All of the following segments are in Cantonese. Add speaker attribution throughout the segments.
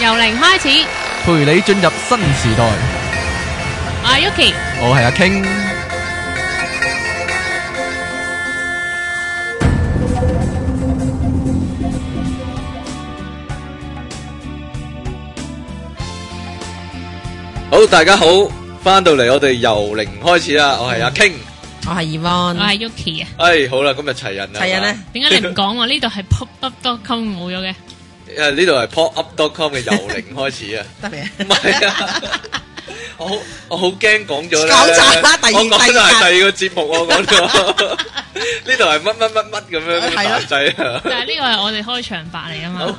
Speaker 1: 由零開始，
Speaker 2: 陪你進入新時代。
Speaker 1: 我係啊 Yuki，
Speaker 2: 我係阿 King，
Speaker 3: 好，大家好，翻到嚟我哋由零開始啦，我係阿 King，
Speaker 4: 我係
Speaker 1: 我
Speaker 4: Evan，
Speaker 1: 係 Yuki 啊。
Speaker 3: 哎，好啦，今日齊人啦，
Speaker 4: 齊人呢
Speaker 1: 點解你唔講我呢度係 pop up dot com 冇咗 嘅？
Speaker 3: 誒呢度係 pop up dot com 嘅由零開始啊，
Speaker 4: 得未啊？
Speaker 3: 唔係啊，我好我好驚講咗咧，
Speaker 4: 搞砸啦第二
Speaker 3: 我講咗係
Speaker 4: 第
Speaker 3: 第二個節目我 講咗，呢度係乜乜乜乜咁樣
Speaker 4: 係咯
Speaker 3: 大 劑啊，
Speaker 1: 但係呢個係我哋開場白嚟噶啊
Speaker 3: 好，
Speaker 1: 嘛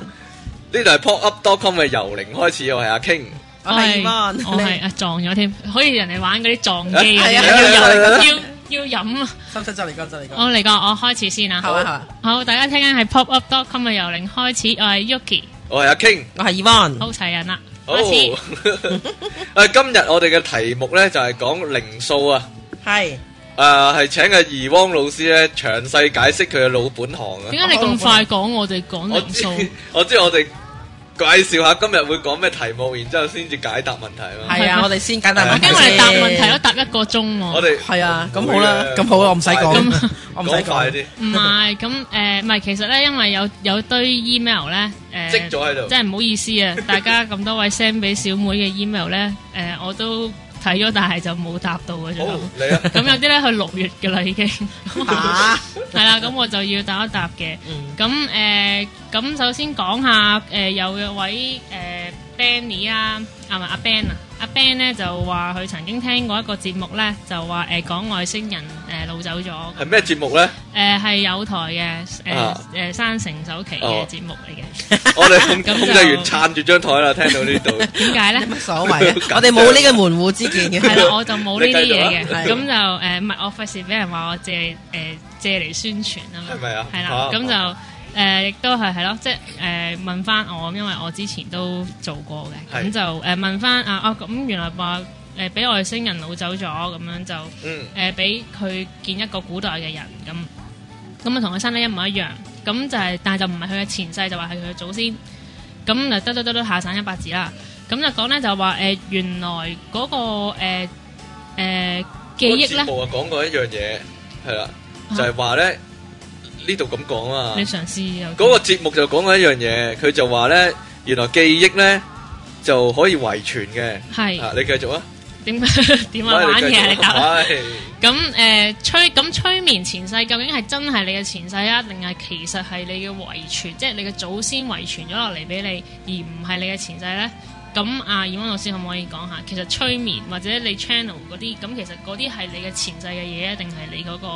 Speaker 3: 呢。度係 pop up dot com 嘅由零開始，我係阿 King，
Speaker 4: 我係 Evan，
Speaker 1: 我係啊撞咗添，好似人哋玩嗰啲撞機嗰啲，
Speaker 4: 係啊
Speaker 1: 要飲要要飲啊！
Speaker 4: 使唔使再嚟過？再嚟過？
Speaker 1: 我嚟個我開始先
Speaker 4: 好啊
Speaker 1: 啊！
Speaker 4: 好啊，
Speaker 1: 好，大家聽緊係 pop up dot com 嘅由零開始，我係 Yuki，
Speaker 3: 我係阿 King。
Speaker 4: 我係 Evan，
Speaker 1: 好齊人啦，
Speaker 4: 哦
Speaker 3: 好，
Speaker 1: 開始
Speaker 3: 誒，今日我哋嘅題目咧就係講靈數啊。
Speaker 4: 係
Speaker 3: 誒，係請阿怡汪老師咧，詳細解釋佢嘅老本行啊！
Speaker 1: 點解你咁快講我哋講
Speaker 3: 我
Speaker 1: 零
Speaker 3: 知
Speaker 1: 數？，
Speaker 3: 我知，我哋介紹下今日會講咩題目，然之後先至解答問題啊嘛。
Speaker 4: 係啊，我哋先簡單
Speaker 1: 我
Speaker 4: 問題
Speaker 1: 驚
Speaker 4: 先。
Speaker 1: 我哋答問題都答一個鐘喎。
Speaker 3: 我哋
Speaker 4: 係啊，咁好啦，咁好啦，我唔使
Speaker 3: 咁
Speaker 4: 講， 我唔使
Speaker 3: 講快
Speaker 4: 講。
Speaker 3: 啲，
Speaker 1: 唔係咁誒，唔係其實咧，因為有有堆 email 咧，誒
Speaker 3: 積咗喺度
Speaker 1: 真係唔好意思 啊！大家咁多位 send 俾小妹嘅 email 咧，誒我都睇咗，但係就冇答到嘅最
Speaker 3: 好
Speaker 1: 後。
Speaker 3: 嚟啊！
Speaker 1: 咁有啲咧去六月嘅啦已 經，
Speaker 4: 嚇，
Speaker 1: 係啦，咁我就要答一答嘅。
Speaker 3: 嗯
Speaker 1: 咁誒，咁首先講下誒有嘅位誒 Benny 啊，啊唔係阿 Ben 啊，阿 Ben 咧就話佢曾經聽過一個節目咧，就話誒講外星人誒老走咗。
Speaker 3: 係咩節目咧？
Speaker 1: 誒係有台嘅誒
Speaker 3: 啊
Speaker 1: 誒山城首期嘅
Speaker 3: 哦
Speaker 1: 節目嚟嘅，
Speaker 3: 我哋控
Speaker 1: 咁就
Speaker 3: 控制員撐住張台啦，聽到呢度，
Speaker 1: 點解
Speaker 4: 有
Speaker 1: 咧？
Speaker 4: 乜所謂啊？我哋冇呢個門戶之見嘅。
Speaker 1: 係啦，我就冇呢啲嘢嘅，
Speaker 3: 你
Speaker 4: 繼續啊
Speaker 1: 咁就誒唔係我費事俾人話我借誒借嚟宣傳啊嘛，
Speaker 3: 係咪啊
Speaker 1: 係啦
Speaker 3: 啊，
Speaker 1: 咁就誒亦都係係咯，即係誒問翻我，因為我之前都做過嘅，咁
Speaker 3: 係
Speaker 1: 就誒問翻啊哦咁原來話誒俾外星人老走咗咁樣就。
Speaker 3: 嗯，
Speaker 1: 誒俾佢見一個古代嘅人咁，咁啊同佢生得一模一樣，咁就係、但係就唔係佢嘅前世，就話係佢嘅祖先，咁就得得得得下省一百字啦，咁就講咧就話誒、呃原來嗰、個誒、呃呃、記憶
Speaker 3: 嗰個節
Speaker 1: 咧，
Speaker 3: 目啊講過一樣嘢，係啦，就係話咧呢度咁講啊
Speaker 1: 你。嘗試有
Speaker 3: 嗰個節目就講緊一樣嘢，佢就話咧，原來記憶咧就可以遺傳嘅。
Speaker 1: 係
Speaker 3: 啊，你繼續啊，
Speaker 1: 點點啊玩嘢啊你答啊。
Speaker 3: 係
Speaker 1: 咁誒、呃催咁催眠前世究竟係真係你嘅前世啊，定係其實係你嘅遺傳，即係你嘅祖先遺傳咗落嚟俾你，而唔係你嘅前世呢？咁啊，葉安老師可唔可以講下，其實催眠或者你 channel 嗰啲，咁其實嗰啲係你嘅前世嘅嘢，定係你嗰、個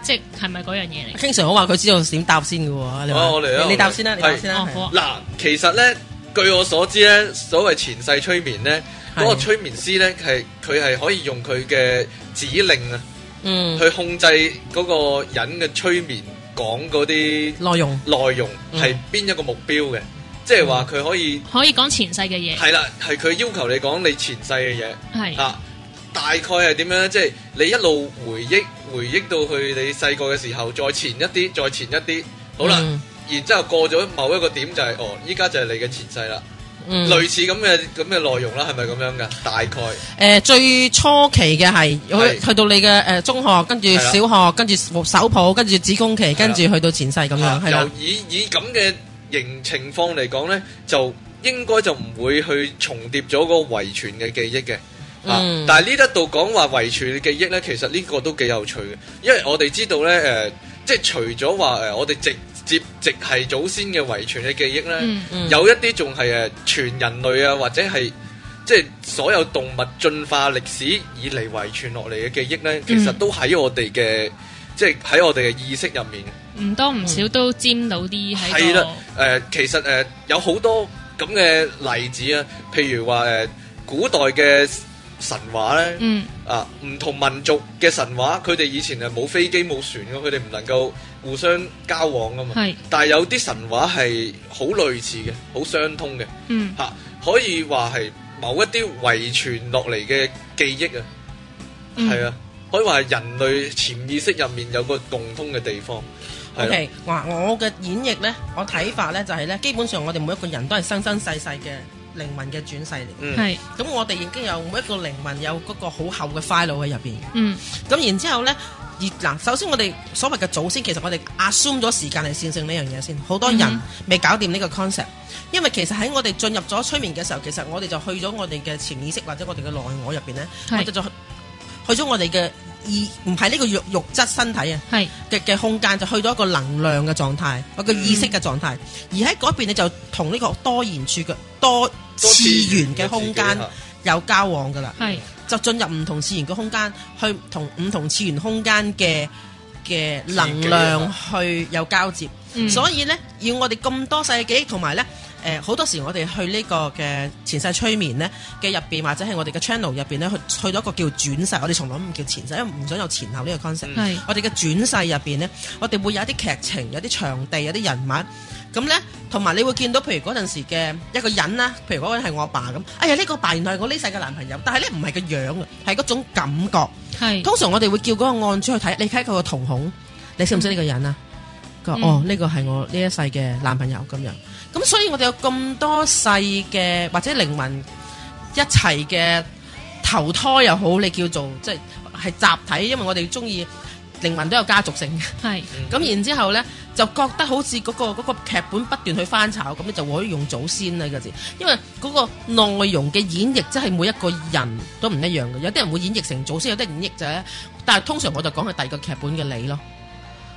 Speaker 1: 即係係咪嗰樣嘢嚟？
Speaker 4: 經常好話佢知道點答先嘅喎，你話
Speaker 3: 哦我嚟啊
Speaker 4: 你你
Speaker 3: 我嚟
Speaker 4: 答先啦，你答先啦
Speaker 1: 哦，好
Speaker 4: 係
Speaker 1: 啊
Speaker 3: 嗱，其實咧，據我所知咧，所謂前世催眠咧，
Speaker 4: 係
Speaker 3: 嗰個催眠師咧係佢係可以用佢嘅指令啊，
Speaker 4: 嗯，
Speaker 3: 去控制嗰個人嘅催眠講嗰啲
Speaker 4: 內容
Speaker 3: 內容
Speaker 4: 嗯
Speaker 3: 係邊一個目標嘅，即係話佢可以
Speaker 1: 可以講前世嘅嘢，
Speaker 3: 係啦，係佢要求你講你前世嘅嘢。
Speaker 1: 係
Speaker 3: 啊，大概係點樣咧？即係你一路回憶，回憶到去你細個嘅時候，再前一啲，再前一啲，好啦，
Speaker 4: 嗯
Speaker 3: 然之後過咗某一個點就係、哦，依家就係你嘅前世啦，
Speaker 4: 嗯
Speaker 3: 類似咁嘅咁嘅內容啦，係咪咁樣噶？大概
Speaker 4: 誒、最初期嘅係去
Speaker 3: 係
Speaker 4: 去到你嘅誒、中學，跟住
Speaker 3: 係啦
Speaker 4: 小學，跟住手抱，跟住子宮期，跟住去到前世咁樣，係
Speaker 3: 啊由
Speaker 4: 啦，
Speaker 3: 以以咁嘅形情況嚟講咧，就應該就唔會去重疊咗個遺傳嘅記憶嘅。啊！
Speaker 4: 嗯
Speaker 3: 但係呢一度講話遺傳嘅記憶咧，其實呢個都幾有趣嘅，因為我哋知道咧，誒、即係除咗話誒，我哋直接直係祖先嘅遺傳嘅記憶咧，
Speaker 1: 嗯
Speaker 4: 嗯
Speaker 3: 有一啲仲係誒呃全人類啊，或者係即係所有動物進化歷史以嚟遺傳落嚟嘅記憶
Speaker 1: 嗯
Speaker 3: 咧，其實都喺我哋嘅、即係喺我哋嘅意識入面嘅。
Speaker 1: 嗯唔多唔少都沾到啲喺
Speaker 3: 係啦
Speaker 1: 個，
Speaker 3: 誒、其實誒、呃有好多咁嘅例子啊，譬如話誒、呃古代嘅神話咧，
Speaker 1: 嗯
Speaker 3: 啊唔同民族嘅神話，佢哋以前係冇飛機冇船嘅，佢哋唔能夠互相交往噶嘛。
Speaker 1: 係
Speaker 3: 但係有啲神話係好類似嘅，好相通嘅
Speaker 1: 嗯
Speaker 3: 嚇、啊可以話係某一啲遺傳落嚟嘅記憶啊，啊
Speaker 1: 嗯
Speaker 3: 係、啊，可以話係人類潛意識入面有個共通嘅地方。係啦
Speaker 4: OK，嗱，我嘅演繹咧，我睇法咧就係咧，基本上我哋每一個人都係生生世世嘅靈魂嘅轉世嚟。
Speaker 3: 嗯，
Speaker 1: 係，
Speaker 4: 咁我哋已經有每一個靈魂有嗰個好厚嘅 file 喺入邊。
Speaker 1: 嗯，
Speaker 4: 咁然之後呢，而嗱，首先我哋所謂嘅祖先，其實我哋 assume 咗時間嚟線性呢樣嘢先，好多
Speaker 1: 嗯
Speaker 4: 人未搞掂呢個 concept，因為其實喺我哋進入咗催眠嘅時候，其實我哋就去咗我哋嘅潛意識或者我哋嘅內我入邊呢，我
Speaker 1: 係
Speaker 4: 哋就去去咗我哋嘅意，唔係呢個肉肉質身體啊。
Speaker 1: 係，
Speaker 4: 嘅嘅空間就去到一個能量嘅狀態，一個意識嘅狀態，而喺嗰邊你就同呢個多元處嘅多
Speaker 3: 多
Speaker 4: 次元啊嘅空間
Speaker 3: 嚇
Speaker 4: 有交往噶啦，
Speaker 1: 係，
Speaker 4: 就進入唔同次元嘅空間，去同唔同次元空間嘅嘅能量去有交接，
Speaker 1: 嗯
Speaker 4: 所以呢，要我哋咁多世嘅記憶，同埋呢，誒、好多時我哋去呢個嘅前世催眠呢嘅入邊，或者係我哋嘅 channel 入邊呢，去去到一個叫轉世，我哋從來唔叫前世，因為唔想有前後呢個 concept。
Speaker 1: 係，
Speaker 4: 我哋嘅轉世入邊呢，我哋會有一啲劇情、有啲場地、有啲人物，咁呢，同埋你會見到，譬如嗰陣時嘅一個人啦，譬如嗰個人係我阿爸咁，哎呀呢、個爸原來係我呢世嘅男朋友，但係呢唔係個樣啊，係嗰種感覺。
Speaker 1: 係，
Speaker 4: 通常我哋會叫嗰個案主去睇，你睇佢個瞳孔，你識唔識呢個人啊？佢話、
Speaker 1: 嗯
Speaker 4: 哦，呢個係我呢一世嘅男朋友咁樣。咁所以我哋有咁多世嘅或者靈魂一齊嘅投胎又好，你叫做即係係集體，因為我哋中意靈魂都有家族性嘅。
Speaker 1: 係，
Speaker 4: 咁然之後呢，就覺得好似嗰、個嗰、個劇本不斷去翻炒，咁你就可以用祖先呢個字，因為嗰個內容嘅演繹即係每一個人都唔一樣嘅，有啲人會演繹成祖先，有啲人演繹就係，但係通常我就講係第二個劇本嘅你咯。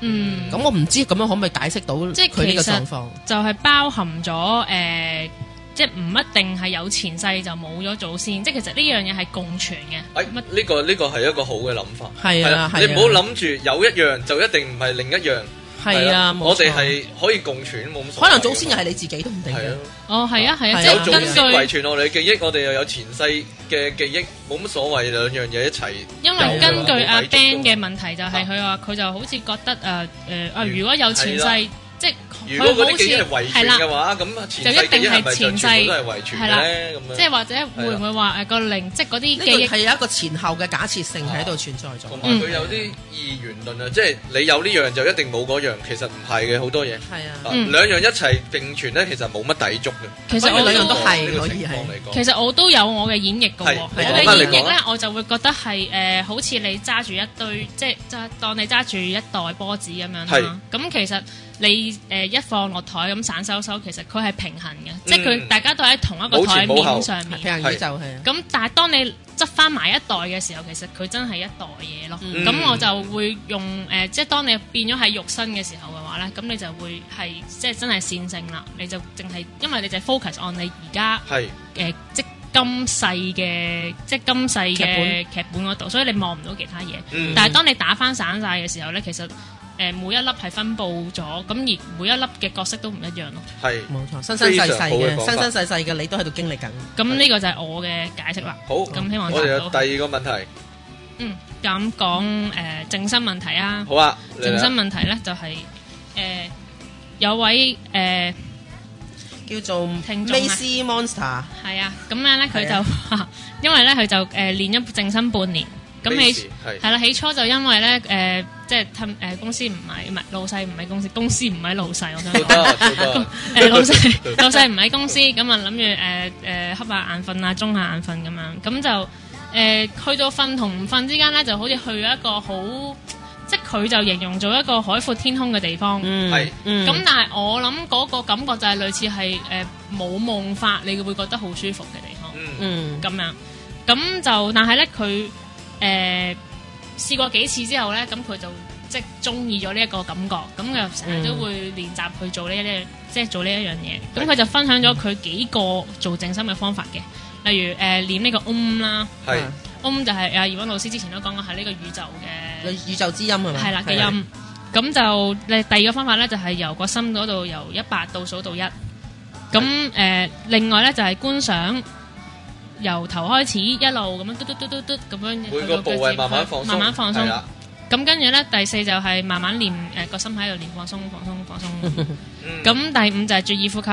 Speaker 1: 嗯，
Speaker 4: 咁我唔知咁樣可唔可以解釋到
Speaker 1: 即係
Speaker 4: 佢呢個
Speaker 1: 其實
Speaker 4: 狀況？
Speaker 1: 就係包含咗誒、呃即係唔一定係有前世就冇咗祖先，即係其實呢樣嘢係共存嘅。
Speaker 3: 哎，
Speaker 1: 乜
Speaker 3: 呢個呢個係一個好嘅諗法，
Speaker 4: 係
Speaker 3: 係
Speaker 4: 啊
Speaker 3: 啦
Speaker 4: 係啊
Speaker 3: 你唔好諗住有一樣就一定唔係另一樣，
Speaker 4: 係啊，冇錯
Speaker 3: 我哋係可以共存，冇咁所謂
Speaker 4: 可能祖先又係你自己都唔
Speaker 3: 係
Speaker 4: 定
Speaker 3: 啊
Speaker 4: 嘅，
Speaker 1: 哦，係啊，係啊，
Speaker 4: 係
Speaker 1: 即
Speaker 4: 啊
Speaker 3: 有
Speaker 1: 係
Speaker 3: 祖
Speaker 1: 根
Speaker 3: 先遺
Speaker 1: 據，
Speaker 3: 傳落嚟嘅記憶，我哋又有前世嘅記憶，冇乜所謂，兩樣嘢一齊。
Speaker 1: 因為根據阿
Speaker 3: 有
Speaker 1: Ben 嘅問題就係佢話佢就好似覺得誒誒啊，呃
Speaker 3: 如
Speaker 1: 如果有前世
Speaker 3: 啊係，
Speaker 1: 即係
Speaker 3: 如果嗰啲記憶
Speaker 1: 佢
Speaker 3: 係
Speaker 1: 好
Speaker 3: 遺
Speaker 1: 似係
Speaker 3: 傳
Speaker 1: 啦
Speaker 3: 嘅。話，咁前世記憶係咪就全部都係遺傳嘅咧？咁樣
Speaker 1: 即係或者會唔會話誒呃個靈，即係嗰啲
Speaker 4: 呢
Speaker 1: 記
Speaker 4: 個
Speaker 1: 憶
Speaker 4: 係有一個前後嘅假設性喺度存在咗。
Speaker 3: 同埋佢有啲二元論啊，即係你有呢樣就一定冇嗰樣，其實唔係嘅，好多嘢。
Speaker 4: 係
Speaker 3: 啊
Speaker 4: 啊，
Speaker 1: 嗯
Speaker 3: 兩樣一齊並存咧，其實冇乜抵觸嘅。
Speaker 1: 其實
Speaker 4: 我兩樣都係
Speaker 3: 呢個
Speaker 4: 可以
Speaker 3: 情況
Speaker 4: 係
Speaker 3: 嚟講
Speaker 1: 其實我都有我嘅演繹嘅
Speaker 3: 係
Speaker 1: 喎，我
Speaker 3: 你
Speaker 4: 講
Speaker 1: 嘅
Speaker 4: 翻你
Speaker 1: 演繹
Speaker 3: 講
Speaker 1: 咧
Speaker 3: 啊
Speaker 1: 我就會覺得係誒、呃好似你揸住一堆，即係揸當你揸住一袋波子咁樣啦。咁其實你誒、呃一放落台咁散收收，其實佢係平衡
Speaker 4: 嗯
Speaker 1: 嘅，即係佢大家都喺同一個
Speaker 3: 冇前
Speaker 1: 台
Speaker 3: 冇後
Speaker 1: 面上面。
Speaker 4: 平行宇宙係啊。
Speaker 1: 咁但係當你執翻埋一袋嘅時候，其實佢真係一袋嘢咯。
Speaker 4: 嗯
Speaker 1: 咁、我就會用誒、呃即係當你變咗係肉身嘅時候嘅話咧，咁你就會係即係真係線性啦。你就淨係因為你就 focus on 你而家
Speaker 3: 係
Speaker 1: 誒呃即今世嘅即今世
Speaker 4: 劇
Speaker 1: 嘅
Speaker 4: 本
Speaker 1: 劇本嗰度，所以你望唔到其他嘢。
Speaker 3: 嗯
Speaker 1: 但係當你打翻散晒嘅時候咧，其實誒、呃每一粒係分佈咗，咁而每一粒嘅角色都唔一樣咯。
Speaker 3: 係
Speaker 4: 冇錯，生生世世
Speaker 3: 非常好嘅
Speaker 4: 嘅，
Speaker 3: 講法
Speaker 4: 生生世世嘅，你都喺度經歷緊。
Speaker 1: 咁呢個就係我嘅解釋啦。
Speaker 3: 好。
Speaker 1: 咁希望
Speaker 3: 我哋有
Speaker 1: 答
Speaker 3: 第
Speaker 1: 到。
Speaker 3: 二個問題，
Speaker 1: 嗯，咁講誒正身問題啊。
Speaker 3: 好啊，你
Speaker 1: 正
Speaker 3: 嚟
Speaker 1: 身
Speaker 3: 啦
Speaker 1: 問題咧就係、呃有位呃誒
Speaker 4: 叫做嗯
Speaker 1: 聽眾啊
Speaker 4: Macy Monster，
Speaker 1: 係啊，咁樣咧佢
Speaker 4: 係
Speaker 1: 就話，因為咧佢就誒、呃、練咗正身半年，咁
Speaker 3: 幾
Speaker 1: 你
Speaker 3: 時。係
Speaker 1: 係啦，起初就因為咧誒、呃即係氹誒公司唔係唔係老細唔係公司，公司唔係老細，我想
Speaker 3: 做
Speaker 1: 講。
Speaker 3: 得做
Speaker 1: 誒
Speaker 3: 得
Speaker 1: 老細老細唔喺公司，咁啊諗住誒誒瞌下眼瞓啊，中下眼瞓咁樣，咁就誒、呃去到瞓同唔瞓之間咧，就好似去咗一個好，即係佢就形容做一個海闊天空嘅地方。
Speaker 4: 嗯
Speaker 3: 係
Speaker 4: 嗯
Speaker 1: 咁、但係我諗嗰個感覺就係類似係誒冇夢法，你會覺得好舒服嘅地方。
Speaker 3: 嗯
Speaker 4: 嗯
Speaker 1: 咁樣。咁就但係咧，佢誒試過幾次之後咧，咁佢就即係中意咗呢一個感覺，咁佢就成日都會練習去做呢一樣，即係做呢一樣嘢。咁佢就分享咗佢幾個做靜心嘅方法嘅，例如誒、呃、念呢個嗡啦，
Speaker 3: 係
Speaker 4: 啊
Speaker 1: 嗡就係、阿葉韻老師之前都講過係呢個宇宙嘅
Speaker 4: 宇宙之音係咪？
Speaker 1: 係啦嘅音。咁就你第二個方法咧，就係由個心嗰度由一百倒數到一。咁誒、呃另外咧就係、觀賞，由頭開始一路咁樣嘟嘟嘟嘟嘟咁樣，
Speaker 3: 每個部位慢慢放鬆，
Speaker 1: 慢慢放
Speaker 3: 係
Speaker 1: 鬆。
Speaker 3: 啦，
Speaker 1: 咁跟住咧，第四就係慢慢練誒個、心喺度練放鬆、放鬆、放鬆。
Speaker 3: 嗯
Speaker 1: 咁第五就係注意呼吸。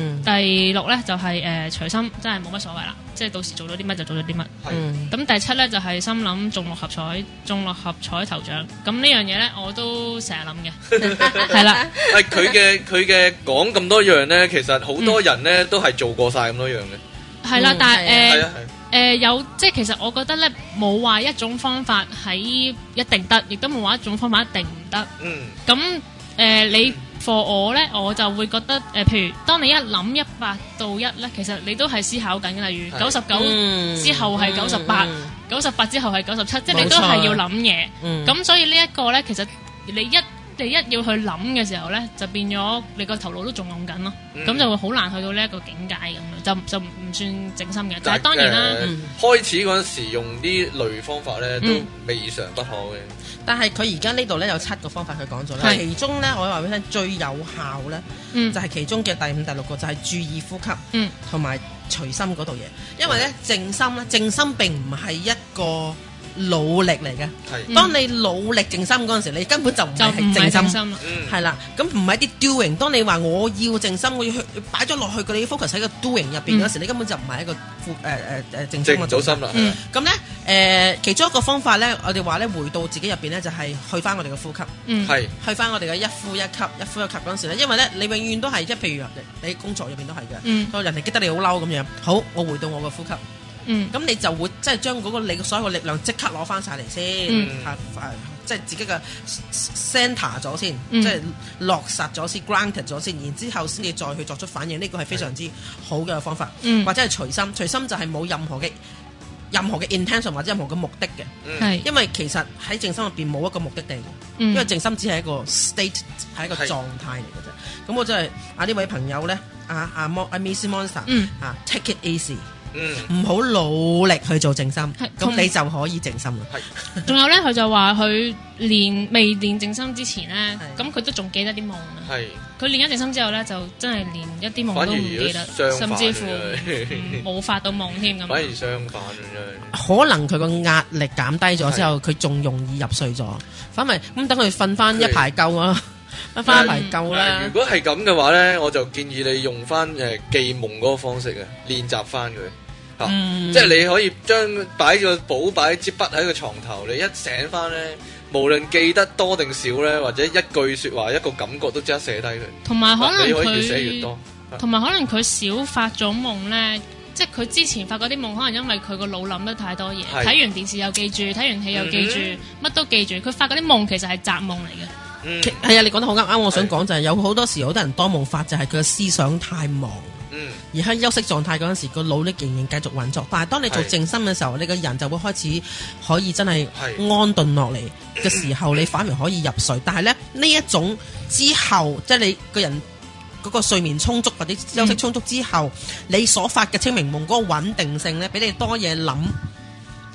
Speaker 4: 嗯
Speaker 1: 第六咧就係誒隨心，真係冇乜所謂啦，即係到時做咗啲乜就做咗啲乜。
Speaker 3: 係
Speaker 4: 嗯
Speaker 1: 咁第七咧就係、心諗中六合彩，中六合彩頭獎。咁呢樣嘢咧我都成日諗 嘅，係啦，
Speaker 3: 係佢 嘅佢嘅講咁多樣咧，其實好多人咧都係做過晒咁多樣嘅。
Speaker 1: 係啦
Speaker 4: 嗯，
Speaker 1: 但係
Speaker 3: 係
Speaker 1: 誒
Speaker 3: 啊係啊。
Speaker 1: 誒有即係其實我覺得咧冇話一種方法喺一定得，亦都冇話一種方法一定唔得。
Speaker 3: 嗯
Speaker 1: 咁誒、呃你 for 我咧，我就會覺得誒、呃譬如當你一諗一百到一咧，其實你都係思考緊嘅。例如
Speaker 3: 係
Speaker 1: 九十九、
Speaker 4: 嗯
Speaker 1: 之後係98
Speaker 4: 嗯
Speaker 1: 九十八之後係九十七，即係
Speaker 4: 冇
Speaker 1: 你都係
Speaker 4: 錯
Speaker 1: 要諗嘢。
Speaker 4: 嗯
Speaker 1: 咁所以呢一個咧，其實你一你一要去諗嘅時候咧，就變咗你個頭腦都仲用緊咯，
Speaker 3: 嗯
Speaker 1: 咁、就會好難去到呢一個境界咁樣，就就唔算整心嘅。但
Speaker 3: 但
Speaker 1: 係當然啦，
Speaker 3: 誒
Speaker 4: 嗯
Speaker 3: 開始嗰陣時用啲類方法咧都
Speaker 1: 嗯
Speaker 3: 未嘗不可嘅。
Speaker 4: 但係佢而家呢度咧有七個方法佢講咗啦，
Speaker 1: 係
Speaker 4: 其中咧我話俾你聽最有效咧
Speaker 1: 嗯
Speaker 4: 就係其中嘅第五、第六個就係注意呼吸，
Speaker 1: 嗯，
Speaker 4: 同埋隨心嗰度嘢，因為咧靜心咧靜心並唔係一個努力嚟嘅，
Speaker 3: 係
Speaker 1: 嗯
Speaker 4: 當你努力靜心嗰陣時，你根本就唔
Speaker 1: 就
Speaker 4: 係
Speaker 1: 唔係整
Speaker 4: 靜心。
Speaker 1: 心啦。
Speaker 3: 嗯
Speaker 4: 係啦，咁唔係啲 doing。當你話我要靜心，我要去擺咗落去佢，你 focus 喺個 doing 入邊嗰時，你根本就唔係一個負誒誒誒靜心
Speaker 3: 靜
Speaker 4: 嘅
Speaker 3: 唔到
Speaker 4: 狀態
Speaker 3: 心啦。
Speaker 1: 嗯
Speaker 4: 咁咧誒，其中一個方法咧，我哋話咧回到自己入邊咧，就係去翻我哋嘅呼吸，
Speaker 1: 嗯，
Speaker 3: 係啊
Speaker 4: 去翻我哋嘅一呼一吸，一呼一吸嗰陣時咧，因為咧你永遠都係即係譬如你工作入邊都係嘅，
Speaker 1: 嗯
Speaker 4: 當人哋激得你好嬲咁樣，好，我回到我嘅呼吸，
Speaker 1: 嗯
Speaker 4: 咁你就會即係將嗰個你嘅所有嘅力量即刻攞翻晒嚟先，
Speaker 3: 嗯
Speaker 4: 嚇誒即係自己嘅 centre 咗先，
Speaker 1: 嗯
Speaker 4: 即係落實咗先，grounded 咗先，然之後先至再去作出反應，呢個係非常之好嘅方法，
Speaker 1: 嗯
Speaker 4: 或者係隨心，隨心就係冇任何嘅任何嘅 intention 或者任何嘅目的嘅，
Speaker 3: 嗯
Speaker 1: 係
Speaker 4: 因為其實喺靜心入邊冇一個目的地嘅。
Speaker 1: 嗯
Speaker 4: 因為靜心只係一個 state，係一個
Speaker 3: 係
Speaker 4: 狀態嚟嘅啫。咁我真係啊呢位朋友咧，啊啊 Mon 啊 Miss Monster，
Speaker 1: 嗯
Speaker 4: 啊 take it easy，
Speaker 3: 嗯
Speaker 4: 唔好努力去做靜心，
Speaker 1: 同
Speaker 4: 咁你就可以靜心啦。
Speaker 1: 仲有咧，佢就話佢練未練靜心之前咧，
Speaker 4: 係
Speaker 1: 咁佢都仲記得啲夢啊。
Speaker 3: 嗯係
Speaker 1: 佢練咗靜心之後咧，就真係連一啲夢
Speaker 3: 反
Speaker 1: 都
Speaker 3: 而
Speaker 1: 唔記得，
Speaker 3: 如果相
Speaker 1: 甚
Speaker 3: 反
Speaker 1: 至乎
Speaker 3: 嘅
Speaker 1: 嗯冇發到夢添
Speaker 3: 反而
Speaker 1: 咁。
Speaker 3: 相反嘅真係。
Speaker 4: 可能佢個壓力減低咗之後，佢仲容易入睡咗。反為咁等佢瞓翻一排夠啦， 瞓翻一排
Speaker 3: 誒
Speaker 4: 夠
Speaker 3: 如
Speaker 4: 啦。
Speaker 3: 果係咁嘅話咧，我就建議你用翻誒、記夢嗰個方式啊，練習翻佢嚇，啊
Speaker 4: 嗯
Speaker 3: 即係你可以將擺個簿擺支筆喺個床頭，你一醒翻咧，無論記得多定少咧，或者一句説話一個感覺都即刻寫低佢，
Speaker 1: 同埋可
Speaker 3: 啊
Speaker 1: 能
Speaker 3: 你可以越寫越
Speaker 1: 佢，
Speaker 3: 多。
Speaker 1: 同埋可能佢少發咗夢咧，即係佢之前發嗰啲夢，可能因為佢個腦諗得太多嘢，睇
Speaker 3: 係
Speaker 1: 完電視又記住，睇完戲又記住，乜都記住。佢發嗰啲夢其實係雜夢嚟嘅。
Speaker 3: 嗯
Speaker 4: 其係啊，你講得好啱啱。我想講就係有好多時好多人多夢法，就係佢嘅思想太忙。
Speaker 3: 嗯
Speaker 4: 而喺休息狀態嗰陣時，個腦力仍然繼續運作。但係當你做靜心嘅時候，你個人就會開始可以真
Speaker 3: 係
Speaker 4: 係安頓落嚟嘅時候，你反而可以入睡。但係咧呢一種之後，即係你個人嗰個睡眠充足或者休息充足之後，你所發嘅清明夢嗰個穩定性咧，俾你多嘢諗。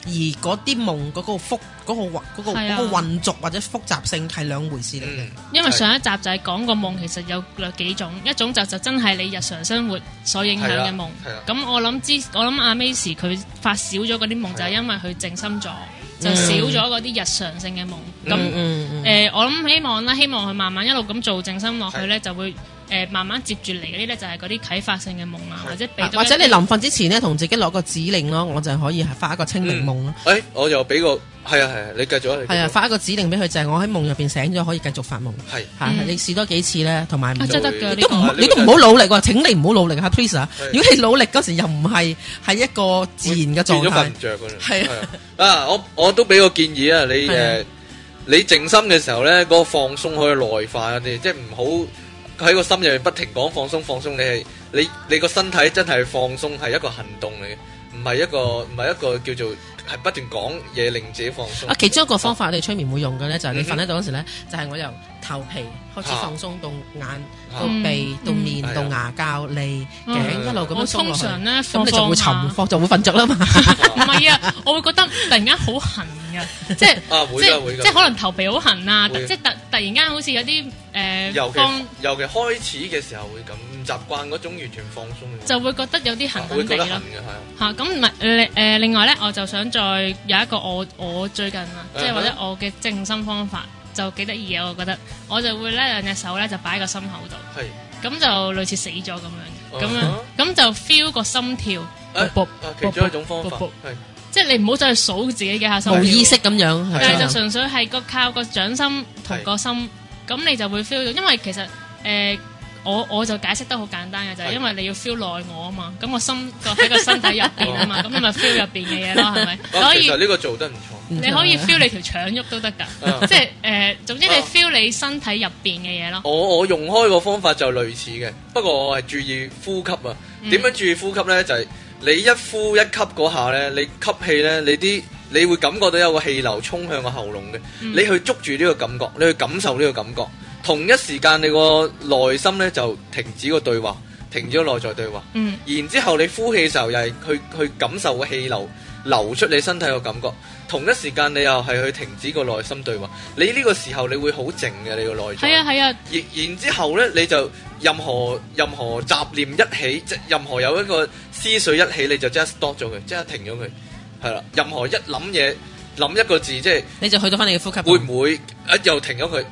Speaker 4: 而嗰啲夢嗰個複嗰、個運嗰、個
Speaker 1: 係啊
Speaker 4: 嗰個運作或者複雜性係兩回事嚟嘅。
Speaker 3: 嗯，
Speaker 1: 因為上一集就係講個夢，其實有略幾種，一種就就真係你日常生活所影響嘅夢
Speaker 3: 係啊啦。
Speaker 1: 咁我諗之，我諗阿 Mais 佢發少咗嗰啲夢，
Speaker 3: 係啊
Speaker 1: 就係因為佢靜心咗，就
Speaker 4: 嗯
Speaker 1: 少咗嗰啲日常性嘅夢。咁
Speaker 4: 嗯嗯
Speaker 1: 誒、我諗希望啦，希望佢慢慢一路咁做靜心落去咧，就會誒、慢慢接住嚟嗰啲咧，就係嗰啲啟發性嘅夢啊，
Speaker 3: 係
Speaker 1: 或者俾
Speaker 4: 啊
Speaker 1: 到
Speaker 4: 或
Speaker 1: 一
Speaker 4: 者你
Speaker 1: 啲
Speaker 4: 臨瞓之前咧，同自己落個指令咯，我就可以係發一個清
Speaker 1: 嗯
Speaker 4: 明夢咯。
Speaker 3: 誒、我又俾個係啊係啊，你繼續啊，你繼
Speaker 4: 係啊，
Speaker 3: 續
Speaker 4: 發一個指令俾佢就係我喺夢入邊醒咗，可以繼續發夢。
Speaker 3: 係
Speaker 4: 嚇、
Speaker 1: 嗯
Speaker 4: 你試多幾次咧，同埋唔
Speaker 1: 啊真係得㗎
Speaker 4: 你
Speaker 1: 呢
Speaker 4: 都
Speaker 1: 個
Speaker 4: 唔
Speaker 3: 啊呢
Speaker 4: 好
Speaker 3: 個
Speaker 4: 你都唔好努力喎，請你唔好努力嚇，please 啊
Speaker 3: 係！
Speaker 4: 如果你努力嗰時又唔係係一個自然嘅狀
Speaker 3: 變咗瞓
Speaker 4: 態
Speaker 3: 唔，着嗰陣。
Speaker 4: 係啊
Speaker 3: 係啊，啊我我都俾個建議啊，你
Speaker 4: 係啊
Speaker 3: 誒你靜心嘅時候咧，嗰個放鬆可以內化一啲，即係唔好喺個心入面不停講放鬆放鬆。你係你你個身體真係放鬆係一個行動嚟嘅，唔係一個唔係一個叫做係不斷講嘢令自己放鬆
Speaker 4: 啊，。其中一個方法我哋催眠會用嘅咧，就係你
Speaker 3: 嗯哼
Speaker 4: 瞓喺度嗰時咧，就係我由頭皮開始
Speaker 3: 啊
Speaker 4: 放鬆到眼、
Speaker 3: 啊
Speaker 4: 到鼻、
Speaker 1: 嗯
Speaker 4: 到面
Speaker 3: 係啊、
Speaker 4: 到牙膠、脷、
Speaker 1: 嗯
Speaker 4: 頸一路咁
Speaker 1: 我
Speaker 4: 樣鬆
Speaker 1: 通
Speaker 4: 落去，
Speaker 1: 常咧放
Speaker 4: 咁你就
Speaker 1: 放
Speaker 4: 會沉
Speaker 1: 下，
Speaker 4: 放就會瞓着啦 嘛。
Speaker 1: 唔係啊，我會覺得突然間好痕 嘅，即係。
Speaker 3: 啊會
Speaker 1: 即
Speaker 3: 㗎會
Speaker 1: 係
Speaker 3: 㗎，
Speaker 1: 即係可能頭皮好痕啊，
Speaker 3: 會㗎
Speaker 1: 即係突突然間好似有啲誒
Speaker 3: 尤
Speaker 1: 放
Speaker 3: 其尤其開始嘅時候會咁唔習慣嗰種完全放鬆嘅，
Speaker 1: 就會覺得有啲
Speaker 3: 啊
Speaker 1: 痕
Speaker 3: 會
Speaker 1: 痕地
Speaker 3: 覺得痕
Speaker 1: 咯
Speaker 3: 嘅係啊。
Speaker 1: 嚇。咁唔係誒誒，另外咧，我就想再有一個我我最近啊，即係
Speaker 3: 嗯哼
Speaker 1: 或者我嘅靜心方法就幾得意嘅，我覺得我就會咧兩隻手咧就擺喺個心口度，
Speaker 3: 係
Speaker 1: 咁就類似死咗咁樣。咁樣，咁就 feel 個心跳，
Speaker 3: 啊
Speaker 1: 卜
Speaker 3: 啊，其中一種方
Speaker 1: 卜
Speaker 3: 法
Speaker 1: 卜
Speaker 3: 係
Speaker 1: 即係你唔好再去數自己嘅下心跳
Speaker 4: 無意識咁樣，係
Speaker 1: 但係
Speaker 4: 咪
Speaker 1: 就純粹係個靠個掌心同個心，咁你就會 feel 到，因為其實誒、呃我我就解釋得好簡單嘅就係
Speaker 3: 係
Speaker 1: 因為你要 feel 內我啊嘛，咁個心個喺個身體入邊 啊嘛，咁你咪 feel 入邊嘅嘢咯，係咪？
Speaker 3: 啊，
Speaker 1: 所
Speaker 3: 其實
Speaker 1: 以
Speaker 3: 呢個做得唔錯，
Speaker 4: 唔錯
Speaker 1: 你可以 feel 你條腸喐都得
Speaker 3: 啊
Speaker 1: 㗎，即係誒、呃總之你
Speaker 3: 啊
Speaker 1: feel 你身體入邊嘅嘢咯，
Speaker 3: 我我用開個方法就類似嘅，不過我係注意呼吸啊。
Speaker 1: 嗯
Speaker 3: 點樣注意呼吸呢？就係、你一呼一吸嗰下呢，你吸氣呢，你啲你會感覺到有個氣流衝向個喉嚨嘅。
Speaker 1: 嗯
Speaker 3: 你去捉住呢個感覺，你去感受呢個感覺。同一時間，你個內心呢就停止個對話，停止個內在對話。
Speaker 1: 嗯
Speaker 3: 然之後你呼氣嘅時候，又係去去感受個氣流流出你身體個感覺。同一時間，你又係去停止個內心對話。你呢個時候，你會好靜嘅，你個內在。
Speaker 1: 係啊係啊，
Speaker 3: 然然之後咧，你就任何任何雜念一起，即任何有一個思緒一起，你就即刻 stop 咗佢，即刻停咗佢，係啦。任何一諗嘢諗一個字，即係
Speaker 4: 你就去到翻你嘅呼吸度。
Speaker 3: 會唔會啊又停咗佢？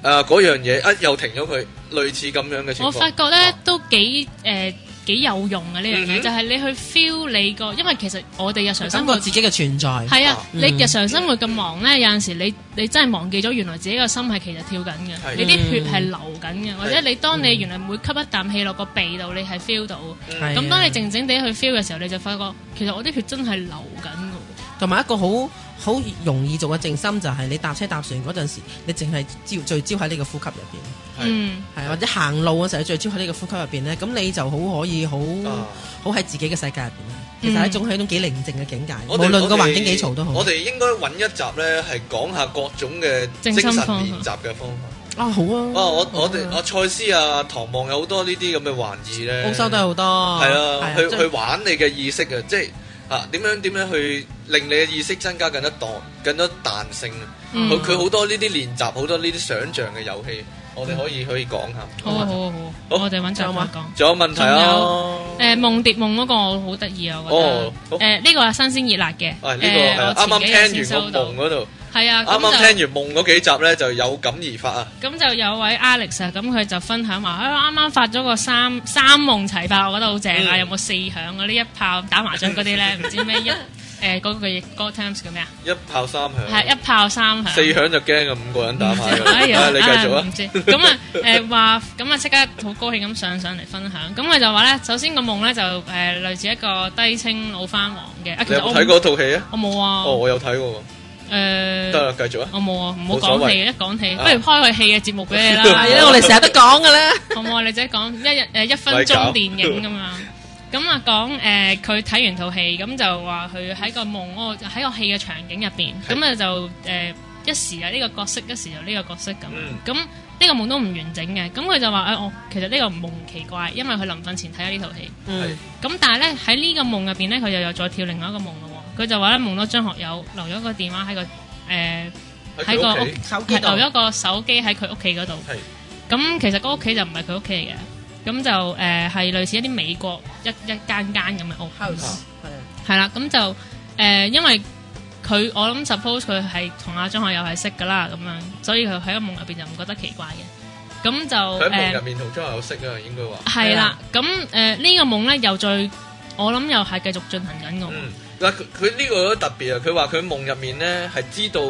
Speaker 3: 啊嗰樣嘢啊又停咗佢，類似咁樣嘅情況。
Speaker 1: 我發覺咧
Speaker 3: 啊
Speaker 1: 都幾誒、呃、幾有用啊嘅呢樣嘢，
Speaker 3: 嗯哼
Speaker 1: 就係你去 feel 你個，因為其實我哋日常生
Speaker 4: 感
Speaker 1: 活
Speaker 4: 覺自己嘅存在？
Speaker 1: 係啊
Speaker 3: 啊，
Speaker 1: 你日常生活咁忙咧，有陣時你你真係忘記咗原來自己個心係其實跳緊
Speaker 3: 係
Speaker 1: 嘅，你啲血係流緊嘅，或者你當你原來每吸一啖氣落個鼻度，你係 feel 到。
Speaker 4: 係啊
Speaker 1: 咁當你靜靜地去 feel 嘅時候，你就發覺其實我啲血真係流緊嘅
Speaker 4: 同埋一個好好容易做嘅靜心，就係你搭車搭船嗰陣時，你淨係焦聚焦喺呢個呼吸入邊，
Speaker 1: 喎。嗯，
Speaker 4: 係或者行路嗰時候聚焦喺呢個呼吸入邊咧，咁你就好可以好
Speaker 3: 啊嗯
Speaker 4: 好喺自己嘅世界入邊其實係一種係一種幾寧靜嘅境界，無
Speaker 3: 我哋
Speaker 4: 論個
Speaker 3: 我哋
Speaker 4: 環境幾嘈都好
Speaker 3: 我。哋應該揾一集咧，係講下各種嘅精
Speaker 1: 正
Speaker 3: 神
Speaker 1: 心哦
Speaker 3: 練習嘅方法。
Speaker 4: 啊，好啊！
Speaker 3: 哇！我我哋我賽斯啊，唐望有好多呢啲咁嘅玩意咧。
Speaker 4: 澳洲都有好多，
Speaker 3: 係啊，去
Speaker 4: 即係
Speaker 3: 去玩你嘅意識啊，即係啊點樣點樣去令你嘅意識增加更多彈更多彈性啊！
Speaker 1: 嗯
Speaker 3: 佢佢好多呢啲練習，好多呢啲想像嘅遊戲，我哋可以可以講下。
Speaker 1: 嗯好啊好啊好啊，我哋揾集再講。
Speaker 3: 仲有問題啊？
Speaker 1: 誒呃夢蝶夢嗰個我好得意啊，
Speaker 3: 哦
Speaker 1: 我覺
Speaker 3: 好
Speaker 1: 得誒呢個係新鮮熱辣嘅。
Speaker 3: 喂，啊
Speaker 1: 誒
Speaker 3: 呢個係
Speaker 1: 我前幾日
Speaker 3: 啱啱
Speaker 1: 先
Speaker 3: 聽
Speaker 1: 收
Speaker 3: 完個
Speaker 1: 到
Speaker 3: 夢嗰度，
Speaker 1: 係啊，咁
Speaker 3: 啱
Speaker 1: 就
Speaker 3: 啱聽完夢嗰幾集咧就有感而發啊！
Speaker 1: 咁就有位 Alex 啊，咁佢就分享話：，啊，啱啱發咗個三三夢齊發，我覺得好正啊！
Speaker 3: 嗯
Speaker 1: 有冇四響嗰啲一炮打麻將嗰啲 咧？唔知咩一誒呃嗰、個嗰、個 terms 叫咩啊？
Speaker 3: 一炮三
Speaker 1: 係
Speaker 3: 響，
Speaker 1: 一炮三響。
Speaker 3: 四響就驚啊！五個人打牌啊！
Speaker 1: 哎呀
Speaker 3: 啊你繼續啊
Speaker 1: 唔！知咁啊，誒話咁啊，即刻好高興咁上上嚟分享。咁佢就話咧，首先個夢咧就誒、類似一個低清老番王嘅。啊，其
Speaker 3: 你有
Speaker 1: 實我
Speaker 3: 冇
Speaker 1: 唔
Speaker 3: 睇過套戲啊？
Speaker 1: 我冇啊。
Speaker 3: 哦，我有睇過
Speaker 1: 誒、嗯
Speaker 3: 喎，得啦，繼續啊！
Speaker 1: 我冇啊，唔
Speaker 3: 冇所
Speaker 1: 好講
Speaker 3: 謂
Speaker 1: 戲，一講戲，
Speaker 3: 啊
Speaker 1: 不如開個戲嘅節目俾你 啦。
Speaker 4: 係啊，我哋成日都講嘅啦。
Speaker 1: 好唔好？你自己講一日誒一分鐘電影咁樣。咁啊講誒佢睇完套戲，咁就話佢喺個夢嗰個喺個戲嘅場景入邊，
Speaker 3: 係
Speaker 1: 咁啊就誒一時啊呢個角色，一時就呢個角色咁啊
Speaker 3: 嗯
Speaker 1: 樣。咁呢個夢都唔完整嘅，咁佢就話誒我其實呢個夢唔奇怪，因為佢臨瞓前睇咗呢套戲。
Speaker 4: 嗯，
Speaker 1: 咁但係咧喺呢個夢入邊咧，佢又有再跳另外一個夢咯喎。佢就話咧夢到張學友留咗個電話喺個誒
Speaker 3: 喺
Speaker 1: 喺個
Speaker 3: 佢屋
Speaker 1: 屋
Speaker 3: 企
Speaker 4: 手機
Speaker 1: 係
Speaker 4: 度
Speaker 1: 留咗個手機喺佢屋企嗰度。
Speaker 3: 係
Speaker 1: 咁其實嗰屋企就唔係佢屋企嚟嘅，咁就誒係、類似一啲美國一一間間咁嘅屋，
Speaker 4: house 係啊
Speaker 1: 係啦，咁就誒、呃因為佢我諗 suppose 佢係同阿張學友係識噶啦，咁樣，所以佢喺個夢入邊就唔覺得奇怪嘅，咁就
Speaker 3: 佢喺夢入
Speaker 1: 誒
Speaker 3: 面同張學友識啊，應該話。
Speaker 1: 係啦，咁誒呢個夢咧又再我諗又係繼續進行緊嘅喎，
Speaker 3: 嗯，嗱，佢佢呢個都特別啊！佢話佢夢入面咧係知道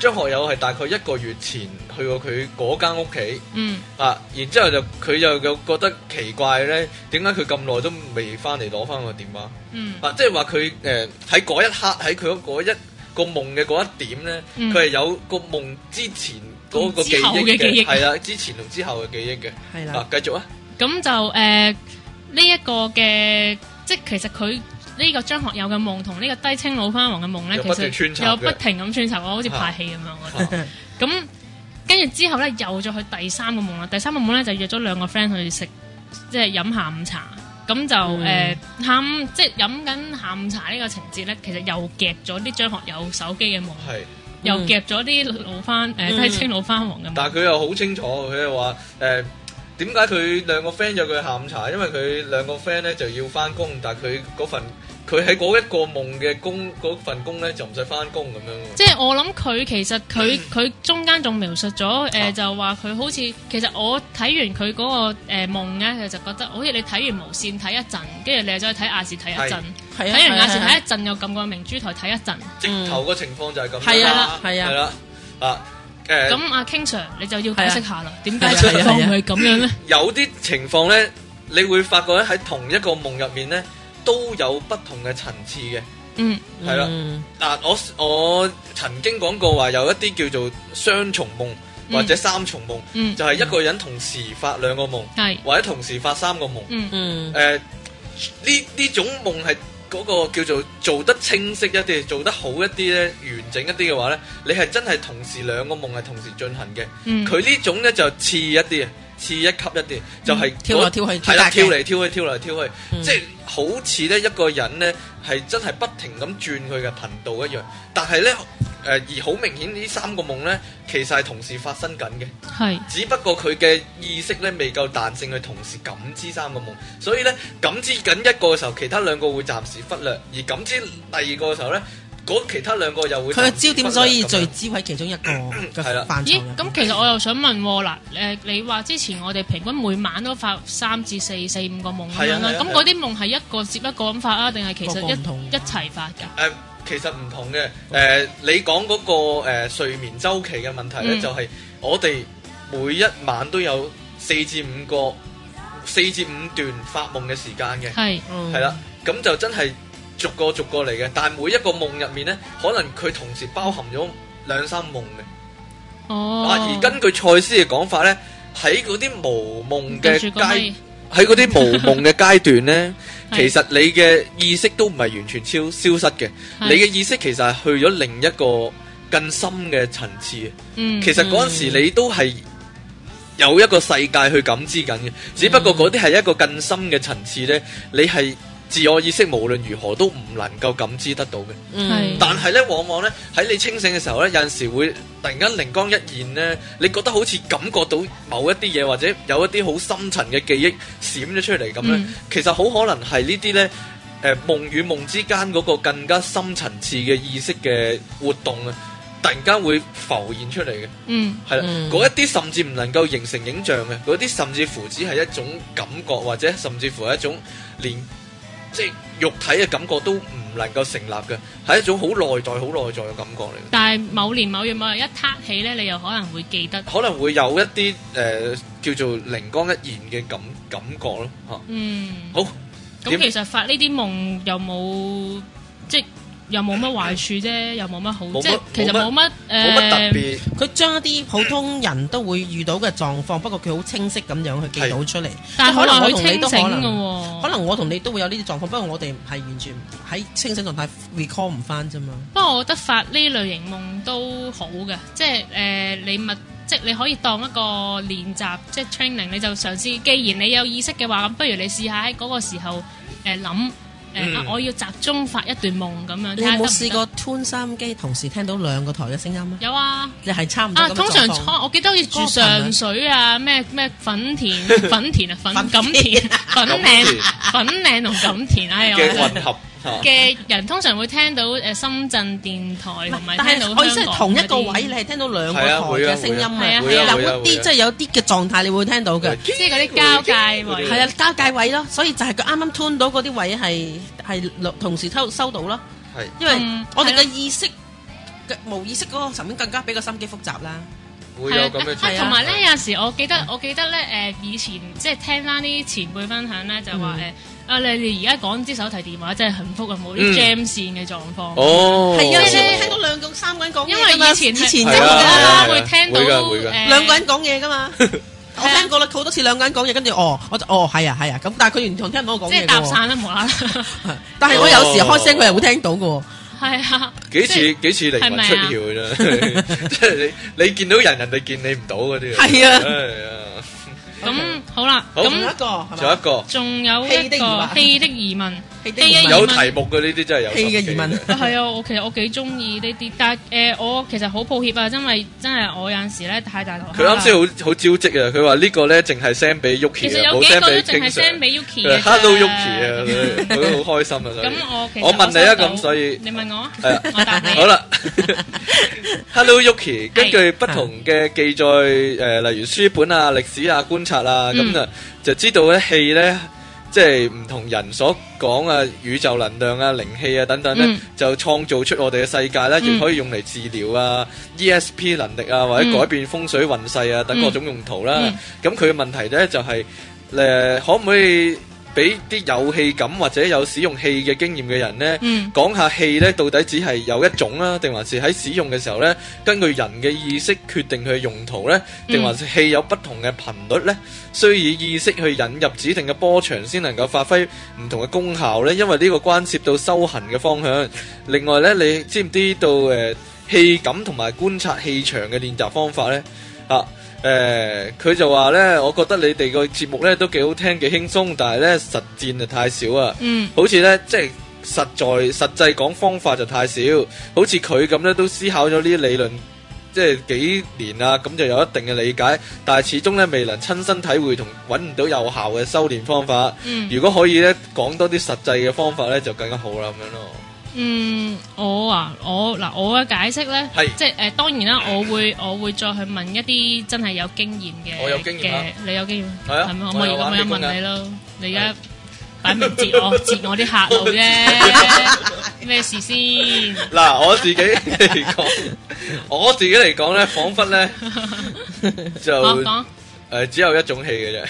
Speaker 3: 張學友係大概一個月前去過佢嗰間屋企
Speaker 1: 嗯
Speaker 3: 啊，然之後就佢又又覺得奇怪咧，點解佢咁耐都未翻嚟攞翻個電話
Speaker 1: 嗯
Speaker 3: 啊？即係話佢誒喺嗰一刻喺佢嗰一個夢嘅嗰一點咧，
Speaker 1: 嗯
Speaker 3: 佢係、有個夢之前嗰個記
Speaker 1: 之後
Speaker 3: 憶
Speaker 1: 嘅記
Speaker 3: 嘅，
Speaker 1: 憶
Speaker 3: 係啦，之前同之後嘅記憶嘅。
Speaker 4: 係啦
Speaker 3: 啊，，繼續啊，
Speaker 1: 咁就誒呢一個嘅，即係其實佢呢個張學友嘅夢同呢個低清老花王嘅夢咧，
Speaker 3: 有
Speaker 1: 其
Speaker 3: 不斷穿
Speaker 1: 實
Speaker 3: 插嘅
Speaker 1: 有不停咁穿插，我好似拍戲咁樣
Speaker 3: 啊
Speaker 1: 我覺得。咁跟住之後咧，又再去第三個夢啦。第三個夢咧就約咗兩個 friend 去食，即係飲下午茶。咁就誒、
Speaker 4: 嗯
Speaker 1: 下午即係飲緊下午茶呢個情節咧，其實又夾咗啲張學友手機嘅夢，
Speaker 3: 係。
Speaker 1: 又
Speaker 3: 嗯
Speaker 1: 夾咗啲老番誒、
Speaker 4: 嗯
Speaker 1: 低清老番王嘅夢。
Speaker 3: 但係佢又好清楚，佢又話誒點解佢兩個 friend 約佢下午茶，因為佢兩個 friend 咧就要翻工，但係佢嗰份佢喺嗰一個夢嘅工嗰份工咧就唔使翻工咁樣喎。
Speaker 1: 即係我諗佢其實
Speaker 4: 嗯
Speaker 1: 佢佢中間仲描述咗誒、呃
Speaker 4: 哦
Speaker 3: 啊
Speaker 1: 就話佢好似其實我睇完佢嗰、個誒夢咧，佢就覺得哦好似你睇完無線睇一陣，跟住你又再睇亞視睇一陣，
Speaker 4: 係啊
Speaker 1: 睇完亞視
Speaker 4: 係啊
Speaker 1: 睇一陣又撳個明珠台睇一陣，
Speaker 3: 直頭個情況就係咁啦。
Speaker 4: 係啊係啊
Speaker 3: 係啦，啊誒，
Speaker 1: 咁阿 King Sir 你就要解釋下啦，點解
Speaker 4: 係啊
Speaker 1: 情
Speaker 4: 係啊
Speaker 1: 況
Speaker 4: 係啊
Speaker 1: 會咁樣咧？
Speaker 3: 有啲情況咧，你會發覺咧喺同一個夢入面咧都有不同嘅層次嘅。
Speaker 1: 嗯，
Speaker 3: 係啦
Speaker 4: 嗯
Speaker 3: 嗱，我我曾經講過話有一啲叫做雙重夢或者三重夢，
Speaker 1: 嗯
Speaker 3: 就係一個人同時發兩個夢，
Speaker 1: 係，
Speaker 3: 或者同時發三個夢。
Speaker 1: 嗯
Speaker 4: 嗯
Speaker 3: 誒呢呢種夢係嗰個叫做做得清晰一啲、做得好一啲咧、完整一啲嘅話咧，你係真係同時兩個夢係同時進行嘅。
Speaker 1: 嗯，
Speaker 3: 佢呢種咧就次一啲嘅，啊次一級一啲，就係
Speaker 4: 嗯跳來跳去
Speaker 3: 係啦，
Speaker 4: 跳
Speaker 3: 跳
Speaker 4: 格
Speaker 3: 嚟跳去，跳嚟跳去，
Speaker 4: 嗯
Speaker 3: 即係好似咧一個人咧係真係不停咁轉佢嘅頻道一樣，但係咧誒而好明顯呢三個夢咧其實係同時發生緊嘅。
Speaker 1: 係，
Speaker 3: 只不過佢嘅意識咧未夠彈性去同時感知三個夢，所以咧感知緊一個嘅時候，其他兩個會暫時忽略；而感知第二個嘅時候咧，嗰其他兩個又會
Speaker 4: 佢
Speaker 3: 暫
Speaker 4: 嘅
Speaker 3: 時
Speaker 4: 焦點
Speaker 3: 忽略
Speaker 4: 所以
Speaker 3: 咁樣嗯
Speaker 4: 聚焦喺其中一個嘅
Speaker 3: 係啦
Speaker 4: 範疇
Speaker 1: 咦
Speaker 4: 入邊。，
Speaker 1: 咁其實我又想問喎嗱，誒你話之前我哋平均每晚都發三至四四五個夢咁樣啦
Speaker 3: 係啊係，啊
Speaker 1: 咁嗰啲夢係一個接一個咁發啊，定係其實
Speaker 4: 個個唔同
Speaker 1: 一一齊發㗎？
Speaker 3: 誒、其實唔同嘅誒、你講嗰、個、誒睡眠周期嘅問題咧，
Speaker 1: 嗯
Speaker 3: 就係我哋每一晚都有四至五個、四至五段發夢嘅時間嘅。
Speaker 1: 係。
Speaker 4: 嗯
Speaker 3: 係啦，，咁就真係逐個逐個嚟嘅。但係每一個夢入面呢，可能佢同時包含咗兩三夢嘅。
Speaker 1: 哦，
Speaker 3: 啊，而根據賽斯嘅講法呢，喺嗰啲無夢嘅
Speaker 1: 跟住個
Speaker 3: 階，
Speaker 1: 咪
Speaker 3: 喺嗰 啲無夢嘅階段呢，
Speaker 1: 係
Speaker 3: 其實你嘅意識都唔係完全消消失嘅，你
Speaker 1: 係
Speaker 3: 嘅意識其實係去咗另一個更深嘅層次嘅。
Speaker 1: 嗯
Speaker 3: 其實嗰陣時你都係有一個世界去感知緊嘅，只不
Speaker 1: 嗯
Speaker 3: 過嗰啲係一個更深嘅層次呢，你係自我意識無論如何都唔能夠感知得到嘅。
Speaker 1: 嗯
Speaker 4: 嗯
Speaker 1: 係
Speaker 3: 但係呢，往往呢，喺你清醒嘅時候呢，有陣時會突然間靈光一現呢，你覺得好似感覺到某一啲嘢，或者有一啲好深層嘅記憶閃咗出嚟咁呢。
Speaker 1: 嗯
Speaker 3: 其實好可能係呢啲呢。誒夢與夢之間嗰個更加深層次嘅意識嘅活動啊，突然間會浮現出嚟嘅。
Speaker 1: 嗯
Speaker 3: 係啦，
Speaker 4: 嗯
Speaker 3: 嗰一啲甚至唔能夠形成影像嘅，嗰啲甚至乎只係一種感覺，或者甚至乎係一種連即係肉體嘅感覺都唔能夠成立嘅，係一種好內在、好內在嘅感覺嚟嘅。
Speaker 1: 但係某年某月某日一撻起咧，你又可能會記得，
Speaker 3: 可能會有一啲誒、呃叫做靈光一現嘅感感覺咯嚇。
Speaker 1: 嗯，
Speaker 3: 好，
Speaker 1: 咁
Speaker 3: 點
Speaker 1: 其實發呢啲夢有冇即係又冇乜壞處啫，又冇乜好，
Speaker 3: 冇乜
Speaker 1: 即係其實冇乜
Speaker 3: 冇乜特
Speaker 1: 誒，
Speaker 3: 別，
Speaker 4: 佢將一啲普通人都會遇到嘅狀況，不過佢好清晰咁樣去記到出嚟。
Speaker 1: 但係
Speaker 4: 可
Speaker 1: 可能
Speaker 4: 能我
Speaker 1: 佢
Speaker 4: 同
Speaker 1: 清
Speaker 4: 你
Speaker 1: 醒
Speaker 4: 都可
Speaker 1: 嘅
Speaker 4: 能，
Speaker 1: 喎，
Speaker 4: 可能我同你都會有呢啲狀況，不過我哋係完全喺清醒狀態 recall 唔翻啫嘛。
Speaker 1: 不過我覺得發呢類型夢都好嘅，即係誒、呃你咪即係你可以當一個練習，即係 training，你就嘗試。既然你有意識嘅話，咁不如你試下喺嗰個時候誒諗
Speaker 3: 嗯
Speaker 1: 誒啊，我要集中發一段夢咁樣。睇
Speaker 4: 你有
Speaker 1: 下得唔
Speaker 4: 冇
Speaker 1: 得
Speaker 4: 試？過吞收音機同時聽到兩個台嘅聲音啊？
Speaker 1: 有啊。
Speaker 4: 你係差唔多
Speaker 1: 啊，
Speaker 4: 咁嘅
Speaker 1: 通常
Speaker 4: 狀況
Speaker 1: 我記得好似住上水啊，咩咩粉 田、粉田啊、粉錦田、粉嶺、粉嶺同錦田，哎呀，我
Speaker 3: 嘅
Speaker 1: 真係
Speaker 3: 混合嚇。
Speaker 1: 嘅人通常會聽到誒深圳電台同埋
Speaker 4: 但
Speaker 1: 聽
Speaker 4: 係
Speaker 1: 到香
Speaker 4: 我意思係
Speaker 1: 港
Speaker 4: 同一
Speaker 1: 嗰
Speaker 4: 個
Speaker 1: 啲
Speaker 4: 位，你係聽到兩個
Speaker 3: 係
Speaker 4: 台
Speaker 3: 啊會啊
Speaker 4: 嘅聲音
Speaker 1: 會
Speaker 4: 啊
Speaker 1: 啊。會啊
Speaker 4: 嗱，
Speaker 3: 會啊
Speaker 4: 嗰啲即係有啲嘅狀態，你會聽到嘅。
Speaker 1: 即係嗰啲交界位。
Speaker 4: 係啊，交界位咯，所以就係佢啱啱 turn 到嗰啲位係係同時收收到咯。
Speaker 3: 係
Speaker 4: 因為
Speaker 1: 嗯
Speaker 4: 我哋
Speaker 1: 係
Speaker 4: 嘅意識嘅無意識嗰個層面更加比個心機複雜啦。
Speaker 3: 會
Speaker 1: 係
Speaker 3: 有
Speaker 1: 啊
Speaker 3: 咁嘅情
Speaker 1: 啊
Speaker 3: 況
Speaker 1: 同埋咧，有陣時我記得我記得咧誒、以前即係聽翻啲前輩分享咧，就
Speaker 3: 嗯
Speaker 1: 話誒、啊你哋而家講支手提電話真係幸福啊，冇
Speaker 3: 嗯
Speaker 1: 啲 jam 線嘅狀況。
Speaker 3: 哦，
Speaker 4: 係啊，你
Speaker 1: 即係
Speaker 4: 會聽到兩個三個人講
Speaker 1: 因
Speaker 4: 嘢
Speaker 1: 為
Speaker 4: 㗎嘛
Speaker 1: 以前
Speaker 4: 以前
Speaker 1: 係
Speaker 4: 真係
Speaker 3: 係啊係啊
Speaker 4: 㗎，
Speaker 1: 會聽到呃
Speaker 3: 會㗎會㗎
Speaker 1: 誒
Speaker 4: 兩個人講嘢㗎嘛。我
Speaker 1: 係啊
Speaker 4: 聽過啦，好多次兩個人講嘢，跟住哦，我就哦係啊係啊，咁但係佢完全聽唔到我講
Speaker 1: 即係
Speaker 4: 嘢
Speaker 1: 搭
Speaker 4: 㗎
Speaker 1: 散啦，無啦啦。
Speaker 4: 喎。但係我有時開聲，佢係會聽到㗎喎。
Speaker 1: 係啊，
Speaker 3: 幾
Speaker 1: 即
Speaker 3: 次
Speaker 1: 係
Speaker 3: 幾次靈 魂出竅嘅啫， 即係你你見到人，人哋見你唔到嗰啲。
Speaker 4: 係啊
Speaker 3: 係啊，
Speaker 1: 嗯咁好啦，
Speaker 3: 好
Speaker 4: 仲有一
Speaker 1: 咁
Speaker 4: 個係
Speaker 3: 仲有一
Speaker 4: 嘛？
Speaker 1: 仲有
Speaker 3: 個
Speaker 1: 一
Speaker 4: 戲的疑
Speaker 1: 個
Speaker 4: 問
Speaker 1: 戲的疑問，
Speaker 4: 戲的
Speaker 1: 戲嘅
Speaker 4: 疑問
Speaker 1: 疑問
Speaker 3: 有題目嘅呢啲真係有
Speaker 4: 戲嘅
Speaker 3: 心
Speaker 4: 疑
Speaker 3: 機
Speaker 4: 問
Speaker 3: 嘅。
Speaker 1: 啊係啊，我其實我幾中意呢啲，但係誒、我其實好抱歉啊，因為真係我有陣時咧太大頭蝦
Speaker 3: 佢
Speaker 1: 啦
Speaker 3: 啱先好好招積啊！佢話呢個咧淨係 send 俾
Speaker 1: 其
Speaker 3: Yuki
Speaker 1: 實
Speaker 3: 啊，
Speaker 1: 有
Speaker 3: 冇
Speaker 1: 幾
Speaker 3: send
Speaker 1: 個都
Speaker 3: 俾
Speaker 1: 淨
Speaker 3: King
Speaker 1: 係 send
Speaker 3: Sir。
Speaker 1: 俾 Yuki
Speaker 3: 佢
Speaker 1: 嘅
Speaker 3: 話 Hello
Speaker 1: 啫
Speaker 3: Yuki à, 啊，佢佢好開心啊！所以
Speaker 1: 咁我其實
Speaker 3: 我問你啊，
Speaker 1: 收到
Speaker 3: 咁所以
Speaker 1: 你問我，
Speaker 3: 係啊
Speaker 1: 我答你。
Speaker 3: 好啦 ，Hello Yuki，根據不同嘅記載，誒、例如書本啊、歷史啊、觀察啊，咁
Speaker 1: 嗯
Speaker 3: 啊、就知道咧氣咧，即係唔同人所講啊，宇宙能量啊、靈氣啊等等咧，
Speaker 1: 嗯
Speaker 3: 就創造出我哋嘅世界啦，亦、
Speaker 1: 嗯
Speaker 3: 可以用嚟治療啊、ESP 能力啊，或者
Speaker 1: 嗯
Speaker 3: 改變風水運勢啊等各種用途啦
Speaker 1: 嗯。
Speaker 3: 咁佢嘅問題咧就係、誒、可唔可以俾啲有氣感或者有使用氣嘅經驗嘅人咧？
Speaker 1: 嗯
Speaker 3: 講下氣咧，到底只係有一種啦，定還是喺使用嘅時候咧，根據人嘅意識決定佢嘅用途咧，定還是氣有不同嘅頻率咧？需以意識去引入指定嘅波長先能夠發揮唔同嘅功效咧，因為呢個關涉到修行嘅方向。另外咧，你知唔知道誒、呃、氣感同埋觀察氣場嘅練習方法咧？啊！誒，佢、就話咧，我覺得你哋個節目咧都幾好聽，幾輕鬆，但係咧實戰就太少啊。
Speaker 1: 嗯
Speaker 3: 好似呢，即係實在實際講方法就太少，好似佢咁呢，都思考咗呢啲理論。即係幾年啦，咁就有一定嘅理解，但係始終呢，未能親身體會同揾唔到有效嘅修練方法。
Speaker 1: 嗯
Speaker 3: 如果可以呢，講多啲實際嘅方法呢，就更加好啦咁樣咯。
Speaker 1: 嗯，我啊，我嗱，我嘅解釋咧
Speaker 3: 係，
Speaker 1: 即係誒、當然啦，我會我會再去問一啲真係有經驗嘅，
Speaker 3: 我有經驗啊
Speaker 1: 嘅，你有經驗
Speaker 3: 係啊
Speaker 1: 係咪？
Speaker 3: 我
Speaker 1: 我咪
Speaker 3: 有玩
Speaker 1: 咁樣
Speaker 3: 氣功㗎
Speaker 1: 問你咯，你而
Speaker 3: 係
Speaker 1: 家擺明截我截我啲客路 啫，咩事先？
Speaker 3: 嗱，我自己嚟講， 我自己嚟講呢，彷彿呢，就
Speaker 1: 我講
Speaker 3: 誒只有一種氣嘅啫，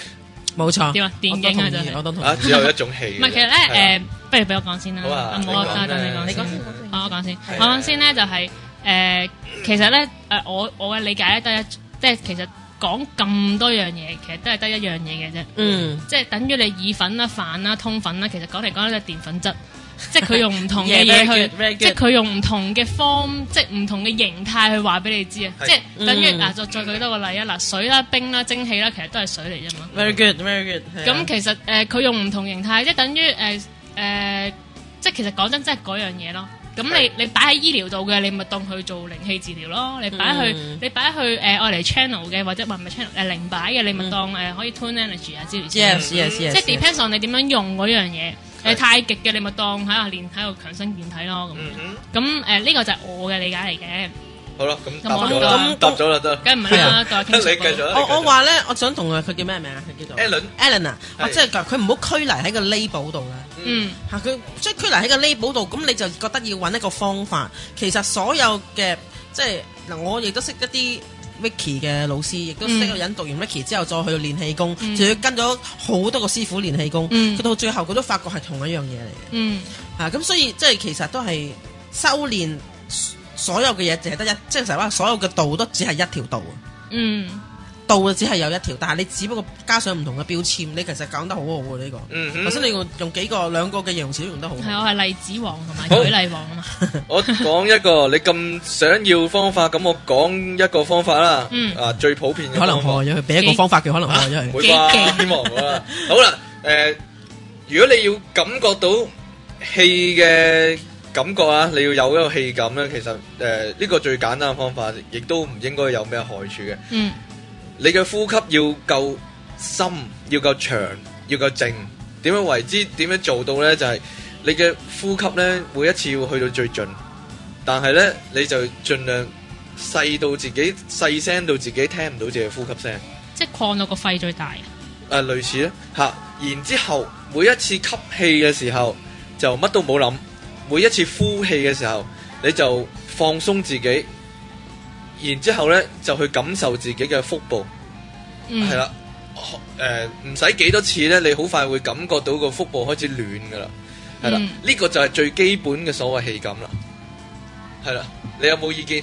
Speaker 4: 冇錯，
Speaker 1: 點啊電
Speaker 4: 我都
Speaker 1: 影啊
Speaker 4: 同
Speaker 1: 真
Speaker 4: 意
Speaker 1: 係
Speaker 4: 我都同意
Speaker 3: 啊只有一種氣嘅啫。
Speaker 1: 唔係，其實咧誒、
Speaker 3: 係啊
Speaker 1: 不如俾我講先啦，
Speaker 3: 好啊
Speaker 1: 唔好
Speaker 3: 你
Speaker 1: 啊，
Speaker 3: 講
Speaker 1: 等你講
Speaker 3: 你
Speaker 1: 先
Speaker 3: 講
Speaker 1: 啦
Speaker 3: 先。
Speaker 1: 啊我講先，
Speaker 3: 係
Speaker 1: 我講先咧就係、誒、其實咧誒、我我嘅理解咧得一，即係其實講咁多樣嘢，其實都係得一樣嘢嘅啫，
Speaker 4: 嗯，
Speaker 1: 即係等於你意粉啦、飯啦、通粉啦，其實講嚟講去都係澱粉質， 即係佢用唔同嘅
Speaker 4: Yeah,
Speaker 1: 嘢
Speaker 4: very
Speaker 1: 去
Speaker 4: good, very，good
Speaker 1: 即係佢用唔同嘅 form，即係唔同嘅形態去話俾你知啊，
Speaker 3: 係
Speaker 1: 即係等於
Speaker 4: 嗯
Speaker 1: 嗱，就再舉多個例啊，嗱，水啦、冰啦、蒸氣啦，其實都係水嚟啫嘛。
Speaker 4: Very good, very good 係啊。
Speaker 1: 咁其實誒佢、用唔同形態，即係等於誒誒，即係其實講真，真係嗰樣嘢咯。咁你你擺喺醫療度嘅，你咪當佢做靈氣治療咯。你擺去、
Speaker 4: 嗯
Speaker 1: 你擺去誒愛嚟 channel 嘅，或者話唔係 channel 誒、靈擺嘅，你咪當誒、可以 tune energy 啊之類之類。
Speaker 4: yes, yes, yes，
Speaker 1: 即係 depends on 你點樣用嗰樣嘢。
Speaker 3: 係
Speaker 1: 誒太極嘅，你咪當喺度練喺度強身健體咯。咁
Speaker 3: 嗯哼
Speaker 1: 咁誒呢個就係我嘅理解嚟嘅，
Speaker 3: 好啦，咁
Speaker 1: 咁
Speaker 3: 答
Speaker 1: 我
Speaker 3: 咗啦
Speaker 1: 咁，
Speaker 3: 答咗啦得啦。
Speaker 1: 梗係唔係啦，代
Speaker 3: 你繼續啦。
Speaker 4: 我我
Speaker 3: 你繼續
Speaker 4: 話咧，我想同佢，佢叫咩名啊？佢叫做
Speaker 3: Alan
Speaker 4: Alan 啊，我
Speaker 3: 係
Speaker 4: 真係佢唔好拘泥喺個 label 度啦。
Speaker 1: 嗯
Speaker 4: 嚇佢即係拘泥喺個 label 度，咁你就覺得要揾一個方法。其實所有嘅即係嗱，我亦都識一啲 Vicky 嘅老師，亦都識
Speaker 1: 嗯
Speaker 4: 一個人讀完 Vicky 之後再去練氣功，
Speaker 1: 嗯
Speaker 4: 仲要跟咗好多個師傅練氣功。佢、
Speaker 1: 嗯
Speaker 4: 到最後佢都發覺係同一樣嘢嚟嘅
Speaker 1: 嗯
Speaker 4: 嚇，咁、所以即係其實都係修練所有嘅嘢，淨係得一，即係成日話所有嘅道都只係一條道。啊
Speaker 1: 嗯
Speaker 4: 道只係有一條，但係你只不過加上唔同嘅標籤，你其實講得好好喎呢個。
Speaker 3: 嗯哼
Speaker 4: 頭先你用用幾個兩個嘅形容詞都用得好
Speaker 1: 係啊
Speaker 4: 好。
Speaker 1: 我係例子王同埋
Speaker 3: 好
Speaker 1: 舉例王啊嘛，
Speaker 3: 我講一個你咁想要方法，咁我講一個方法啦。
Speaker 1: 嗯
Speaker 3: 啊，最普遍嘅
Speaker 4: 可能
Speaker 3: 方法
Speaker 4: 害咗佢，俾一個方法佢，可能害咗
Speaker 3: 唔
Speaker 4: 佢。
Speaker 3: 啊會
Speaker 1: 幾
Speaker 3: 啩？
Speaker 1: 勁
Speaker 3: 希望啦。好啦，誒，如果你要感覺到氣嘅感覺啊，你要有一個氣感咧，其實誒呢個最簡單嘅方法，亦都唔應該有咩害處嘅。
Speaker 1: 嗯
Speaker 3: 你嘅呼吸要夠深，要夠長，要夠靜。點樣為之？點樣做到呢？就係、你嘅呼吸呢，每一次要去到最盡，但係呢，你就盡量細到自己細聲到自己聽唔到自己嘅呼吸聲。誒、
Speaker 1: 即係擴到個肺最大。
Speaker 3: 類似啦嚇、然之後每一次吸氣嘅時候就乜都冇諗，每一次呼氣嘅時候你就放鬆自己，然之後呢，就去感受自己嘅腹部。
Speaker 1: 嗯，
Speaker 3: 系啦，诶唔使幾多次咧，你好快會感覺到個腹部開始暖噶啦，係啦，
Speaker 1: 嗯
Speaker 3: 呢、個就係最基本嘅所謂氣感啦，係啦，你有 冇意見？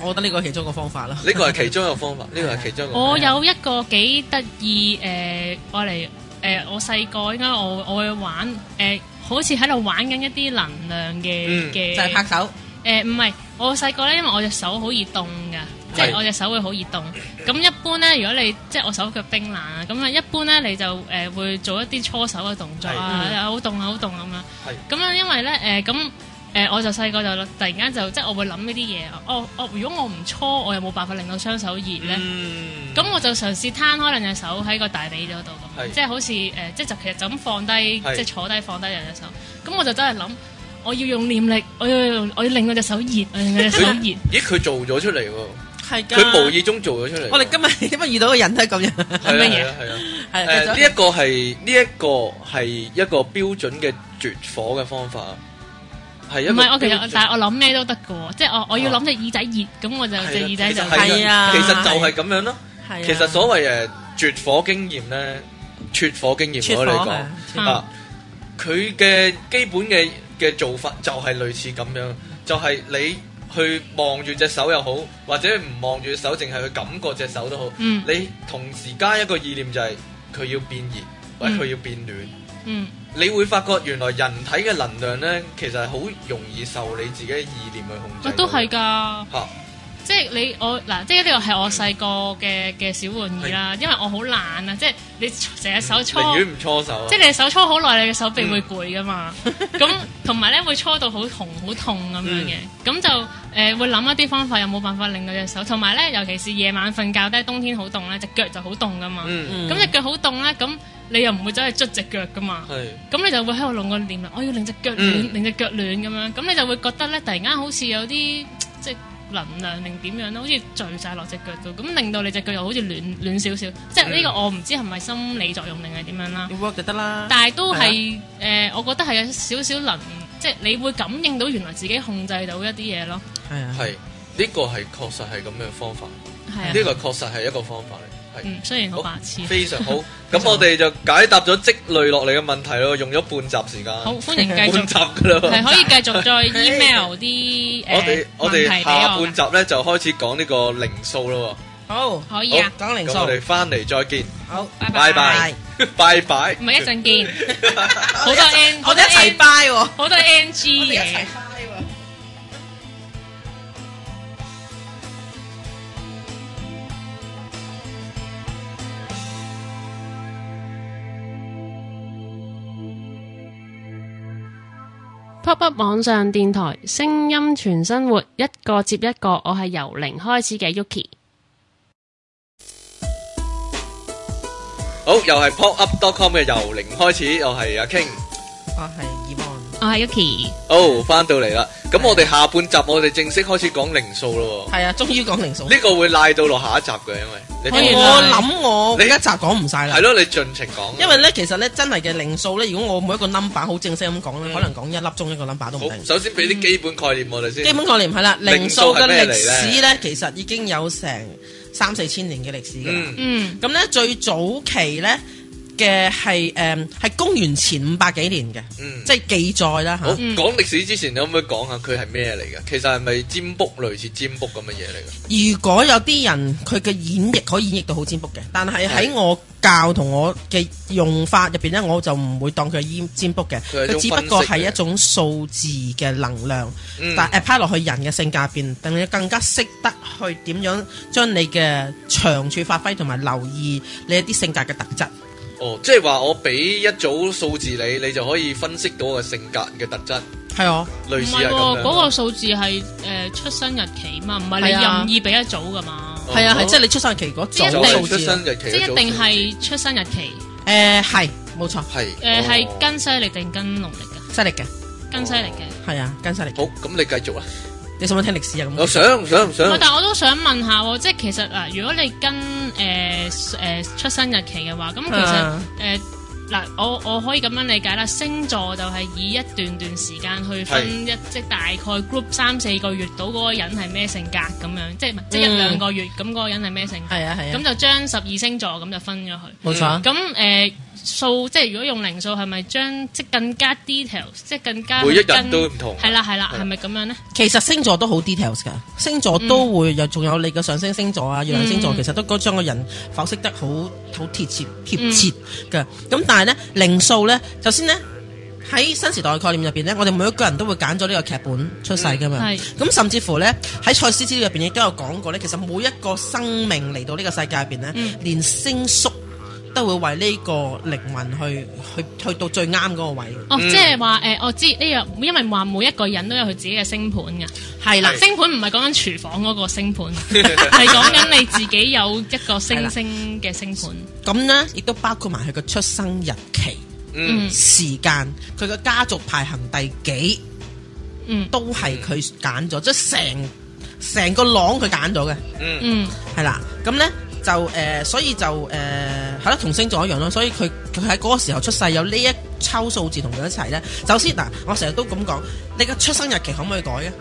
Speaker 4: 我覺得呢個係其中一個方法啦。
Speaker 3: 呢個係其中一個方法，呢個係其中一個方法。
Speaker 1: 我有一個幾得意誒，我嚟誒，我細個應該我我會玩誒，好似喺度玩緊一啲能量嘅
Speaker 3: 嗯
Speaker 1: 嘅
Speaker 4: 就係拍手，
Speaker 1: 誒，唔係我細個咧，因為我隻手好易凍噶，即係
Speaker 3: 係
Speaker 1: 我隻手會好熱凍。咁一般咧，如果你即係我手腳冰冷啊，咁啊一般咧你就誒、呃、會做一啲搓手嘅動作啊，
Speaker 4: 係
Speaker 1: 啊好凍啊好凍咁樣。咁啊因為咧誒咁誒我就細個就突然間就即係我會諗呢啲嘢啊，哦哦如果我唔搓，我又冇辦法令到雙手熱咧。
Speaker 3: 嗯，
Speaker 1: 咁我就嘗試攤開兩隻手喺個大髀嗰度
Speaker 3: 係
Speaker 1: 咁，即係好似誒、呃即係就其實就咁放低，
Speaker 3: 係
Speaker 1: 即係坐低放低兩隻手。咁我就真係諗，我要用念力，我要用我要令我隻手熱，我要令我隻手熱。
Speaker 3: 咦，佢做咗出嚟喎，
Speaker 4: 係㗎。
Speaker 3: 佢無意中做咗出嚟喎。
Speaker 4: 我哋今日點解 遇到個人都係咁樣？
Speaker 3: 係啊
Speaker 1: 乜嘢
Speaker 3: 係啊係啊。
Speaker 4: 係
Speaker 3: 誒
Speaker 4: 繼續
Speaker 3: 呢一個係呢一個係一個標準嘅絕火嘅方法，係一個
Speaker 1: 唔係我其
Speaker 3: 標準
Speaker 1: 實，但係我諗咩都得嘅喎，即係我我要諗隻耳仔熱，咁我就
Speaker 3: 係啦
Speaker 1: 隻耳仔就
Speaker 3: 其實係
Speaker 4: 係啊
Speaker 3: 其實就係咁樣咯。
Speaker 4: 係啊
Speaker 3: 其實所謂誒絕火經驗咧，絕火經驗
Speaker 4: 絕
Speaker 3: 我
Speaker 4: 火
Speaker 3: 哋
Speaker 4: 係啊
Speaker 1: 絕
Speaker 3: 講
Speaker 1: 火
Speaker 3: 啊，佢嘅基本嘅嘅做法就係類似咁樣，就係你去望住隻手又好，或者唔望住隻手，淨係去感覺隻手都好。
Speaker 1: 嗯
Speaker 3: 你同時加一個意念就係佢要變熱或者佢要變暖。
Speaker 1: 嗯
Speaker 3: 你會發覺原來人體嘅能量咧，其實係好容易受你自己嘅意念去控制
Speaker 1: 我
Speaker 3: 到嘅。
Speaker 1: 都係㗎。
Speaker 3: 嚇，
Speaker 1: 即係你我嗱，即係呢個係我細個嘅嘅小玩意啦，因為我好懶啊，即係你成隻手搓。
Speaker 3: 寧願唔搓手啊。
Speaker 1: 即係你手搓好耐，你嘅手臂會攰噶嘛。
Speaker 3: 嗯
Speaker 1: 咁同埋咧會搓到好紅、好痛咁樣嘅。
Speaker 3: 嗯
Speaker 1: 咁就誒、呃、會諗一啲方法，有冇辦法令到隻手？同埋咧，尤其是夜晚瞓覺咧，冬天好凍咧，隻腳就好凍噶嘛。
Speaker 3: 嗯，
Speaker 1: 咁隻腳好凍咧，咁你又唔會走去捽隻腳噶嘛。
Speaker 3: 係。
Speaker 1: 咁你就會喺度弄個念啦，我要令隻腳暖，
Speaker 3: 嗯
Speaker 1: 令隻腳暖咁樣。咁你就會覺得咧，突然間好似有啲即係能量定點樣咧，好似聚晒落隻腳度，咁令到你隻腳又好似暖暖少少。即係呢個我唔知係咪心理作用定係點樣啦。
Speaker 4: 要 work 就得啦。
Speaker 1: 但係都係誒、呃我覺得係有少少能，即係你會感應到原來自己控制到一啲嘢咯。
Speaker 4: 係啊，
Speaker 3: 係呢個係確實係咁樣嘅方法，呢
Speaker 1: 係啊，
Speaker 3: 個確實係一個方法嚟，係
Speaker 1: 嗯，雖然好白痴。
Speaker 3: 非常 好。咁我哋就解答咗積累落嚟嘅問題咯，用咗半集時間，
Speaker 1: 好，歡迎繼
Speaker 3: 半
Speaker 1: 續，
Speaker 3: 集㗎
Speaker 1: 係
Speaker 3: 啦。
Speaker 1: 可以繼續再 email 啲誒、
Speaker 3: 我哋我
Speaker 1: 問題
Speaker 3: 哋
Speaker 1: 俾
Speaker 3: 下
Speaker 1: 我㗎。
Speaker 3: 半集咧就開始講呢個零數咯
Speaker 4: 好
Speaker 1: 可以
Speaker 3: 喎。
Speaker 1: 啊
Speaker 3: 好，，
Speaker 4: 講零數
Speaker 3: 咁我哋翻嚟再見，
Speaker 4: 好，
Speaker 1: 拜
Speaker 3: 拜 拜拜
Speaker 4: 拜，
Speaker 3: 拜。
Speaker 1: 唔係一陣見，好多 N，
Speaker 4: 我哋一齊
Speaker 1: N-
Speaker 4: 拜喎，
Speaker 1: 好多 NG
Speaker 4: 我哋一
Speaker 1: 嘢
Speaker 4: 齊。拜喎。
Speaker 1: Pop Up 網上電台，聲音全生活，一個接一個。我係由零開始嘅 Yuki。
Speaker 3: 好，又係 pop up.com 嘅由零開始，又係阿 King。
Speaker 4: 我哦係 Evan，
Speaker 1: 我係 Yuki，
Speaker 3: 好，翻到嚟啦。咁我哋下半集我哋正式開始講零數咯
Speaker 4: 係啊，終於講零數
Speaker 3: 喎。。呢個會賴到落下一集嘅，因為你
Speaker 1: 可以
Speaker 3: 放
Speaker 4: 我諗我
Speaker 3: 你
Speaker 4: 一集講唔晒啦
Speaker 3: 係。咯，你盡情講。
Speaker 4: 因為咧，其實咧真係嘅零數咧，如果我每一個 number 好正式咁講咧，可能講一粒鐘一個 number 都
Speaker 3: 嗯
Speaker 4: 唔
Speaker 3: 好，
Speaker 4: 定。
Speaker 3: 首先俾啲基本概念我哋先。
Speaker 4: 基本概念係啦，零數嘅
Speaker 3: 係咩嚟呢
Speaker 4: 歷史咧，其實已經有成三四千年嘅歷史㗎啦。
Speaker 3: 嗯，
Speaker 1: 嗯，
Speaker 4: 咁咧、最早期咧嘅係誒係公元前五百幾年嘅，
Speaker 3: 嗯
Speaker 4: 即係記載啦
Speaker 3: 好
Speaker 4: 嚇。
Speaker 1: 嗯
Speaker 3: 講歷史之前，你可唔可以講下佢係咩嚟嘅？其實係咪占卜類似占卜咁嘅嘢嚟嘅？
Speaker 4: 如果有啲人佢嘅演繹可以演繹到好占卜嘅，但係喺我教同我嘅用法入邊咧，我就唔會當佢係占占卜嘅，
Speaker 3: 佢係一種
Speaker 4: 佢只不過
Speaker 3: 分析
Speaker 4: 係
Speaker 3: 嘅
Speaker 4: 一種數字嘅能量，
Speaker 3: 嗯
Speaker 4: 但 apply 落去人嘅性格入邊，等你更加識得去點樣將你嘅長處發揮，同埋留意你一啲性格嘅特質。
Speaker 3: 哦，即係話我俾一組數字你，你就可以分析到我嘅性格嘅特質，
Speaker 4: 係啊，
Speaker 1: 唔
Speaker 3: 類似
Speaker 1: 係
Speaker 3: 係咁
Speaker 1: 喎，
Speaker 3: 樣。
Speaker 1: 嗰個數字係誒出生日期嘛，唔係你
Speaker 4: 係啊
Speaker 1: 任意俾一組噶嘛，
Speaker 3: 哦
Speaker 4: 係啊，係即係你出生日期嗰
Speaker 1: 一
Speaker 3: 就
Speaker 1: 定
Speaker 4: 組
Speaker 3: 係出
Speaker 4: 數字啊。
Speaker 3: 生日期
Speaker 1: 即
Speaker 3: 嗰組數字，
Speaker 1: 係一定係出生日期，
Speaker 4: 誒係冇錯，
Speaker 3: 係
Speaker 1: 誒
Speaker 3: 哦
Speaker 1: 係跟西歷定跟農曆噶，
Speaker 4: 犀利嘅，
Speaker 1: 跟西歷嘅。
Speaker 4: 係啊，跟犀利。
Speaker 3: 好。咁你繼續啊！
Speaker 4: 你想唔想聽歷史啊？
Speaker 3: 我
Speaker 4: 咁
Speaker 3: 想想想
Speaker 1: 喂，，但我都想問下喎，即係其實嗱，如果你跟誒誒出生日期嘅話，咁其實
Speaker 4: 啊
Speaker 1: 誒嗱，我我可以咁樣理解啦，星座就係以一段段時間去分一即係大概 group 三四個月到嗰個人係咩性格咁樣，即係唔係即係一
Speaker 4: 嗯
Speaker 1: 兩個月咁嗰個人係咩性格，
Speaker 4: 係啊係啊
Speaker 1: 咁，就將十二星座咁就分咗佢。
Speaker 4: 冇錯啊。
Speaker 1: 咁誒數即係如果用零數係咪將即係更加 detail，即係更加
Speaker 3: 每一
Speaker 1: 去跟
Speaker 3: 日都唔同。
Speaker 1: 係啦係啦，
Speaker 3: 係
Speaker 1: 係咪咁樣咧？
Speaker 4: 其實星座都好 details 噶，星座都會又仲有你嘅上升星座啊、月亮星座，
Speaker 1: 嗯
Speaker 4: 其實都嗰將個人剖析
Speaker 1: 嗯
Speaker 4: 得好好貼切貼切嘅。咁但係呢，零數呢，首先呢，喺新時代嘅概念入邊咧，我哋每一個人都會揀咗呢個劇本出世噶嘛。
Speaker 1: 嗯係
Speaker 4: 咁甚至乎咧喺賽斯資料入邊亦都有講過咧，其實每一個生命嚟到呢個世界入邊咧，
Speaker 1: 嗯
Speaker 4: 連星宿都會為呢個靈魂去去去到最啱嗰個位。
Speaker 1: 哦，
Speaker 3: 嗯
Speaker 1: 即係話誒，我知呢樣，因為話每一個人都有佢自己嘅星盤嘅。
Speaker 4: 係啦，
Speaker 1: 星盤唔係講緊廚房嗰個星 盤，係講緊你自己有一個星星嘅星盤。
Speaker 4: 咁咧亦都包括埋佢嘅出生日期、
Speaker 3: 嗯
Speaker 1: 嗯
Speaker 4: 時間、佢嘅家族排行第幾，
Speaker 1: 嗯
Speaker 4: 都係佢揀咗，即係成成個朗佢揀咗嘅。
Speaker 3: 嗯
Speaker 1: 嗯
Speaker 4: 係啦，咁咧就誒、呃所以就誒係啦，同星座一樣咯。所以佢佢喺嗰個時候出世有呢一抽數字同佢一齊咧。首先嗱，我成日都咁講，你嘅出生日期可唔可以改嘅？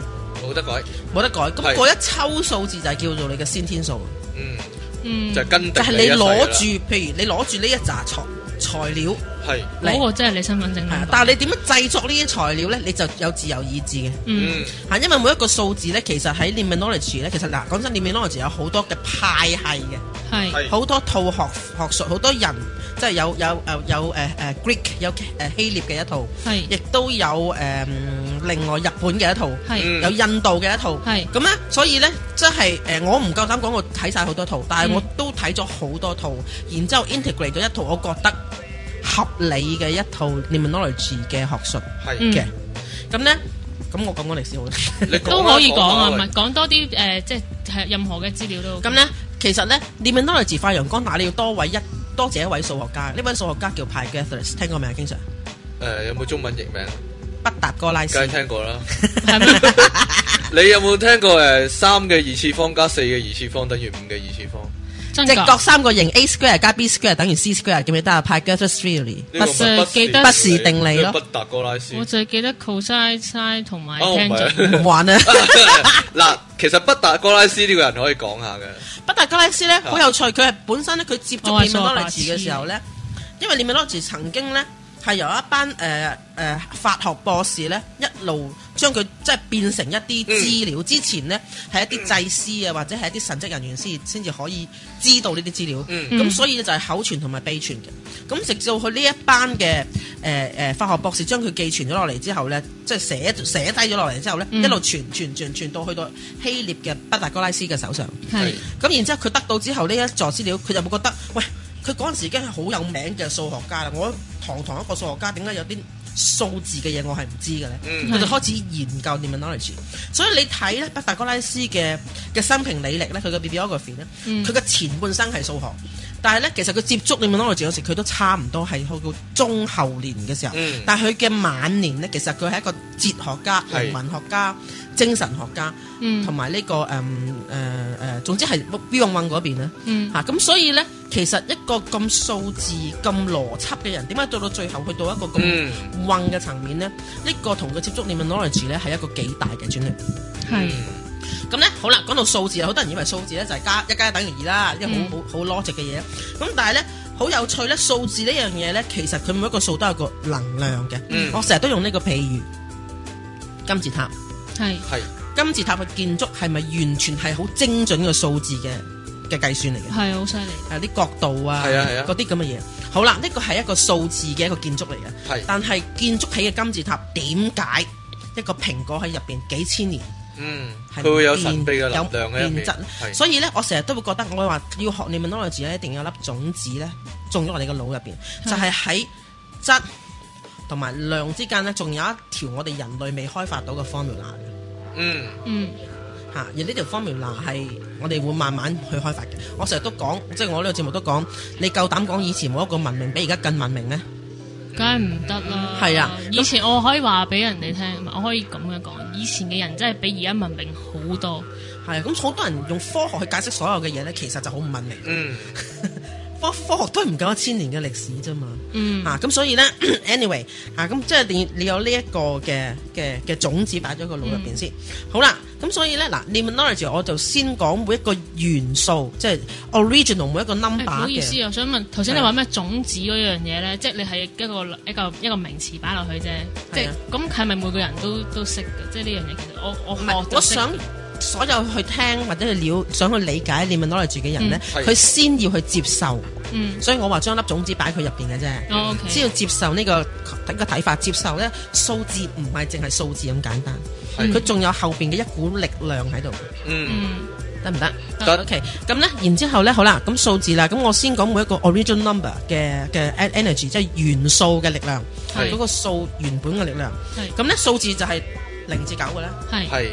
Speaker 3: 冇得改，
Speaker 4: 冇得改。咁
Speaker 3: 係
Speaker 4: 嗰一抽數字就係叫做你嘅先天數，
Speaker 3: 嗯
Speaker 1: 嗯，
Speaker 3: 就係跟定
Speaker 4: 就係
Speaker 3: 一
Speaker 4: 你
Speaker 3: 世啊㗎
Speaker 4: 攞
Speaker 3: 啦
Speaker 4: 住，譬如你攞住呢一紮材材料
Speaker 3: 係
Speaker 1: 嗰
Speaker 4: 嚟，
Speaker 1: 個真係你身份證
Speaker 4: 係啊
Speaker 1: 明。
Speaker 4: 但係你點樣製作呢啲材料咧？你就有自由意志嘅。
Speaker 1: 嗯
Speaker 3: 嗯
Speaker 4: 嚇，啊因為每一個數字咧，其實喺 Liminality 咧，其實嗱講真，Liminality 有好多嘅派系嘅。
Speaker 1: 係
Speaker 3: 係
Speaker 4: 好多套學學術，好多人即係有有誒有誒誒、呃 Greek 有誒、呃希臘嘅一套，
Speaker 1: 係
Speaker 4: 亦都有誒、嗯另外日本嘅一套，
Speaker 1: 係
Speaker 3: 嗯
Speaker 4: 有印度嘅一套。
Speaker 1: 係
Speaker 4: 咁咧，所以咧，即係誒、呃我唔夠膽講我睇晒好多套，但
Speaker 1: 嗯
Speaker 4: 係我都睇咗好多套，然之後 integrate 咗一套，我覺得合理嘅一套 Liminality 嘅學術
Speaker 3: 係，
Speaker 1: 嗯
Speaker 4: 嘅。咁咧、咁我講講歷史好啦。
Speaker 3: 你
Speaker 1: 都可以講啊，唔
Speaker 3: 咪
Speaker 1: 係講多啲誒，即係係任何嘅資料都。
Speaker 4: 咁咧，其實咧 l i m i n o l o g y 發揚光大，你要多位一多謝一位數學家。呢位數學家叫 Pythagoras，聽過未啊？經常
Speaker 3: 誒有冇中文譯名？
Speaker 4: 畢達哥拉斯
Speaker 3: 梗係聽過啦。
Speaker 1: 係咩？
Speaker 3: 你有冇聽過誒三嘅二次方加四嘅二次方等於五嘅二次方？
Speaker 1: 真
Speaker 4: 直角
Speaker 1: 㗎？
Speaker 4: 三角形 a square 加 b square 等於 c square，記唔記得啊？Pythagoras theory
Speaker 3: 呢個
Speaker 1: 不是
Speaker 3: 咪
Speaker 1: 記得
Speaker 4: 不是定理咯
Speaker 3: 不達哥拉斯。
Speaker 1: 我就係記得 cosine、sin 同埋
Speaker 3: 哦唔係
Speaker 1: tangent。
Speaker 4: 唔玩啊！
Speaker 3: 嗱，其實不達哥拉斯呢個人可以講下嘅。
Speaker 4: 畢達哥拉斯咧好有趣，佢係本身咧佢接觸
Speaker 1: 我係
Speaker 4: l i m
Speaker 1: 數學
Speaker 4: i n o l o
Speaker 1: 白
Speaker 4: g
Speaker 1: 痴
Speaker 4: y 嘅時候咧，因為 l i m i n o l o g y 曾經咧係由一班誒誒法學博士咧一路將佢即係變成一啲資料。之前咧係一啲祭司啊，或者係一啲神職人員先先至可以知道呢啲資料。
Speaker 3: 嗯
Speaker 4: 咁
Speaker 1: 嗯
Speaker 4: 所以就係口傳同埋秘傳嘅。咁直到佢呢一班嘅誒誒法學博士將佢寄傳咗落嚟之後咧，即係寫寫低咗落嚟之後咧，
Speaker 1: 嗯
Speaker 4: 一路傳傳傳傳到去到希臘嘅畢達哥拉斯嘅手上。
Speaker 1: 係
Speaker 4: 咁然之後佢得到之後呢一座資料，佢就會覺得，喂，佢嗰陣時已經係好有名嘅數學家啦。我堂堂一個數學家，點解有啲數字嘅嘢我係唔知嘅咧？
Speaker 3: 嗯
Speaker 4: 佢就開始研究 Liminality。所以你睇咧畢達哥拉斯嘅嘅生平履歷咧，佢嘅 bibliography 咧，
Speaker 1: 嗯
Speaker 4: 佢嘅前半生係數學，但係咧其實佢接觸 Liminality 嗰時，佢都差唔多係去到中後年嘅時候。
Speaker 3: 嗯
Speaker 4: 但係佢嘅晚年咧，其實佢係一個哲學家、
Speaker 3: 係
Speaker 4: 人文學家、精神學家。
Speaker 1: 嗯
Speaker 4: 同埋呢個誒誒誒，總之係標用運嗰邊咧
Speaker 1: 嗯
Speaker 4: 嚇，咁、所以咧，其實一個咁數字、咁邏輯嘅人，點解到到最後去到一個咁
Speaker 3: 嗯，
Speaker 4: 運嘅層面咧？呢、呢個同佢接觸 Liminality 咧係一個幾大嘅轉捩。
Speaker 1: 係
Speaker 4: 咁咧好啦，講到數字啊，好多人以為數字咧就係加一加一等於二啦，因為好好好 logic 嘅嘢。咁但係咧好有趣咧，數字呢樣嘢咧，其實佢每一個數都有個能量嘅。
Speaker 3: 嗯
Speaker 4: 我成日都用呢個譬喻金字塔。
Speaker 1: 係
Speaker 3: 係
Speaker 4: 金字塔嘅建築係咪完全係好精準嘅數字嘅嘅計算嚟嘅？
Speaker 1: 係好犀利。
Speaker 4: 誒啲角度啊，
Speaker 3: 係啊係啊
Speaker 4: 嗰啲咁嘅嘢。好啦，呢個係一個數字嘅一個建築嚟嘅，
Speaker 3: 係，
Speaker 4: 但係建築起嘅金字塔點解一個蘋果喺入邊幾千年
Speaker 3: 嗯，
Speaker 4: 係
Speaker 3: 佢會有
Speaker 4: 變
Speaker 3: 神秘嘅能量喺
Speaker 4: 有
Speaker 3: 入
Speaker 4: 變
Speaker 3: 面。
Speaker 4: 質？
Speaker 3: 係，
Speaker 4: 所以咧，我成日都會覺得我話要學你 i m i n o l o g y 咧，一定有粒種子咧種咗我哋嘅腦入邊，
Speaker 1: 係
Speaker 4: 就係喺質同埋量之間咧，仲有一條我哋人類未開發到嘅 formula 嘅。
Speaker 3: 嗯
Speaker 1: 嗯
Speaker 4: 嚇，而呢條 formula 係我哋會慢慢去開發嘅。我成日都講，即係我呢個節目都講，你夠膽講以前冇一個文明比而家更文明呢？
Speaker 1: 梗係唔得啦！
Speaker 4: 係啊
Speaker 1: 以前我可以話俾人哋聽，我可以咁樣講，以前嘅人真係比而家文明好多。
Speaker 4: 係啊，咁好多人用科學去解釋所有嘅嘢呢，其實就好唔文明。
Speaker 3: 嗯
Speaker 4: 科科學都係唔夠一千年嘅歷史啫嘛。
Speaker 1: 嗯，
Speaker 4: 啊，咁所以咧 ，anyway，啊，咁即係你你有呢一個嘅嘅嘅種子擺咗個腦入邊先。
Speaker 1: 嗯
Speaker 4: 好啦，咁所以咧嗱 n u m e n o l o g y 我就先講每一個元素，即係 original 每一個
Speaker 1: 誒
Speaker 4: number
Speaker 1: 哎唔好意
Speaker 4: 嘅。啊
Speaker 1: 思，啊我想問，頭先你話咩種子嗰樣嘢咧？即係你係一個一個一個名詞擺落啊去啫。即係咁係咪每個人都都識嘅？即係呢樣嘢其實我我
Speaker 4: 唔係
Speaker 1: 學，
Speaker 4: 我
Speaker 1: 就識
Speaker 4: 想所有去聽或者去了想去理解念文攞嚟住嘅人咧，
Speaker 3: 嗯係
Speaker 4: 佢先要去接受，
Speaker 1: 嗯
Speaker 4: 所以我話將粒種子擺佢入邊嘅啫。
Speaker 1: 哦，OK，
Speaker 4: 先要接受呢、個呢個睇法，接受咧數字唔係淨係數字咁簡單，
Speaker 3: 係
Speaker 4: 佢仲有後邊嘅一股力量喺度，
Speaker 3: 嗯，
Speaker 1: 嗯
Speaker 4: 得唔得？
Speaker 3: 得
Speaker 4: OK，咁咧，然之後咧，好啦，咁數字啦，咁我先講每一個 original number 嘅嘅 en- energy，即係元素嘅力量，
Speaker 3: 係
Speaker 4: 嗰個數原本嘅力量。
Speaker 1: 係
Speaker 4: 咁咧數字就係零至九嘅啦，
Speaker 1: 係
Speaker 3: 係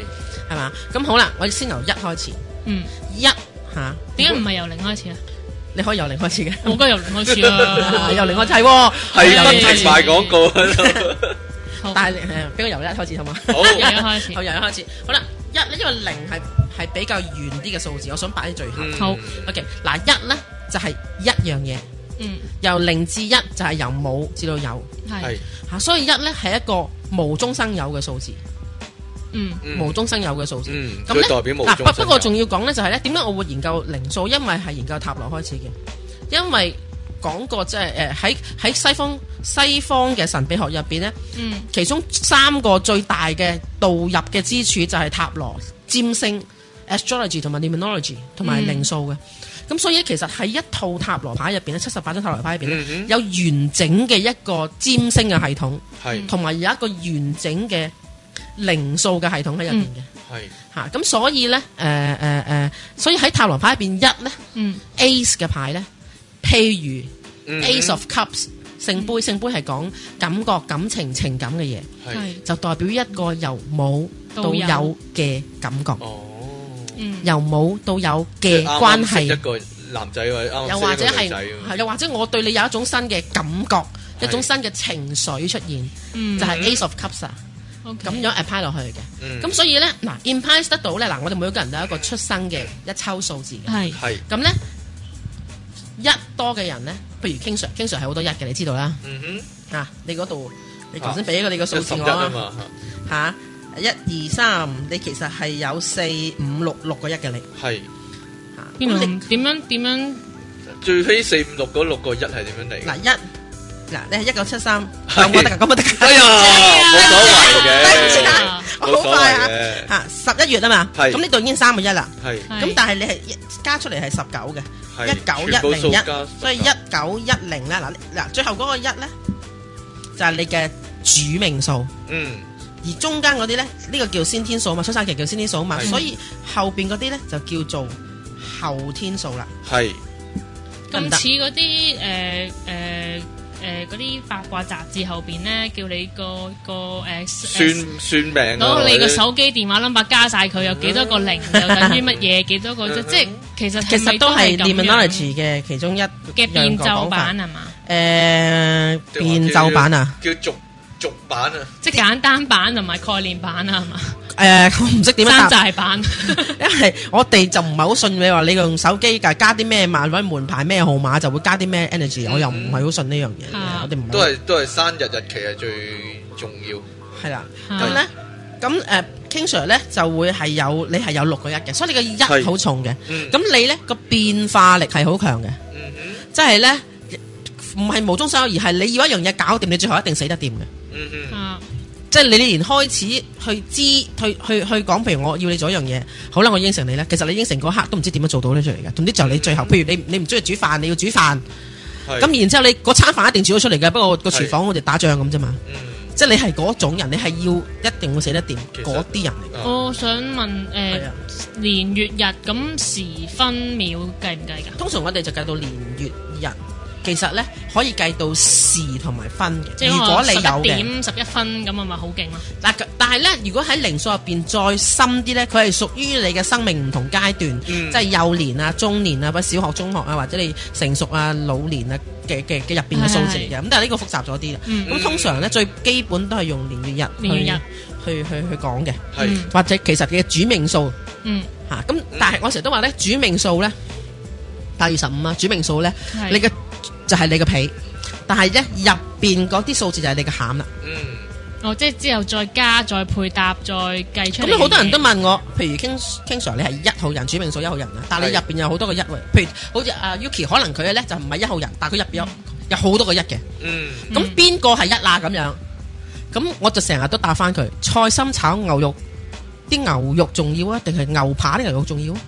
Speaker 4: 係嘛？咁好啦，我哋先由一開始，
Speaker 1: 嗯，
Speaker 4: 一嚇，
Speaker 1: 點解唔
Speaker 4: 如果
Speaker 1: 係由零開始啊？
Speaker 4: 你可以由零開始嘅？
Speaker 1: 我梗係由零開始
Speaker 4: 啊
Speaker 1: 啦，
Speaker 4: 由零開始係喎，
Speaker 3: 係
Speaker 1: 係
Speaker 3: 不停賣廣告喺度，
Speaker 1: 好
Speaker 4: 但係誒，俾我由一開始好嘛？
Speaker 3: 好
Speaker 1: 由一開始
Speaker 4: 好，由一開始，好啦，一咧，因為零係係比較遠啲嘅數字，我想擺喺最後。
Speaker 3: 嗯
Speaker 1: 好
Speaker 4: OK，嗱一咧就係一樣嘢，
Speaker 1: 嗯
Speaker 4: 由零至一就係由冇至到有。
Speaker 1: 係
Speaker 3: 係
Speaker 4: 吓，所以一咧係一個無中生有嘅數字，
Speaker 1: 嗯
Speaker 3: 嗯
Speaker 4: 無中生有嘅數字。
Speaker 3: 嗯，
Speaker 4: 咁呢
Speaker 3: 佢代表無
Speaker 4: 嗱，
Speaker 3: 中
Speaker 4: 不不
Speaker 3: 生
Speaker 4: 過仲要講咧，就係咧點解我會研究零數，因為係研究塔羅開始嘅，因為講過即係誒喺喺西方西方嘅神秘學入邊咧，
Speaker 1: 嗯
Speaker 4: 其中三個最大嘅導入嘅支柱就係塔羅、占星、astrology 同埋 numerology 同埋
Speaker 1: 嗯
Speaker 4: 零數嘅。咁所以其實喺一套塔羅牌入邊咧，七十八張塔羅牌入邊咧，
Speaker 3: 嗯
Speaker 4: 有完整嘅一個占星嘅系統。
Speaker 3: 哼，係
Speaker 4: 同埋有一個完整嘅零數嘅系統喺入邊嘅
Speaker 3: 係
Speaker 4: 嚇，咁、所以咧誒誒誒，所以喺塔羅牌入邊一咧
Speaker 1: 嗯
Speaker 4: Ace 嘅牌咧，譬如
Speaker 3: 嗯
Speaker 4: Ace of Cups 聖杯，聖杯係講感覺、感情、情感嘅嘢，
Speaker 3: 係
Speaker 1: 係
Speaker 4: 就代表一個由冇到
Speaker 1: 到有
Speaker 4: 有嘅感覺，
Speaker 3: 哦，
Speaker 1: 嗯
Speaker 4: 由冇到有嘅
Speaker 3: 即係啱啱
Speaker 4: 關
Speaker 3: 識
Speaker 4: 係
Speaker 3: 一。個男仔或者啱啱
Speaker 4: 又或
Speaker 3: 識
Speaker 4: 者
Speaker 3: 一個
Speaker 4: 係
Speaker 3: 女仔咁
Speaker 4: 係又或者我對你有一種新嘅感覺，一
Speaker 3: 係
Speaker 4: 種新嘅情緒出現，
Speaker 1: 嗯
Speaker 4: 就係 Ace of Cups 啊，
Speaker 1: OK
Speaker 4: 咁樣 apply 落去嘅。
Speaker 3: 嗯
Speaker 4: 咁所以咧，嗱 i m p i s e 得到咧，嗱我哋每個人都有一個出生嘅一抽數字嘅。
Speaker 1: 係
Speaker 3: 係
Speaker 4: 咁咧，一多嘅人咧，譬如 King Sir，King Sir 係好多一嘅，你知道啦。
Speaker 3: 嗯哼。
Speaker 4: 啊，你嗰度你頭先俾咗你個數字我
Speaker 3: 啊
Speaker 4: 啊，
Speaker 3: 嘛，
Speaker 4: 嚇一二三，你其實係有四五六六個一嘅你
Speaker 3: 係
Speaker 4: 嚇。
Speaker 1: 邊
Speaker 4: 咁你
Speaker 1: 度點樣點樣
Speaker 3: 最尾四五六嗰六個一係點樣嚟嘅？
Speaker 4: 嗱一嗱你係一九七三，
Speaker 3: 係
Speaker 4: 咁我得㗎，咁我得㗎。
Speaker 3: 哎呀，冇所謂
Speaker 4: 等陣先
Speaker 3: 嘅，
Speaker 4: 啊我
Speaker 3: 冇
Speaker 4: 好
Speaker 3: 所
Speaker 4: 快
Speaker 3: 謂
Speaker 4: 啊！
Speaker 3: 嘅，
Speaker 4: 嚇十一月啊嘛，
Speaker 3: 係
Speaker 4: 咁呢度已經三個一啦。
Speaker 3: 係
Speaker 4: 咁但係你係一加出嚟係十九嘅。
Speaker 3: 係
Speaker 4: 19
Speaker 3: 全部數
Speaker 4: 101
Speaker 3: 加
Speaker 4: 所以一九一零咧，嗱嗱，最後嗰個一咧就係、你嘅主命數，
Speaker 3: 嗯
Speaker 4: 而中間嗰啲咧呢、呢個叫先天數嘛，出生期叫先天數嘛，
Speaker 3: 係
Speaker 4: 所以後邊嗰啲咧就叫做後天數啦。
Speaker 3: 係
Speaker 4: 得唔
Speaker 1: 咁
Speaker 4: 得
Speaker 1: 似嗰啲誒誒誒嗰啲八卦雜誌後邊咧，叫你個個誒
Speaker 3: 算
Speaker 1: 誒
Speaker 3: 算命啊，
Speaker 1: 攞你個
Speaker 3: 或者嗯
Speaker 1: 手機電話 number 加晒佢，有幾多個零就 等於乜嘢，幾多個啫？即係其實
Speaker 4: 其實都係
Speaker 1: 係咪咁樣
Speaker 4: demonology 嘅其中一
Speaker 1: 嘅變奏版
Speaker 4: 誒、
Speaker 1: 係嘛？
Speaker 4: 呃、
Speaker 3: 即係話
Speaker 4: 變奏版啊！
Speaker 3: 叫俗俗版啊，
Speaker 1: 即係簡單版同埋概念版啊係嘛？
Speaker 4: 誒、我唔識點樣
Speaker 1: 山
Speaker 4: 答，
Speaker 1: 寨 版
Speaker 4: 因為我哋就唔係好信你話你用手機㗎加啲咩碼或者門牌咩號碼就會加啲咩
Speaker 1: 嗯
Speaker 4: energy，、我又唔係好信呢樣嘢嘅，
Speaker 1: 啊
Speaker 4: 我哋唔係好
Speaker 3: 都係都係生日日期係最重要，
Speaker 4: 係啦，
Speaker 1: 係
Speaker 4: 咁咧，咁誒 King Sir 咧就會係有你係有六個一嘅，所以你個一
Speaker 3: 係
Speaker 4: 好重嘅。
Speaker 3: 嗯
Speaker 4: 咁你咧個變化力係好強嘅，
Speaker 3: 嗯
Speaker 4: 即係咧唔係無中生有，而係你要一樣嘢搞掂，你最後一定死得掂嘅。
Speaker 3: 哼嗯哼
Speaker 1: 啊，
Speaker 4: 即係你連開始去知去去去講，譬如我要你做一樣嘢，好啦，我應承你啦。其實你應承嗰刻都唔知點樣做到呢出嚟嘅。總之就你最後，譬如你你唔中意煮飯，你要煮飯，
Speaker 3: 嗯係
Speaker 4: 咁然之後你嗰餐飯一定煮咗出嚟嘅。不過個廚
Speaker 3: 係
Speaker 4: 房好似打仗咁啫嘛，
Speaker 3: 嗯
Speaker 4: 即係你係嗰種人，你係要一定會死得掂
Speaker 3: 其實
Speaker 4: 嗰啲人嚟。
Speaker 3: 啊
Speaker 1: 我想問
Speaker 4: 係
Speaker 1: 誒
Speaker 4: 啊
Speaker 1: 年月日咁時分秒計唔計㗎？
Speaker 4: 通常我哋就計到年月日，其實咧可以計到時同埋分嘅。
Speaker 1: 即係
Speaker 4: 如果你有
Speaker 1: 十一
Speaker 4: 嘅，
Speaker 1: 點十一分咁啊嘛，好勁啦！
Speaker 4: 嗱，但係咧，如果喺零數入邊再深啲咧，佢係屬於你嘅生命唔同階段，
Speaker 3: 嗯
Speaker 4: 即係幼年啊、中年啊，或者小學、中學啊，或者你成熟啊、老年啊嘅嘅嘅入邊嘅數字嚟嘅。咁但係呢個複雜咗啲啦。
Speaker 1: 嗯
Speaker 4: 咁通常咧最基本都係用年月日去
Speaker 1: 年月日
Speaker 4: 去去去講嘅，
Speaker 3: 係
Speaker 1: 嗯
Speaker 4: 或者其實嘅主命數。
Speaker 1: 嗯，
Speaker 4: 吓咁，但係我成日都話咧，主命數咧八月十五啊，主命數咧，
Speaker 1: 係
Speaker 4: 你嘅就係你嘅皮，但係咧入邊嗰啲數字就係你嘅餡啦。
Speaker 3: 嗯
Speaker 1: 哦，即係之後再加、再配搭、再計出嚟嘅嘢。
Speaker 4: 咁你好多人都問我，譬如 King King Sir 你係一號人，主命數一號人啊，但係你入
Speaker 3: 係
Speaker 4: 邊有好多個一
Speaker 1: 嗯
Speaker 4: 喎。譬如好似阿 Yuki，可能佢咧就唔係一號人，但係佢入邊
Speaker 1: 嗯
Speaker 4: 有有好多個一嘅。
Speaker 3: 嗯
Speaker 4: 啊咁邊個係一啦咁樣？咁我就成日都答翻佢，菜心炒牛肉啲牛肉重要啊，定係牛扒啲牛肉重要啊？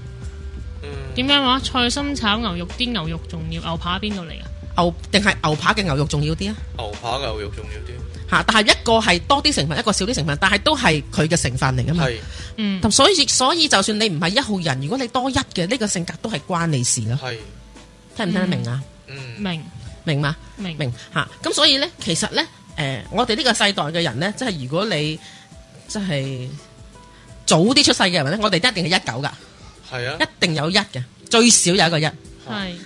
Speaker 3: 嗯，
Speaker 1: 點樣話？菜心炒牛肉啲牛肉仲要牛扒邊度嚟啊？
Speaker 4: 牛定係牛扒嘅牛肉重要啲啊？
Speaker 3: 牛扒牛肉重要啲，
Speaker 4: 吓，但係一個係多啲成分，一個少啲成分，但係都係佢嘅成分嚟噶嘛。
Speaker 3: 係
Speaker 1: 嗯，
Speaker 4: 咁所以所以就算你唔係一號人，如果你多一嘅呢、個性格都係關你事咯，
Speaker 3: 係，
Speaker 4: 聽唔聽得明啊？
Speaker 3: 嗯，
Speaker 1: 明
Speaker 4: 明嘛？
Speaker 1: 明
Speaker 4: 明嚇，咁、所以呢，其實呢，誒、我哋呢個世代嘅人呢，即係如果你即係早啲出世嘅人呢，我哋一定係一九噶，
Speaker 3: 係啊，
Speaker 4: 一定有一嘅，最少有一個一嚇、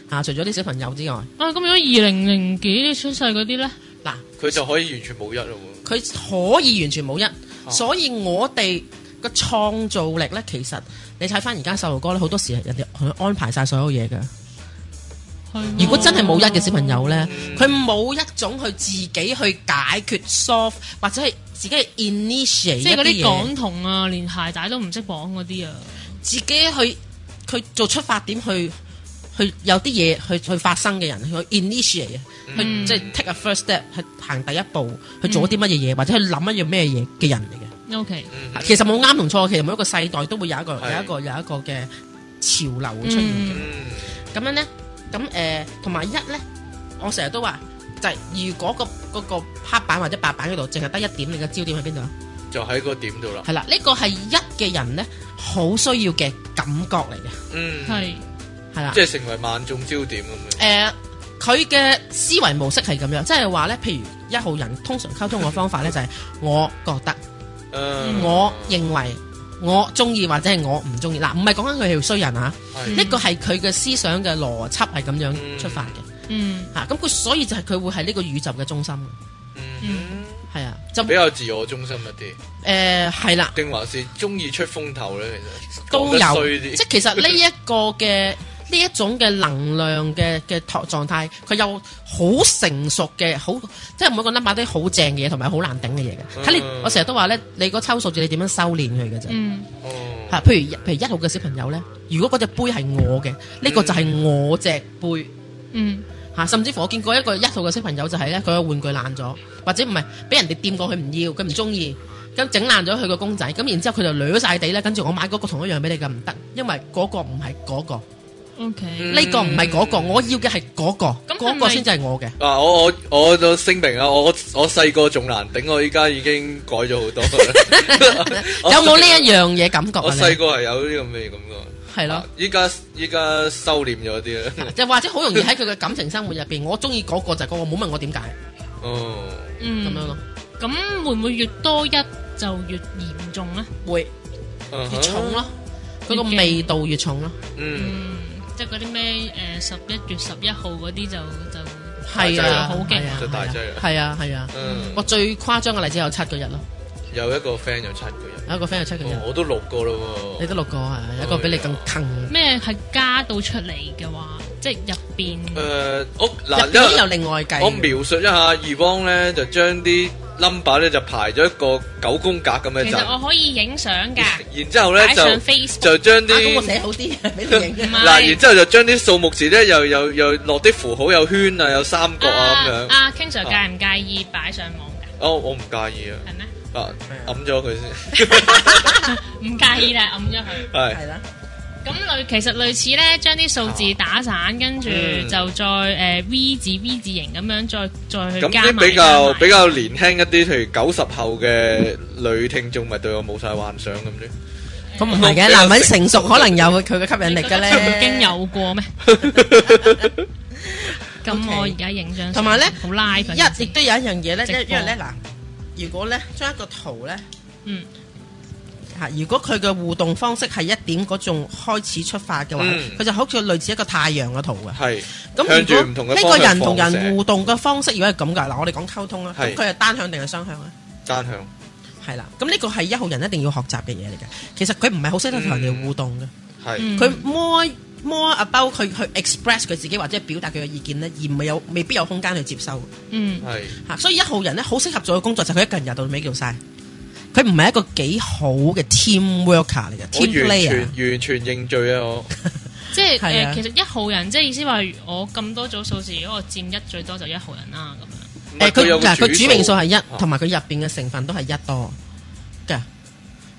Speaker 1: 係。
Speaker 4: 除咗啲小朋友之外，
Speaker 1: 啊，咁如果二零零幾啲出世嗰啲咧，
Speaker 4: 嗱，
Speaker 3: 佢就可以完全冇一咯喎，
Speaker 4: 佢可以完全冇一，所以我哋個創造力呢，其實你睇翻而家細路哥呢，好多時係人哋佢安排晒所有嘢嘅。
Speaker 1: 係喎
Speaker 4: 如果真係冇一嘅小朋友呢，佢冇一種去自己去解決 solve 或者係自己去 initiate
Speaker 1: 即係嗰
Speaker 4: 一
Speaker 1: 啲
Speaker 4: 嘢
Speaker 1: 港童啊，連鞋帶都唔識綁嗰啲啊，
Speaker 4: 自己去佢做出發點去去有啲嘢去去發生嘅人，去 initiate 啊，
Speaker 3: 嗯
Speaker 1: 嗯
Speaker 4: 去即係 take a first step 去行第一步，去做啲乜嘢嘢，或者去諗一樣咩嘢嘅人嚟嘅。
Speaker 1: O K，
Speaker 3: 嗯，
Speaker 4: 其實冇啱同錯，其實每一個世代都會有一個
Speaker 3: 係
Speaker 4: 有一個有一個嘅潮流會出現。
Speaker 3: 嗯，
Speaker 4: 咁樣咧，咁誒同埋一咧，我成日都話就係、如果個嗰、個黑板或者白板嗰度淨係得一點，你嘅焦點喺邊度啊？
Speaker 3: 就喺個點度啦，
Speaker 4: 係啦，呢、個係一嘅人咧，好需要嘅感覺嚟嘅，
Speaker 3: 嗯，
Speaker 1: 係
Speaker 4: 係啦
Speaker 3: 即。係成為萬眾焦點咁樣，
Speaker 4: 誒，佢嘅思維模式係咁樣，即係話咧，譬如一號人通常溝通嘅方法咧，就係我覺得、
Speaker 3: 嗯，
Speaker 4: 我認為、我中意或者係我唔中意。嗱，唔係講緊佢係衰人啊，
Speaker 3: 係
Speaker 4: 呢個係佢嘅思想嘅邏輯係咁樣
Speaker 3: 嗯
Speaker 4: 出發嘅
Speaker 1: 嗯
Speaker 4: 嚇。咁佢所以就係佢會係呢個宇宙嘅中心嘅。
Speaker 3: 嗯
Speaker 4: 係啊，就
Speaker 3: 比較自我中心一啲，
Speaker 4: 誒係啦，
Speaker 3: 定還是中意出風頭咧？其實
Speaker 4: 都
Speaker 3: 講得
Speaker 4: 有
Speaker 3: 衰，
Speaker 4: 即
Speaker 3: 啲
Speaker 4: 係其實呢一個嘅呢一種嘅能量嘅嘅狀狀態，佢有好成熟嘅，好即係每個 number 都好正嘅嘢，同埋好難頂嘅嘢嘅。睇你
Speaker 3: 嗯，
Speaker 4: 我成日都話咧，你嗰抽數字你點樣修練佢嘅啫。
Speaker 1: 嗯
Speaker 3: 哦
Speaker 4: 嚇，譬如譬如一號嘅小朋友咧，如果嗰只杯係我嘅，呢個就係我隻杯。
Speaker 1: 嗯
Speaker 4: 嚇，甚至乎我見過一個一號嘅小朋友就係咧，佢個玩具爛咗，或者唔係俾人哋掂過佢唔要，佢唔中意，咁整爛咗佢個公仔，咁然之後佢就掠晒地咧，跟住我買嗰個同一樣俾你嘅唔得，因為嗰個唔係嗰個，呢、
Speaker 1: ，O K，
Speaker 3: 嗯
Speaker 4: 個唔係嗰個，我要嘅係嗰個，
Speaker 1: 咁係咪
Speaker 4: 嗰個先至係我嘅。
Speaker 3: 嗱，我我我都聲明啊，我我細個仲難頂，我依家已經改咗 好多啦。
Speaker 4: 有冇呢一樣嘢感覺
Speaker 3: 我
Speaker 4: 啊？
Speaker 3: 細
Speaker 4: 你
Speaker 3: 個係有呢咁嘅感
Speaker 4: 係
Speaker 3: 覺，
Speaker 4: 咯
Speaker 3: 啊，依家依家收斂咗 啲啦。
Speaker 4: 就或者好容易喺佢嘅感情生活入邊，我中意嗰個就係嗰個，冇問我點解
Speaker 3: 哦，
Speaker 4: 咁樣
Speaker 1: 嗯，
Speaker 4: 咯。
Speaker 1: 咁會唔會越多一就越嚴重咧？
Speaker 4: 會
Speaker 3: 嗯
Speaker 4: 越
Speaker 3: 哼
Speaker 4: 重咯，佢個味道越重咯，
Speaker 3: 嗯，
Speaker 1: 嗯，即係嗰啲咩誒十一月十一號嗰啲就就
Speaker 4: 係
Speaker 3: 大劑
Speaker 4: 啊，
Speaker 3: 啦
Speaker 1: 好勁
Speaker 4: 係啊
Speaker 3: 就大劑啦
Speaker 4: 係啊，係啊。
Speaker 3: 嗯，
Speaker 4: 我最誇張嘅例子有七個日咯，
Speaker 3: 有一個 friend 有七個人，
Speaker 4: 有一個 friend 有七個日，
Speaker 3: 哦我都錄過咯
Speaker 4: 你
Speaker 3: 喎。
Speaker 4: 都六個啊，有一個比你更坑。
Speaker 1: 咩係加到出嚟嘅話，即係入邊
Speaker 3: 誒，我
Speaker 4: 入
Speaker 3: 嗱，
Speaker 4: 邊有
Speaker 3: 因為
Speaker 4: 另外計嘅，
Speaker 3: 我描述一下，二汪咧就將啲 number 咧就排咗一個九宮格咁嘅
Speaker 1: 其
Speaker 3: 陣
Speaker 1: 實，我可以影相㗎，
Speaker 3: 然之後咧
Speaker 1: 擺
Speaker 3: 就
Speaker 1: 上 Facebook，
Speaker 3: 就將
Speaker 4: 啊咁我
Speaker 3: 啲
Speaker 4: 寫好啲 俾你
Speaker 1: 唔
Speaker 4: 影。
Speaker 1: 係
Speaker 3: 嗱，然之後就將啲數目字咧，又又又落啲符號，有圈啊，有三角啊咁樣。
Speaker 1: 啊，King Sir 介唔介意擺上網㗎？
Speaker 3: 哦，我唔介意啊，
Speaker 1: 係咩？
Speaker 3: 啊，揞咗佢先，
Speaker 1: 唔介意啦，揞咗佢。
Speaker 3: 係
Speaker 4: 係啦，
Speaker 1: 咁類其實類似咧，將啲數字打散，跟住
Speaker 3: 嗯
Speaker 1: 就再誒、呃 V 字 V 字形咁樣再再去
Speaker 3: 咁
Speaker 1: 加
Speaker 3: 啲
Speaker 1: 埋。
Speaker 3: 比
Speaker 1: 加
Speaker 3: 較
Speaker 1: 埋
Speaker 3: 比較年輕一啲，譬如九十後嘅女聽眾，咪對我冇晒幻想咁 啫。
Speaker 4: 咁唔係嘅，男人成熟可能有佢嘅吸引力嘅咧。
Speaker 1: 你覺得曾經。有過咩？咁
Speaker 4: OK
Speaker 1: 我而家影張相
Speaker 4: 同埋咧
Speaker 1: 好啊拉佢先
Speaker 4: 一亦都有一樣嘢咧，
Speaker 1: 直播
Speaker 4: 因因為咧嗱，如果咧將一個圖咧
Speaker 1: 嗯
Speaker 4: 嚇，如果佢嘅互動方式係一點嗰種開始出發嘅話，
Speaker 3: 嗯
Speaker 4: 佢就好似類似一個太陽嘅圖嘅。
Speaker 3: 係，向
Speaker 4: 咁
Speaker 3: 住
Speaker 4: 如
Speaker 3: 唔同嘅
Speaker 4: 果呢個
Speaker 3: 方向
Speaker 4: 人同
Speaker 3: 放
Speaker 4: 人
Speaker 3: 射
Speaker 4: 互動嘅方式，如果係咁㗎，嗱，我哋講溝通啦，咁
Speaker 3: 係
Speaker 4: 佢係單向定係雙向咧？
Speaker 3: 單向。
Speaker 4: 係啦，咁呢個係一號人一定要學習嘅嘢嚟嘅。其實佢唔係好識得同人哋互動嘅，
Speaker 3: 係，
Speaker 1: 嗯
Speaker 4: 佢 more more about 佢去 express 佢自己或者表達佢嘅意見咧，而唔係有未必有空間去接收
Speaker 1: 嗯
Speaker 3: 係，
Speaker 4: 嚇。所以一號人咧好適合做嘅工作就係佢一個人由到尾做晒，佢唔係一個幾好嘅 team worker 嚟嘅
Speaker 3: 我
Speaker 4: team
Speaker 3: 完
Speaker 4: player
Speaker 3: 全。完全認罪啊！我
Speaker 1: 即係誒、呃
Speaker 4: 係啊
Speaker 1: 其實一號人即係意思話，我咁多組數字，如果我佔一最多就一號人啦咁樣。
Speaker 4: 誒佢
Speaker 3: 有個
Speaker 4: 嗱佢主命數係一，
Speaker 3: 啊
Speaker 4: 同埋佢入邊嘅成分都係一多嘅。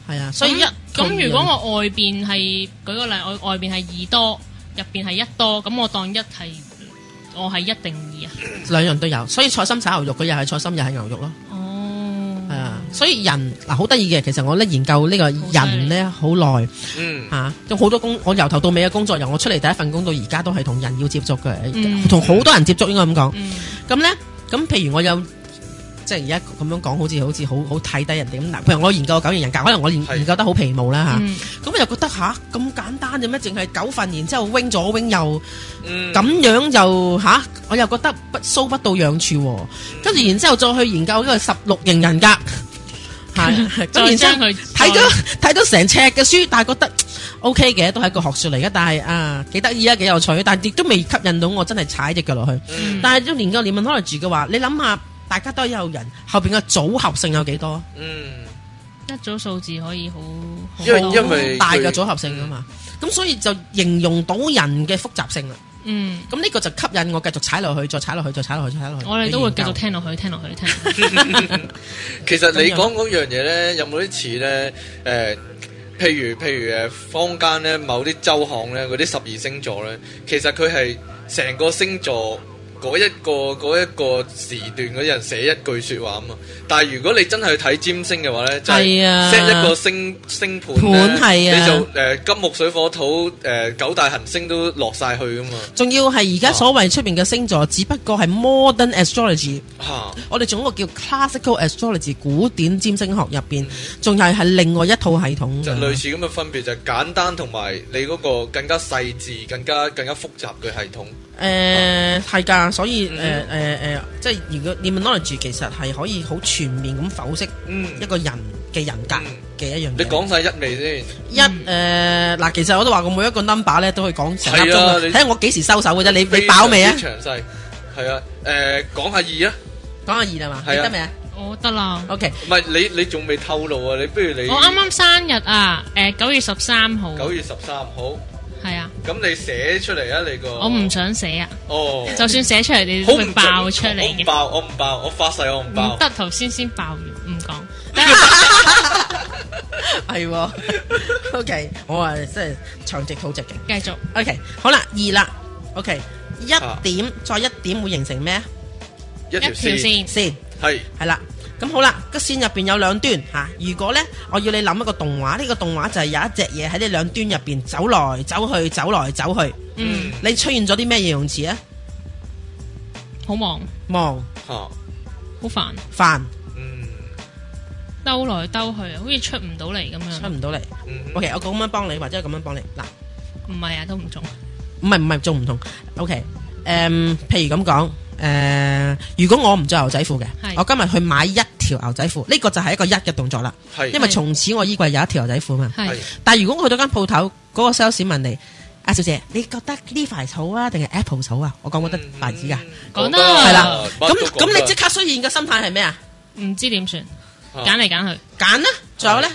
Speaker 4: 係啊，所以
Speaker 3: 嗯
Speaker 4: 一
Speaker 1: 咁咁如果我外邊係舉個例，我外邊係二多，入邊係一多，咁我當一係我係一定二啊？
Speaker 4: 兩樣都有，所以菜心炒牛肉佢又係菜心又係牛肉咯，
Speaker 1: 哦，
Speaker 4: 係啊，所以人嗱好得意嘅，其實我咧研究呢個人咧好耐
Speaker 3: 嗯，
Speaker 4: 嚇，都好多工，我由頭到尾嘅工作，由我出嚟第一份工到而家都係同人要接觸嘅，
Speaker 1: 嗯
Speaker 4: 同好多人接觸應該咁講。
Speaker 1: 嗯，
Speaker 4: 咁咧，咁譬如我有即係而家咁樣講，好似好似好好睇低人哋咁。嗱，譬如我研究九型人格，可能我研
Speaker 3: 係
Speaker 4: 研究得好皮毛啦嚇。
Speaker 1: 嗯
Speaker 4: 咁我又覺得吓咁簡單嘅咩？淨係九份，然之後 wing 左 wing 右，
Speaker 3: 嗯，
Speaker 4: 咁樣就吓，我又覺得不蘇不到養處喎。跟住然之後再去研究呢個十六型 人格，係咁
Speaker 1: 再
Speaker 4: 然之後
Speaker 1: 將。佢
Speaker 4: 睇咗睇到成尺嘅書，但係覺得 OK 嘅，都係一個學術嚟嘅，但係啊幾得意啊幾有趣，但係亦都未吸引到我真係踩只腳落去。
Speaker 3: 嗯
Speaker 4: 但係要研究念文 knowledge 嘅話，你諗下，大家都有人後邊嘅組合性有幾多？
Speaker 3: 嗯，
Speaker 1: 一組數字可以好，好
Speaker 3: 因為
Speaker 1: 多
Speaker 3: 因為
Speaker 4: 大嘅
Speaker 3: 佢
Speaker 4: 組合性啊嘛，咁所以就形容到人嘅複雜性啦。
Speaker 1: 嗯，
Speaker 4: 咁呢個就吸引我繼續踩落去，再踩落去，再踩落去，再踩落去。
Speaker 1: 我哋都會繼
Speaker 4: 去
Speaker 1: 續
Speaker 4: 研究
Speaker 1: 聽落去，聽落去，聽落去。
Speaker 3: 其實你
Speaker 4: 咁樣
Speaker 3: 講嗰樣嘢咧，有冇啲似咧？誒，譬如譬如誒，坊間咧某啲周刊咧，嗰啲十二星座咧，其實佢係成個星座嗰一個嗰一個時段嗰啲人寫一句説話啊嘛。但係如果你真係睇占星嘅話咧，就係
Speaker 4: 係啊
Speaker 3: set 一個星星盤
Speaker 4: 盤係
Speaker 3: 咧，
Speaker 4: 啊
Speaker 3: 你就誒金木水火土誒九大行星都落晒去噶嘛
Speaker 4: 仲要係而
Speaker 3: 哦
Speaker 4: 家所謂出邊嘅星座，只不過係 modern astrology。
Speaker 3: 嚇。
Speaker 4: 我哋仲有一個叫 classical astrology 古典占星學入邊，仲係係另外一套系統。
Speaker 3: 嗯就類似咁嘅分別，就係簡單同埋你嗰個更加細緻、更加更加複雜嘅系統。
Speaker 4: 誒係㗎，所以誒
Speaker 3: 嗯
Speaker 4: 誒誒，即係如果 demonology 其實係可以好全面咁剖析
Speaker 3: 嗯，
Speaker 4: 一個人嘅人格嘅一樣嘢。
Speaker 3: 你講晒一味先，
Speaker 4: 一誒嗱，其實我都話過每一個 number 咧都可以講成粒鐘
Speaker 3: 係啊
Speaker 4: 嘅，
Speaker 3: 你
Speaker 4: 睇下我幾時收手嘅啫。你
Speaker 3: 非
Speaker 4: 你
Speaker 3: 常
Speaker 4: 飽未啊
Speaker 3: 之？詳細係啊，誒講下二啊，
Speaker 4: 講下二啦嘛，你
Speaker 3: 係啊
Speaker 4: 得未啊
Speaker 1: 我得啦，
Speaker 4: ？OK，
Speaker 3: 唔係你你仲未透露啊？你不如你
Speaker 1: 我啱啱生日啊，誒九月十三號，
Speaker 3: 九月十三號，
Speaker 1: 係啊，
Speaker 3: 咁你寫出嚟啊！你個
Speaker 1: 我唔想寫啊，
Speaker 3: 哦，
Speaker 1: 就算寫出嚟你
Speaker 3: 好
Speaker 1: 都
Speaker 3: 唔
Speaker 1: 會
Speaker 3: 準
Speaker 1: 爆出嚟
Speaker 3: 我唔
Speaker 1: 嘅。
Speaker 3: 爆，我唔爆，我發誓我唔
Speaker 1: 唔
Speaker 3: 爆。
Speaker 1: 得，頭先先爆完，唔講。
Speaker 4: 係喎，OK，我啊真係長直肚直嘅。
Speaker 1: 繼續
Speaker 4: OK，好啦，二啦，OK，一
Speaker 3: 啊
Speaker 4: 點再一點會形成咩啊
Speaker 3: 一條
Speaker 1: 一條
Speaker 3: 線
Speaker 1: 線，
Speaker 4: 先？
Speaker 3: 係
Speaker 4: 係啦，咁好啦，個線入邊有兩端嚇、如果呢，我要你諗一個動畫，呢、個動畫就係有一隻嘢喺呢兩端入邊走來走去，走來走去。
Speaker 1: 嗯，
Speaker 4: 你出現咗啲咩形容詞啊？
Speaker 1: 好忙，
Speaker 4: 忙、
Speaker 3: 嚇，
Speaker 1: 好煩，
Speaker 4: 煩，
Speaker 3: 嗯
Speaker 1: 兜來兜去，好似出唔到嚟咁
Speaker 4: 出
Speaker 1: 樣。
Speaker 4: 唔到嚟。
Speaker 3: 嗯
Speaker 4: OK，我咁樣幫你，或者咁樣幫你。嗱，
Speaker 1: 唔係啊，都唔中。
Speaker 4: 唔係唔係仲唔同。OK，誒、譬如咁講，誒、呃如果我唔着牛仔褲嘅
Speaker 1: 係，
Speaker 4: 我今日去買一條牛仔褲，呢、個就係一個一嘅動作啦。因
Speaker 3: 係
Speaker 4: 為從此我衣櫃有一條牛仔褲嘛。
Speaker 1: 係
Speaker 4: 但係如果我去到間鋪頭，嗰、個 sales 問你：阿小姐，你覺得呢塊草啊，定係 Apple 草啊？我講
Speaker 3: 我
Speaker 4: 冇得牌子㗎。
Speaker 3: 嗯
Speaker 1: 講得
Speaker 4: 係啦
Speaker 1: 啊
Speaker 4: 咁咁你即刻出現嘅心態係咩啊？
Speaker 1: 唔知點算，揀
Speaker 4: 哦
Speaker 3: 揀
Speaker 1: 嚟揀去，
Speaker 4: 揀啦，仲有咧，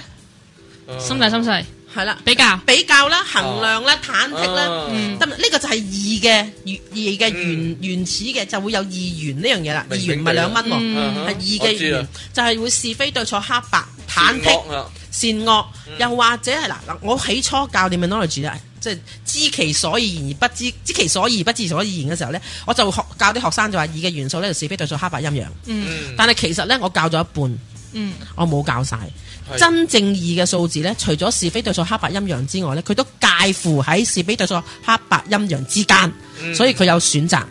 Speaker 4: 哦
Speaker 1: 心細心細，
Speaker 4: 係啦，
Speaker 1: 比較。
Speaker 4: 比較啦，衡量啦，忐忑
Speaker 3: 啊
Speaker 4: 啦。
Speaker 1: 嗯
Speaker 4: 得唔得呢個就係二嘅原二嘅原原始嘅就會有二元呢樣嘢啦，二
Speaker 3: 明
Speaker 4: 元唔
Speaker 3: 明
Speaker 4: 係
Speaker 3: 地
Speaker 4: 兩蚊喎，
Speaker 1: 嗯
Speaker 4: 係
Speaker 3: 係
Speaker 4: 二嘅元就係會是非對錯黑白忐忑。
Speaker 3: 忑啊，
Speaker 4: 善惡，又或者係嗱嗱，我起初教 demonology 咧，即係知其所以然而不知，知其所以而不知其所以然嘅時候咧，我就學教啲學生就話二嘅元素咧就是非對錯黑白陰陽，
Speaker 1: 嗯
Speaker 3: 嗯，
Speaker 4: 但係其實咧我教咗一半，
Speaker 1: 嗯，
Speaker 4: 我冇教晒。
Speaker 3: 係
Speaker 4: 真正二嘅數字咧，除咗是非對錯黑白陰陽之外咧，佢都介乎喺是非對錯黑白陰陽之間，
Speaker 3: 嗯
Speaker 4: 所以佢有選擇、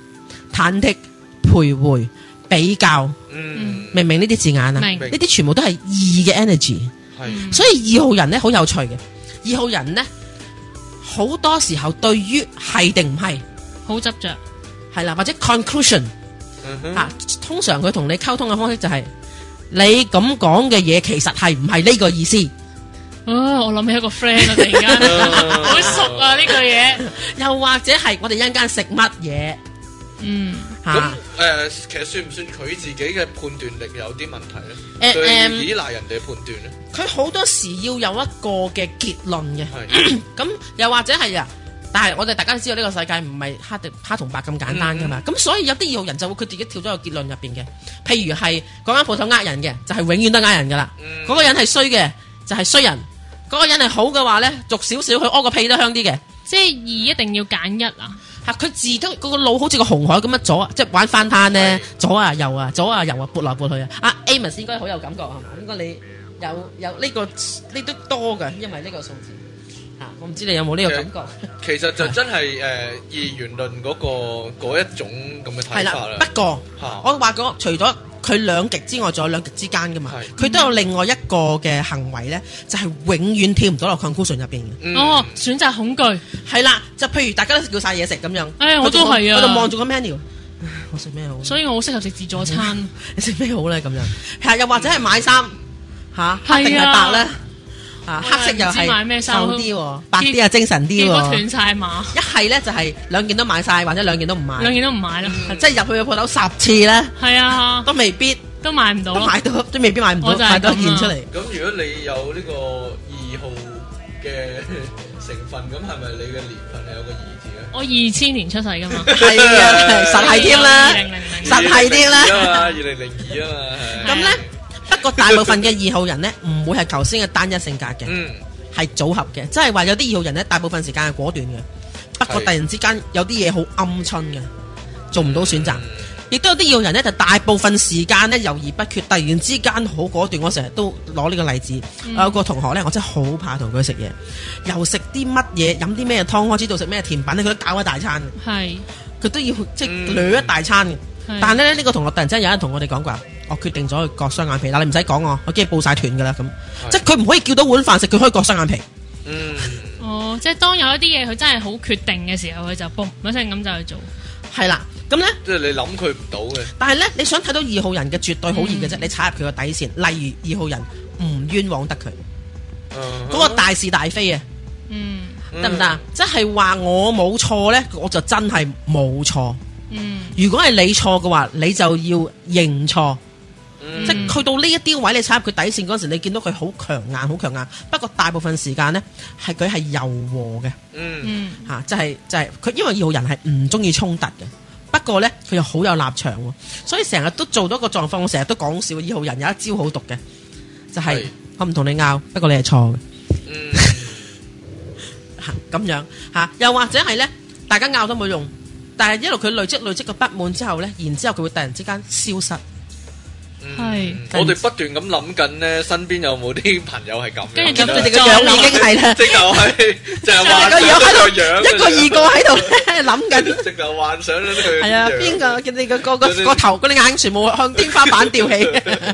Speaker 4: 忐忑、徘徊、比較，
Speaker 3: 嗯
Speaker 4: 明唔明呢啲字眼啊？
Speaker 1: 明
Speaker 4: 呢啲全部都係二嘅 energy。
Speaker 3: 係
Speaker 4: 所以二號人咧好有趣嘅，二號人咧好多時候對於係定唔係
Speaker 1: 好執着，
Speaker 4: 係啦，或者 conclusion
Speaker 3: 嗯哼
Speaker 4: 啊，通常佢同你溝通嘅方式就係、你咁講嘅嘢其實係唔係呢個意思？
Speaker 1: 啊！我諗起一個 friend 啊，突然間好熟啊呢句嘢。
Speaker 4: 又或者係我哋一陣間食乜嘢
Speaker 1: 嗯，
Speaker 4: 嚇？
Speaker 3: 咁誒，其實算唔算佢自己嘅判斷力有啲問題咧？
Speaker 4: 誒
Speaker 3: 對
Speaker 4: 誒
Speaker 3: 依賴人哋嘅判斷咧，
Speaker 4: 佢好、多時要有一個嘅結論 嘅，
Speaker 3: 係
Speaker 4: 咁又或者係啊。但係我哋大家都知道呢個世界唔係黑定黑同白咁簡單噶嘛，咁、所以有啲二號人就會佢自己跳咗個結論入邊嘅，譬如係嗰間鋪頭呃人嘅，就係、永遠都呃人噶啦。
Speaker 3: 嗯
Speaker 4: 嗰個人係衰嘅，就係衰人。嗰、個人係好嘅話咧，俗少少，佢屙個屁都香啲嘅。
Speaker 1: 即係二一定要揀一啊！
Speaker 4: 嚇佢自都嗰個腦好似個紅海咁樣左，啊即係玩翻攤咧，左啊右啊，左啊右啊，撥來撥去啊。阿 Amos 應該好有感覺係嘛？應該你有有呢、個呢都多嘅，因為呢個數字嚇、啊我唔知你有冇呢個感覺。
Speaker 3: 其實就真係誒二元論嗰、個嗰一種咁嘅
Speaker 4: 係
Speaker 3: 睇法啦。
Speaker 4: 啦，不過
Speaker 3: 嚇
Speaker 4: 我話過，除咗佢兩極之外，仲有兩極之間噶嘛。
Speaker 3: 係
Speaker 4: 佢都有另外一個嘅行為咧，就係、永遠跳唔到落 conclusion 入邊嘅。
Speaker 3: 嗯
Speaker 1: 哦，選擇恐懼，
Speaker 4: 係啦，就譬如大家都叫晒嘢食咁樣，
Speaker 1: 哎我都係啊
Speaker 4: 佢就望住個 menu，唉我食咩好？
Speaker 1: 所以我好適合食自助餐。
Speaker 4: 你食咩好咧？咁樣係啊又或者係買衫
Speaker 1: 係
Speaker 4: 嚇，
Speaker 1: 啊
Speaker 4: 黑定係白咧？啊，
Speaker 1: 我又
Speaker 4: 黑色又
Speaker 1: 唔知買
Speaker 4: 係
Speaker 1: 咩衫
Speaker 4: 瘦啲喎，白啲啊精神啲
Speaker 1: 結果
Speaker 4: 喎。
Speaker 1: 斷晒碼，
Speaker 4: 一係咧就係兩件都買晒，或者兩件都唔買嗯
Speaker 1: 兩，件都唔買啦。
Speaker 4: 即係入去個鋪頭十次咧
Speaker 1: 係啊，
Speaker 4: 都未必
Speaker 1: 都買唔到
Speaker 4: 都
Speaker 1: 咯。
Speaker 4: 買到，都未必買唔
Speaker 1: 我
Speaker 4: 到，
Speaker 1: 就係
Speaker 4: 買到一
Speaker 1: 咁
Speaker 4: 件
Speaker 1: 啊
Speaker 4: 出 嚟。
Speaker 3: 咁如果你有呢個二號嘅成分，咁係咪你嘅年份係有個二字咧？
Speaker 1: 我二千年出世噶嘛，
Speaker 4: 係啊，實係添啦
Speaker 1: 二。零零零
Speaker 4: 實係啲啦
Speaker 3: 二嘛，二零零二啊嘛，係
Speaker 4: 咁咧，不過大部分嘅二號人咧，唔會係頭先嘅單一性格嘅。
Speaker 3: 嗯，
Speaker 4: 係組合嘅，即係話有啲二號人咧，大部分時間係果斷嘅，不過
Speaker 3: 係
Speaker 4: 突然之間有啲嘢好鵪鶉嘅，做唔到選擇。
Speaker 3: 嗯
Speaker 4: 亦都有啲二號人咧，就大部分時間咧猶豫不決，突然之間好果斷。我成日都攞呢個例子，我有個同學咧，我真係好怕同佢食嘢，由食啲乜嘢、飲啲咩湯開始到食咩甜品咧，佢都搞一大餐嘅。
Speaker 1: 係
Speaker 4: 佢都要即係
Speaker 3: 嗯
Speaker 4: 掠一大餐嘅。
Speaker 1: 係
Speaker 4: 但係咧，呢個同學突然之間有人同我哋講過，我決定咗去割雙眼皮，但你唔使講我，我驚報晒團㗎啦咁。即係佢唔可以叫到碗飯食，佢可以割雙眼皮。
Speaker 3: 嗯，
Speaker 1: 哦，即係當有一啲嘢佢真係好決定嘅時候，佢就嘣一聲咁就去做。
Speaker 4: 係啦，咁咧，
Speaker 3: 即係你諗佢唔到嘅，
Speaker 4: 但係咧，你想睇到二號人嘅絕對好易嘅啫，你踩入佢個底線。例如二號人唔冤枉得佢，
Speaker 3: 嗯
Speaker 4: 嗰個大是大非啊，
Speaker 1: 嗯
Speaker 4: 得唔得？啊？即係話我冇錯咧，我就真係冇錯。
Speaker 1: 嗯，
Speaker 4: 如果係你錯嘅話，你就要認錯。
Speaker 3: 嗯
Speaker 4: 即係去到呢一啲位，你踩入佢底線嗰陣時，你見到佢好強硬，好強硬。不過大部分時間呢，係佢係柔和嘅
Speaker 3: 嗯
Speaker 1: 嗯
Speaker 4: 嚇、就係、就係、佢，因為二號人係唔中意衝突嘅。不過呢，佢又好有立場喎，所以成日都做到一個狀況。我成日都講笑，二號人有一招好毒嘅，就係、
Speaker 3: 係
Speaker 4: 我唔同你拗，不過你係錯嘅
Speaker 3: 嗯，
Speaker 4: 嚇咁樣嚇、又或者係呢，大家拗都冇用，但係一路佢累積累積個不滿之後呢，然之後佢會突然之間消失。
Speaker 3: 嗯
Speaker 1: 係
Speaker 3: 我哋不斷咁諗緊咧，身邊有冇啲朋友係咁樣？
Speaker 1: 跟住
Speaker 4: 咁
Speaker 1: 就
Speaker 4: 佢哋嘅樣已經 係啦。
Speaker 3: 即就係就係幻
Speaker 4: 個
Speaker 3: 想
Speaker 4: 樣
Speaker 3: 咗
Speaker 4: 喺
Speaker 3: 個
Speaker 4: 度，
Speaker 3: 樣，
Speaker 4: 一個二個喺 度咧諗 緊。
Speaker 3: 直頭幻想咗佢
Speaker 4: 係啊，
Speaker 3: 樣
Speaker 4: 邊個見你個個個個頭嗰啲眼全部向天花板吊起，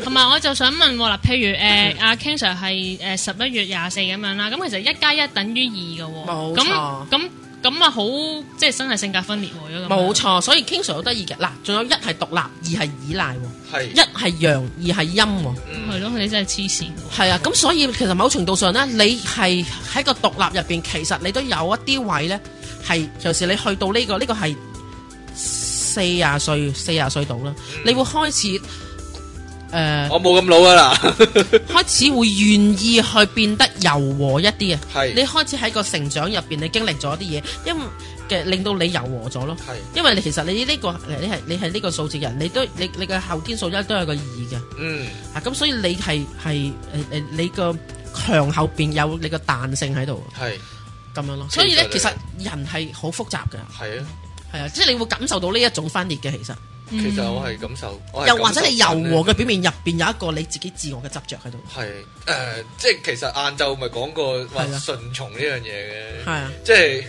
Speaker 1: 同埋我就想問喎嗱，譬如
Speaker 4: 嗯
Speaker 1: 誒阿 King Sir 係誒十一月廿四咁樣啦，咁其實一加一等於二嘅喎。
Speaker 4: 冇
Speaker 1: 咁
Speaker 4: 錯
Speaker 1: 咁咁啊，好即係真係性格分裂喎。如果咁樣
Speaker 4: 冇，錯。所以 King Sir 好得意嘅嗱，仲有一係獨立，二係依賴喎，
Speaker 3: 係
Speaker 4: 一係陽，二係陰喎。
Speaker 1: 係咯，佢哋真係黐線喎。
Speaker 4: 係啊，咁所以其實某程度上咧，你係喺個獨立入邊，其實你都有一啲位咧係，尤其是你去到呢、個呢、個係四廿歲四廿歲度啦，你會開始誒。呃
Speaker 3: 我冇咁老 啊啦，
Speaker 4: 開始會願意去變得柔和一啲啊！
Speaker 3: 係
Speaker 4: 你開始喺個成長入邊，你經歷咗啲嘢，因為嘅令到你柔和咗咯。
Speaker 3: 係
Speaker 4: 因為你其實你呢、個你係你係呢個數字人，你都你你嘅後天數一都有個二嘅
Speaker 3: 嗯
Speaker 4: 啊，咁所以你係係誒誒你個強後邊有你個彈性喺度
Speaker 3: 係
Speaker 4: 咁樣咯。所以咧，
Speaker 3: 其
Speaker 4: 其
Speaker 3: 實
Speaker 4: 實人係好複雜嘅，
Speaker 3: 係啊，
Speaker 4: 係啊，即係你會感受到呢一種分裂嘅其實，
Speaker 3: 其實我係感受，我係
Speaker 4: 又或者你柔
Speaker 3: 啊感受緊呢
Speaker 4: 和嘅表面入邊有一個你自己自我嘅執着喺度，
Speaker 3: 係誒、即係其實晏晝咪講過話
Speaker 4: 係啊
Speaker 3: 順從呢樣嘢嘅，
Speaker 4: 係啊，
Speaker 3: 即係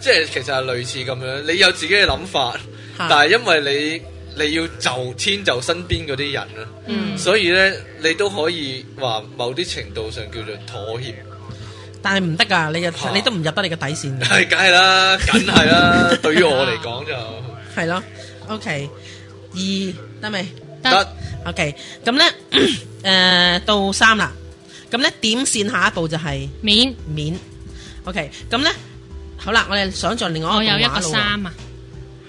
Speaker 3: 即係其實係類似咁樣，你有自己嘅諗法，
Speaker 4: 係
Speaker 3: 但係因為你你要就遷就身邊嗰啲人啦，
Speaker 1: 嗯
Speaker 3: 所以咧你都可以話某啲程度上叫做妥協，
Speaker 4: 但係唔得㗎，你嘅
Speaker 3: 嚇
Speaker 4: 你都唔入得你嘅底線㗎，
Speaker 3: 係梗係啦，梗係 啦，對於我嚟講就
Speaker 4: 係咯，OK，二 得未
Speaker 3: 得
Speaker 4: ？OK，咁咧 誒到三啦，咁咧點線下一步就係
Speaker 1: 面，
Speaker 4: 面，OK，咁咧好啦，我哋想象另
Speaker 1: 我
Speaker 4: 外
Speaker 1: 有
Speaker 4: 一
Speaker 1: 一
Speaker 4: 個
Speaker 1: 個
Speaker 4: 畫啦
Speaker 1: 三啊，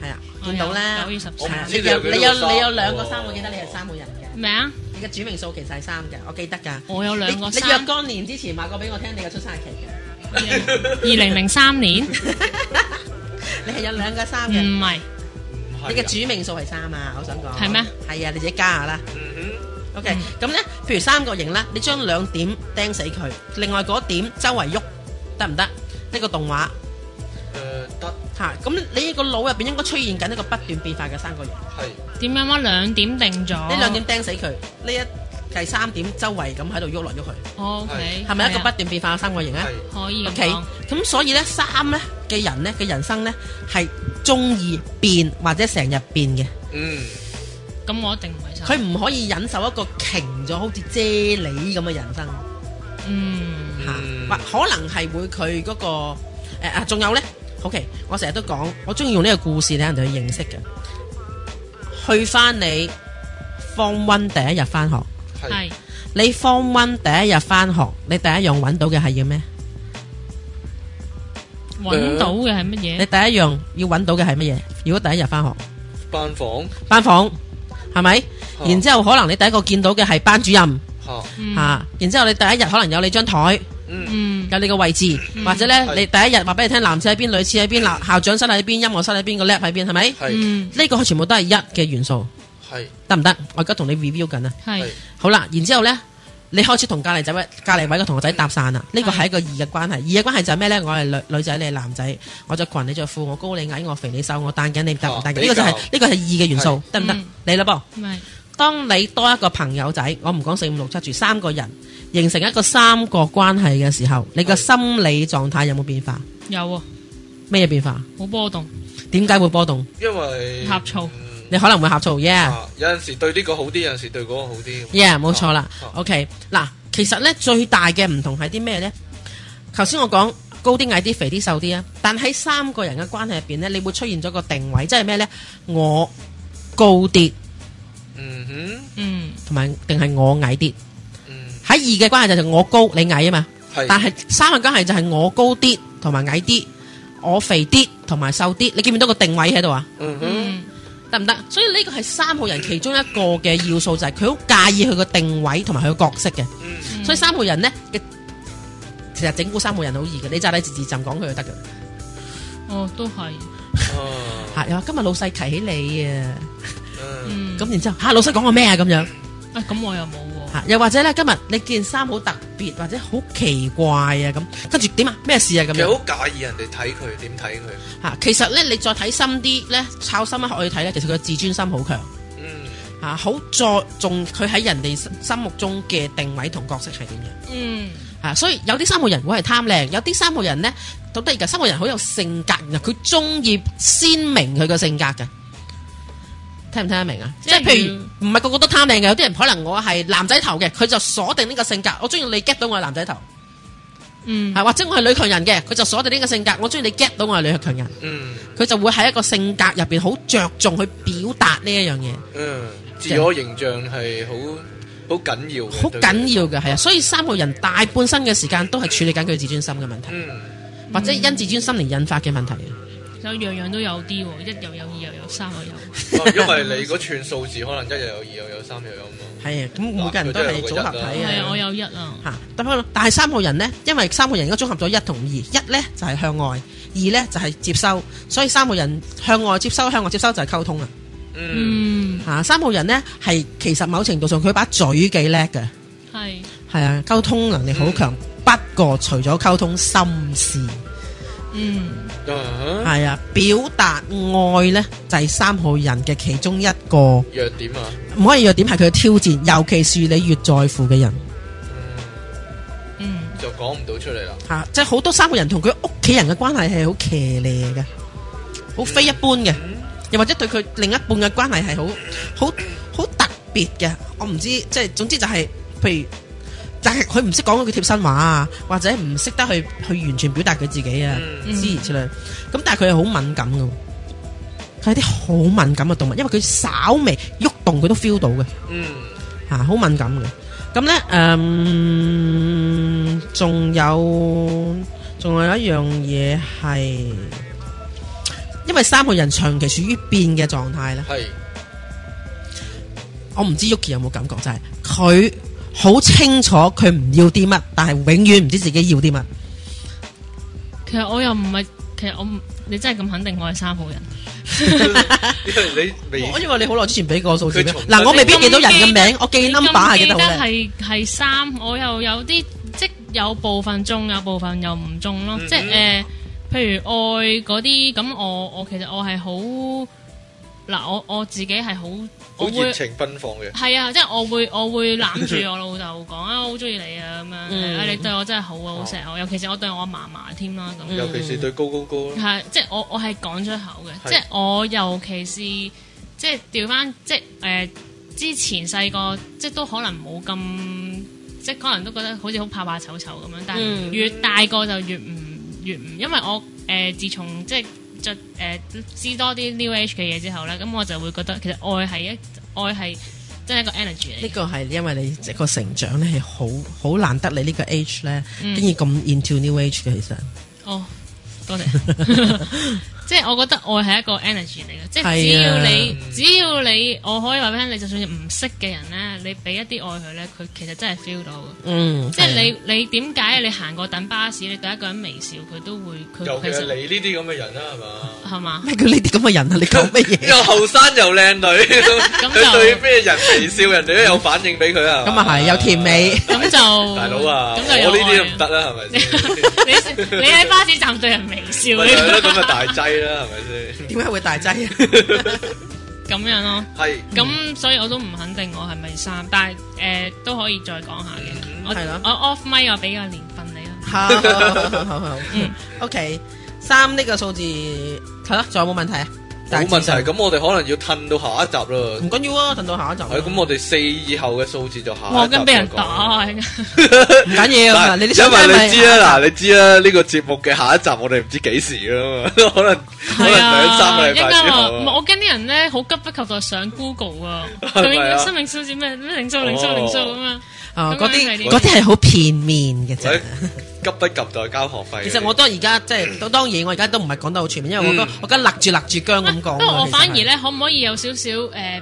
Speaker 4: 喎，係啊，
Speaker 1: 我有
Speaker 4: 見到啦，
Speaker 1: 九月十三
Speaker 3: 我唔
Speaker 4: 係啊
Speaker 3: 知
Speaker 4: 你
Speaker 3: 你有
Speaker 4: 有
Speaker 3: 幾多
Speaker 4: 你有
Speaker 3: 個三
Speaker 4: 你有兩個
Speaker 3: 喎
Speaker 4: 三，我記得你係三個人嘅，
Speaker 1: 咩啊？
Speaker 4: 你嘅主名數其實係三嘅，我記得㗎。
Speaker 1: 我有兩
Speaker 4: 你
Speaker 1: 個
Speaker 4: 你若
Speaker 1: 三，
Speaker 4: 干年之前話過俾我聽，你嘅 出生日期嘅，
Speaker 1: 二零零三年唔
Speaker 4: 你係有兩個三
Speaker 1: 係
Speaker 4: 嘅，
Speaker 3: 唔係
Speaker 4: 你嘅
Speaker 3: 啊
Speaker 4: 主名數係三啊，我想講
Speaker 1: 係咩？
Speaker 4: 係啊，你自己加下啦。
Speaker 3: 嗯
Speaker 4: OK，咁咧，譬如三角形啦，你將兩點釘死佢，另外嗰點周圍喐，得唔得？呢個動畫
Speaker 3: 诶得
Speaker 4: 嚇，咁你個腦入邊應該出現緊一個不斷變化嘅三角形。
Speaker 3: 系
Speaker 1: 點樣啊？兩點定咗？
Speaker 4: 呢兩點釘死佢，呢一第三點周圍咁喺度喐來喐去，
Speaker 1: ？O K，
Speaker 4: 係咪一個不斷變化嘅三角形咧
Speaker 3: 系
Speaker 1: 啊可以咁
Speaker 4: ？OK，
Speaker 1: 講
Speaker 4: 咁所以咧三咧嘅人咧嘅人生咧係中意變或者成日變嘅，
Speaker 3: 嗯
Speaker 1: 咁我一定唔係
Speaker 4: 佢
Speaker 1: 三。
Speaker 4: 唔可以忍受一個瓊咗好似啫喱咁嘅人生。
Speaker 1: 嗯，
Speaker 4: 嚇
Speaker 3: 嗯
Speaker 4: 或可能係會佢嗰、個呃啊，仲有呢。OK，我成日都講，我中意用呢個故事咧，人哋去認識嘅。去翻你 form one 第一日翻學，
Speaker 3: 系
Speaker 1: 係
Speaker 4: 你 form one 第一日翻學，你第一樣揾到嘅係要咩？
Speaker 1: 揾到嘅係乜
Speaker 4: 你
Speaker 1: 嘢？
Speaker 4: 第一樣要揾到嘅係乜嘢？如果第一日翻學
Speaker 3: 班房
Speaker 4: 班房係咪？
Speaker 3: 嚇
Speaker 4: 然之後可能你第一個見到嘅係班主任嚇、
Speaker 3: 吓
Speaker 1: 嗯
Speaker 4: 啊然之後你第一日可能有你張台。
Speaker 3: 嗯
Speaker 1: 嗯
Speaker 4: 有你個位置，
Speaker 1: 嗯
Speaker 4: 或者咧
Speaker 3: 係
Speaker 4: 你第一日話俾你聽，男廁喺邊，女廁喺邊，校校長室喺邊，音樂室喺邊，個 lab 喺邊，係咪？
Speaker 3: 系
Speaker 1: 嗯
Speaker 4: 呢個全部都係一嘅元素，
Speaker 3: 系
Speaker 4: 得唔得？我而家同你 review 緊啊。
Speaker 1: 係
Speaker 3: 係
Speaker 4: 好啦，然之後呢，你開始同隔離仔位隔離位嘅同學仔搭訕啦。呢個係一個二嘅關係，二嘅關係就係咩呢？我係女女仔，你係男仔，我着裙，你着褲，我高你矮，我肥你瘦，我單頸你得唔
Speaker 3: 哦
Speaker 4: 得？呢
Speaker 3: 比
Speaker 4: 個就係
Speaker 3: 較
Speaker 4: 呢個係二嘅元素，得唔得
Speaker 1: 嗯？
Speaker 4: 你啦噃。
Speaker 1: 咪
Speaker 4: 當你多一個朋友仔，我唔講四五六七住三個人，形成一個三角關係嘅時候，你個
Speaker 3: 係
Speaker 4: 心理狀態有冇變化？
Speaker 1: 有啊，
Speaker 4: 咩嘢變化？
Speaker 1: 好波動，
Speaker 4: 點解會波動？
Speaker 3: 因为
Speaker 1: 呷醋
Speaker 3: 嗯
Speaker 4: 你可能會呷醋，yeah
Speaker 3: 啊有阵时对呢个好啲，有阵时对嗰个好啲。
Speaker 4: yeah，冇錯啦
Speaker 3: 啊。
Speaker 4: OK，嗱，其實呢，最大嘅唔同係啲咩呢？頭先我講高啲、矮啲、肥啲、瘦啲啊，但喺三個人嘅關係入邊呢，你會出現咗個定位，即係咩呢？我高啲
Speaker 3: 嗯哼，
Speaker 1: 嗯
Speaker 4: 同埋定係我矮啲？
Speaker 3: 嗯
Speaker 4: 喺二嘅關係就係我高你矮啊嘛。
Speaker 3: 系，
Speaker 4: 但係三個關係就係我高啲同埋矮啲，我肥啲同埋瘦啲，你見唔見到個定位喺度啊？
Speaker 3: 嗯哼，
Speaker 1: 嗯
Speaker 4: 得唔得？所以呢個係三號人其中一個嘅要素，就係佢好介意佢個定位同埋佢個角色嘅。
Speaker 3: 嗯
Speaker 1: 嗯
Speaker 4: 所以三號人呢，嘅其實整蠱三號人好易嘅，你揸低字字浸講佢就得嘅。
Speaker 1: 哦都係，
Speaker 3: 啊
Speaker 4: 嚇、又話今日老細提起你啊，
Speaker 3: 嗯
Speaker 1: 嗯
Speaker 4: 咁然之後嚇、老細講我咩啊咁樣
Speaker 1: 啊咁我又冇喎，
Speaker 4: 嚇、又或者呢，今日你件衫好特別或者好奇怪啊咁，跟住點啊咩事啊咁
Speaker 3: 其实
Speaker 4: 樣。
Speaker 3: 好介意人哋睇佢点睇佢。
Speaker 4: 嚇、啊其實呢，你再睇深啲呢，抄深一學去睇呢，其實佢嘅自尊心好強
Speaker 3: 嗯
Speaker 4: 嚇，啊好在重佢喺人哋心心目中嘅定位同角色係點樣。
Speaker 1: 嗯
Speaker 4: 啊，所以有啲三號人會係貪靚，有啲三號人呢，到得而家三號人好有性格，然後佢中意鮮明佢個性格嘅，聽唔聽得明啊？
Speaker 1: 即
Speaker 4: 即
Speaker 1: 係
Speaker 4: 係譬如唔係個個都貪靚嘅，有啲人可能我係男仔頭嘅，佢就鎖定呢個性格，我中意你 get 到我係男仔頭，
Speaker 1: 嗯
Speaker 4: 啊或者我係女強人嘅，佢就鎖定呢個性格，我中意你 get 到我係女強人，
Speaker 3: 嗯
Speaker 4: 佢就會喺一個性格入邊好着重去表達呢一樣嘢，
Speaker 3: 嗯，自我形象系好好紧要嘅，
Speaker 4: 好
Speaker 3: 對佢
Speaker 4: 緊要嘅係啊，所以三號人大半生嘅時間都係處理緊佢自尊心嘅問題，
Speaker 3: 嗯
Speaker 4: 或者因自尊心嚟引發嘅問題。
Speaker 1: 有樣樣都有啲喎，一又有二又有三又有，
Speaker 3: 哦因为你嗰串数字可能一又有，二又有，三又有咁啊。
Speaker 4: 係啊，咁每個人都係組合體
Speaker 1: 係啊我
Speaker 4: 啊。
Speaker 1: 有一啊，
Speaker 4: 嚇，但係但係三號人呢，因為三號人而家綜合咗一同二，一呢就係向外，二呢就係接收，所以三號人向外接收，向外接收就係溝通啦。
Speaker 3: 嗯
Speaker 1: 嗯
Speaker 4: 嚇，三號人呢係其實某程度上佢把嘴幾叻嘅，
Speaker 1: 係
Speaker 4: 係啊，溝通能力好強。不過除咗溝通心事，
Speaker 1: 嗯
Speaker 3: 啊哈
Speaker 4: 係啊，表達愛呢就係三號人嘅其中一個唔
Speaker 3: 弱点啊，
Speaker 4: 可以弱點係佢嘅挑戰，尤其是你越在乎嘅人。
Speaker 3: 嗯
Speaker 1: 嗯
Speaker 3: 就讲唔到出嚟啦。
Speaker 4: 吓、即係好多三個人同佢屋企人嘅關係係好騎呢嘅，好非一般嘅，又或者對佢另一半嘅關係係好好好特別嘅。我唔知，即係總之就係、譬如，但係佢唔識講嗰句貼身話啊，或者唔識得去去完全表達佢自己啊，
Speaker 3: 嗯
Speaker 1: 嗯
Speaker 4: 之如此類。咁但係佢係好敏感嘅喎，佢係啲好敏感嘅動物，因為佢稍微喐動佢都 feel 到嘅。
Speaker 3: 嗯
Speaker 4: 吓，好敏感嘅。咁咧，诶、仲有仲有一樣嘢係，因為三個人長期處於變嘅狀態咧，
Speaker 3: 系
Speaker 4: 我唔知 Yuki 有冇感覺，就係佢好清楚佢唔要啲乜，但係永遠唔知自己要啲乜。
Speaker 1: 其實我又唔係，其實我唔你真係咁肯定我係三號人，
Speaker 3: 因為你未
Speaker 4: 我因為你好耐之前俾過數字
Speaker 3: 佢
Speaker 4: 俾
Speaker 3: 從
Speaker 4: 我嗱，我未必記到人嘅名，我記
Speaker 1: 你
Speaker 4: number
Speaker 1: 咁
Speaker 4: 係記
Speaker 1: 記
Speaker 4: 得
Speaker 1: 得
Speaker 4: 好靚。
Speaker 1: 係係三，我又有啲即有部分中，有部分又唔中咯。
Speaker 3: 嗯
Speaker 1: 即係誒，譬如愛嗰啲咁，我我其實我係好嗱，我我自己係好，
Speaker 3: 好
Speaker 1: 我
Speaker 3: 熱
Speaker 1: 會
Speaker 3: 情奔放嘅，
Speaker 1: 係啊，即係我會我會攬 住我老豆講啊，我好中意你啊咁樣，
Speaker 4: 嗯
Speaker 1: 啊你對我真係好啊，好
Speaker 3: 哦
Speaker 1: 錫我，尤其是我對我阿嫲嫲添啦咁。
Speaker 3: 尤其是對高高高啦，
Speaker 1: 係，即係我我係講出口嘅，
Speaker 3: 係
Speaker 1: 即係我尤其是即係調翻即係誒、呃之前細個即係都可能冇咁，即係可能都覺得好似好怕怕醜醜咁樣，但係
Speaker 4: 嗯
Speaker 1: 越大個就越唔越唔，因為我誒、呃自從即係着誒知多啲 New Age 嘅嘢之後咧，咁我就會覺得其實愛係一愛係真係一個 energy 嚟
Speaker 4: 呢
Speaker 1: 嘅。
Speaker 4: 個係因為你即個成長咧係好好難得你呢個 age 咧，
Speaker 1: 嗯
Speaker 4: 竟然咁 into new age 嘅其實。
Speaker 1: 哦，多謝。 即係我覺得愛係一個 energy 嚟嘅，即係只
Speaker 4: 係
Speaker 1: 要
Speaker 4: 啊
Speaker 1: 你只要你，我可以話俾你聽，你就算唔識嘅人咧，你俾一啲愛佢咧，佢其實真係 feel 到嘅。
Speaker 4: 嗯，
Speaker 1: 即係你你點解你行過等巴士，你對一個人微笑，佢都會佢
Speaker 3: 尤其
Speaker 1: 其
Speaker 3: 係
Speaker 1: 實
Speaker 3: 你呢啲咁嘅人啦，係嘛？
Speaker 1: 係 嘛？
Speaker 4: 咩叫呢啲咁嘅人啊？你講乜 嘢？
Speaker 3: 又後生又靚女，佢
Speaker 1: 就
Speaker 3: 對咩人微笑，人哋都有反應俾佢啊。
Speaker 4: 咁啊係，有甜美。
Speaker 1: 咁就
Speaker 3: 大佬啊，
Speaker 1: 咁就有
Speaker 3: 我呢啲 都唔得
Speaker 1: 愛啊。
Speaker 3: 啦，係咪先？
Speaker 1: 你你喺巴士站對人微笑，
Speaker 3: 咪就係咯
Speaker 1: 你
Speaker 3: 咁啊大劑啦，係咪先？
Speaker 4: 點解會大劑啊？
Speaker 1: 咁樣咯。
Speaker 3: 係
Speaker 1: 咁所以我都唔肯定我係咪三，但係誒都可以再講下嘅。我
Speaker 4: 係咯
Speaker 1: 我 off mic 我俾個年份你啦。啊
Speaker 4: 好好好好好，OK，三呢個數字係啦，仲有冇問題啊？
Speaker 3: 冇問
Speaker 4: 大致上
Speaker 3: 題。咁我哋可能要褪到下一集啦。
Speaker 4: 唔緊要啊，等到下一集。
Speaker 3: 係咁，我哋四以後嘅數字就下
Speaker 1: 我
Speaker 3: 一集
Speaker 1: 咁俾人
Speaker 3: 再講
Speaker 1: 打啊！
Speaker 4: 唔緊要啊，
Speaker 3: 嗱
Speaker 4: 你啲
Speaker 3: 因為
Speaker 4: 為
Speaker 3: 你知啦，嗱，你知啦，呢個節目嘅下一集我哋唔知幾時噶嘛， 可能可能
Speaker 1: 係
Speaker 3: 兩三
Speaker 1: 啊，
Speaker 3: 個
Speaker 1: 一
Speaker 3: 禮拜
Speaker 1: 間
Speaker 3: 之
Speaker 1: 話
Speaker 3: 後
Speaker 1: 唔係
Speaker 3: 啊。
Speaker 1: 我驚啲人咧好急不及待上 Google 啊，
Speaker 3: 咪啊哦
Speaker 1: 佢應該生命數字咩咩零數零數零數咁啊，
Speaker 4: 啊
Speaker 1: 咁
Speaker 4: 嗰
Speaker 1: 樣係
Speaker 4: 啲
Speaker 1: 點
Speaker 4: 嗰啲係好片面嘅啫
Speaker 3: 喂。急不及待交學費。
Speaker 4: 其實我都而家即係，當然我而家都唔係講得好全面，因為我都
Speaker 3: 嗯
Speaker 4: 我而家勒住勒住姜咁講
Speaker 1: 不
Speaker 4: 啊。
Speaker 1: 過我
Speaker 4: 其實係
Speaker 1: 哦反而咧，可唔可以有少少誒誒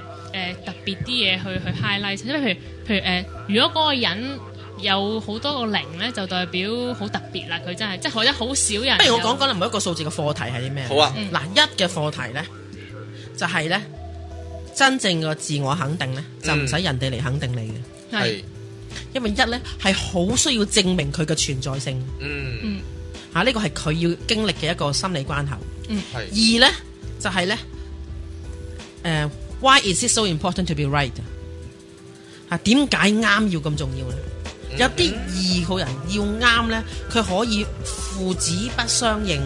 Speaker 1: 特別啲嘢去去 highlight？即係譬如譬如誒，如果嗰個人有好多個零咧，就代表好特別啦，佢真係即係或者好少人。
Speaker 4: 不如我講講每一個數字嘅課題係啲咩？
Speaker 3: 好啊
Speaker 1: 嗯
Speaker 4: 嗱，一嘅課題咧就係咧真正嘅自我肯定咧，就唔使人哋嚟肯定你嘅，
Speaker 1: 係
Speaker 3: 係
Speaker 4: 因為一咧係好需要證明佢嘅存在性
Speaker 3: 嗯
Speaker 1: 嗯
Speaker 4: 嚇，呢個係佢要經歷嘅一個心理關口。
Speaker 3: 係
Speaker 4: 二咧就係、咧，誒、w h y is it so important to be right？啊，點解啱要咁重要咧？有啲義好人要啱咧，佢可以父子不相認，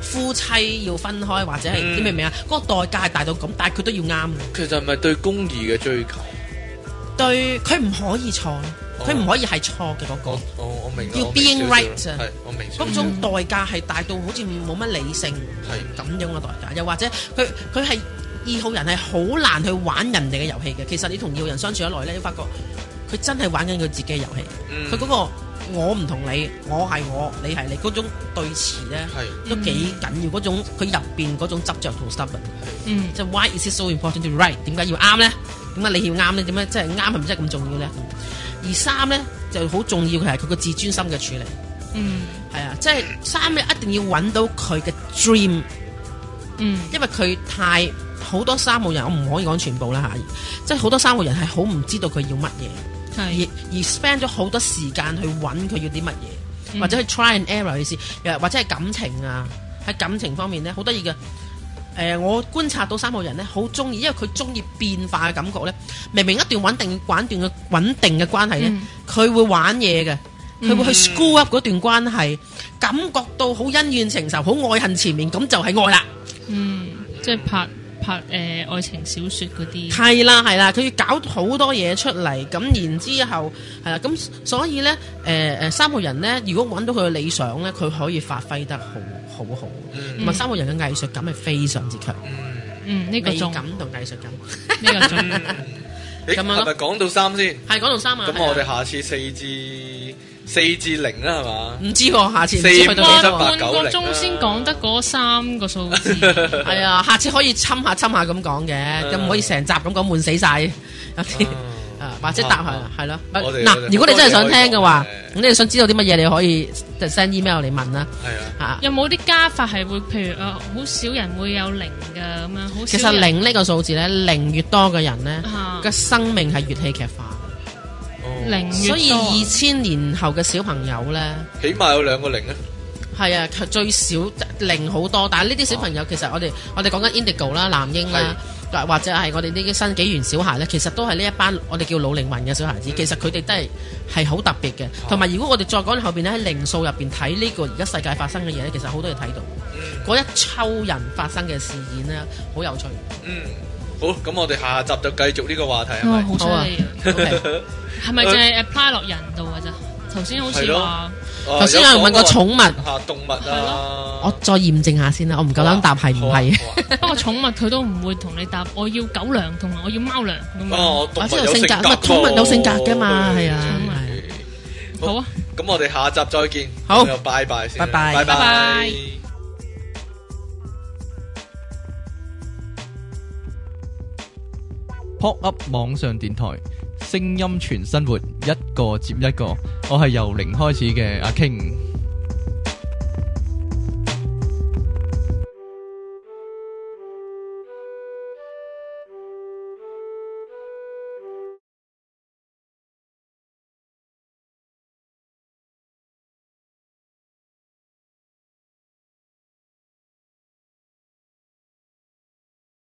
Speaker 4: 夫妻要分開，或者係、
Speaker 3: 嗯
Speaker 4: 你明唔明啊？嗰、個代價係大到咁，但係佢都要啱嘅。
Speaker 3: 其實係咪對公義嘅追求？
Speaker 4: 對佢唔可以錯，佢唔可以係錯嘅嗰、個
Speaker 3: 我。我我明啦啊
Speaker 4: 要
Speaker 3: 我明
Speaker 4: being
Speaker 3: 少少啦
Speaker 4: right 啊
Speaker 3: 係我明少
Speaker 4: 嗰
Speaker 3: 少。
Speaker 4: 種代價係大到好似冇乜理性
Speaker 3: 係
Speaker 4: 咁樣嘅代價，又或者佢佢係二號人係好難去玩人哋嘅遊戲嘅。其實你同二號人相處得耐咧，你發覺佢真係玩緊佢自己嘅遊戲。
Speaker 3: 嗯
Speaker 4: 佢嗰、個我唔同你，我係我，你係你嗰種對詞咧。
Speaker 3: 係
Speaker 4: 都幾緊要嗰種，佢入邊嗰種執著同 stubborn，
Speaker 1: 嗯
Speaker 4: 即係 why is it so important to right？點解要啱咧？點解你要啱咧？點解即係啱係咪真係咁重要咧？而三咧就好重要嘅係佢個自尊心嘅處理。
Speaker 1: 嗯
Speaker 4: 係啊，即係三你一定要揾到佢嘅 dream，
Speaker 1: 嗯
Speaker 4: 因為佢太好多三號人，我唔可以講全部啦吓，即係好多三號人係好唔知道佢要乜嘢，
Speaker 1: 係
Speaker 4: 而而 spend 咗好多時間去揾佢要啲乜嘢，
Speaker 1: 嗯
Speaker 4: 或者去 try and error 嘅意思，又或者係感情啊，喺感情方面咧好得意嘅。誒、我觀察到三號人咧，好中意，因為佢中意變化嘅感覺咧。明明一段穩定、穩定嘅穩定嘅關係咧
Speaker 1: 嗯，
Speaker 4: 佢、會玩嘢嘅，佢會去 screw up 嗰段關係，感覺到好恩怨情仇，好愛恨前面，咁就係愛啦。
Speaker 1: 嗯，即係拍拍誒愛情小説嗰啲。
Speaker 4: 係啦係啦，佢要搞好多嘢出嚟，咁然之後係啦，咁所以咧，誒、誒三個人咧，如果揾到佢嘅理想咧，佢可以發揮得好好好，同埋、三個人嘅藝術感係非常之強，
Speaker 3: 嗯
Speaker 1: 嗯，呢個
Speaker 4: 美
Speaker 1: 中，
Speaker 4: 感
Speaker 1: 呢
Speaker 4: 同藝術感
Speaker 1: 個中，
Speaker 3: 咦
Speaker 4: 咁樣咯
Speaker 3: 係咪講到三先？
Speaker 4: 係講到三啊，
Speaker 3: 咁我哋下次四至四至零啊啦，係 嘛？
Speaker 4: 唔知喎，下次唔知
Speaker 3: 四
Speaker 4: 去到
Speaker 3: 五
Speaker 4: 幾
Speaker 3: 七
Speaker 4: 多
Speaker 3: 八
Speaker 4: 啊，
Speaker 1: 半個鐘先講得嗰三個數字，
Speaker 3: 嗯
Speaker 4: 係啊，下次可以侵下侵下咁講嘅，又唔可以成集咁講悶死晒，有啲
Speaker 3: 啊
Speaker 4: 啊或者答下
Speaker 3: 啊
Speaker 4: 係咯，
Speaker 3: 我哋
Speaker 4: 嗱，如果你真係想聽嘅話
Speaker 3: 我哋可以。
Speaker 4: 咁你想知道啲乜嘢，你可以就 send email 嚟問啦
Speaker 3: 係啊，
Speaker 4: 嚇。
Speaker 1: 有冇啲加法係會，譬如啊，好少人會有零嘅咁樣，好
Speaker 4: 其
Speaker 1: 少人
Speaker 4: 實零呢個數字咧，零越多嘅人咧，
Speaker 1: 啊
Speaker 4: 個生命係越戲劇化。
Speaker 3: 哦
Speaker 1: 零越
Speaker 4: 所以
Speaker 1: 多
Speaker 4: 二千年後嘅小朋友咧，
Speaker 3: 起碼有兩個零啊，
Speaker 4: 係啊，佢最少零好多，但係呢啲小朋友其實我哋我哋講緊 indigo 啦、男嬰啦，或或者係我哋呢啲新紀元小孩咧，其實都係呢一班我哋叫老靈魂嘅小孩子，其實佢哋都係係好特別嘅。同埋如果我哋再講後邊咧喺零數入邊睇呢個而家世界發生嘅嘢咧，其實好多嘢睇到
Speaker 3: 嗯
Speaker 4: 嗰一抽人發生嘅事件咧，好有 趣。
Speaker 3: 嗯，好，咁我哋下集就繼續呢個話題係
Speaker 1: 哦
Speaker 3: 咪？
Speaker 1: 好犀利啊！
Speaker 4: OK
Speaker 1: 係咪就係 apply 落人度嘅咋？頭先好
Speaker 3: 係
Speaker 1: 似
Speaker 3: 咯
Speaker 1: 話
Speaker 3: 啊
Speaker 4: 頭先有人問過寵物，
Speaker 3: 嚇動物啊，
Speaker 4: 我再驗證下先啦，我唔夠膽答係唔係。
Speaker 3: 好啊？好啊
Speaker 1: 不過寵物佢都唔會同你答，我要狗糧同埋我要貓糧咁樣。
Speaker 3: 哦，動
Speaker 4: 或
Speaker 3: 物
Speaker 4: 者有
Speaker 3: 有
Speaker 4: 性
Speaker 3: 性
Speaker 4: 格，
Speaker 3: 格哦
Speaker 4: 唔係寵物有性格㗎嘛，
Speaker 3: 喎
Speaker 4: 係啊，
Speaker 1: 寵物
Speaker 4: 係啊。
Speaker 1: 好啊，
Speaker 3: 咁我哋下集再見，
Speaker 4: 好
Speaker 3: 咁就拜拜先啦，
Speaker 4: 拜
Speaker 3: 拜
Speaker 4: 拜
Speaker 1: 拜拜
Speaker 2: ，pop up 网上电台，聲音全生活，一個接一個。我係由零開始嘅阿 King。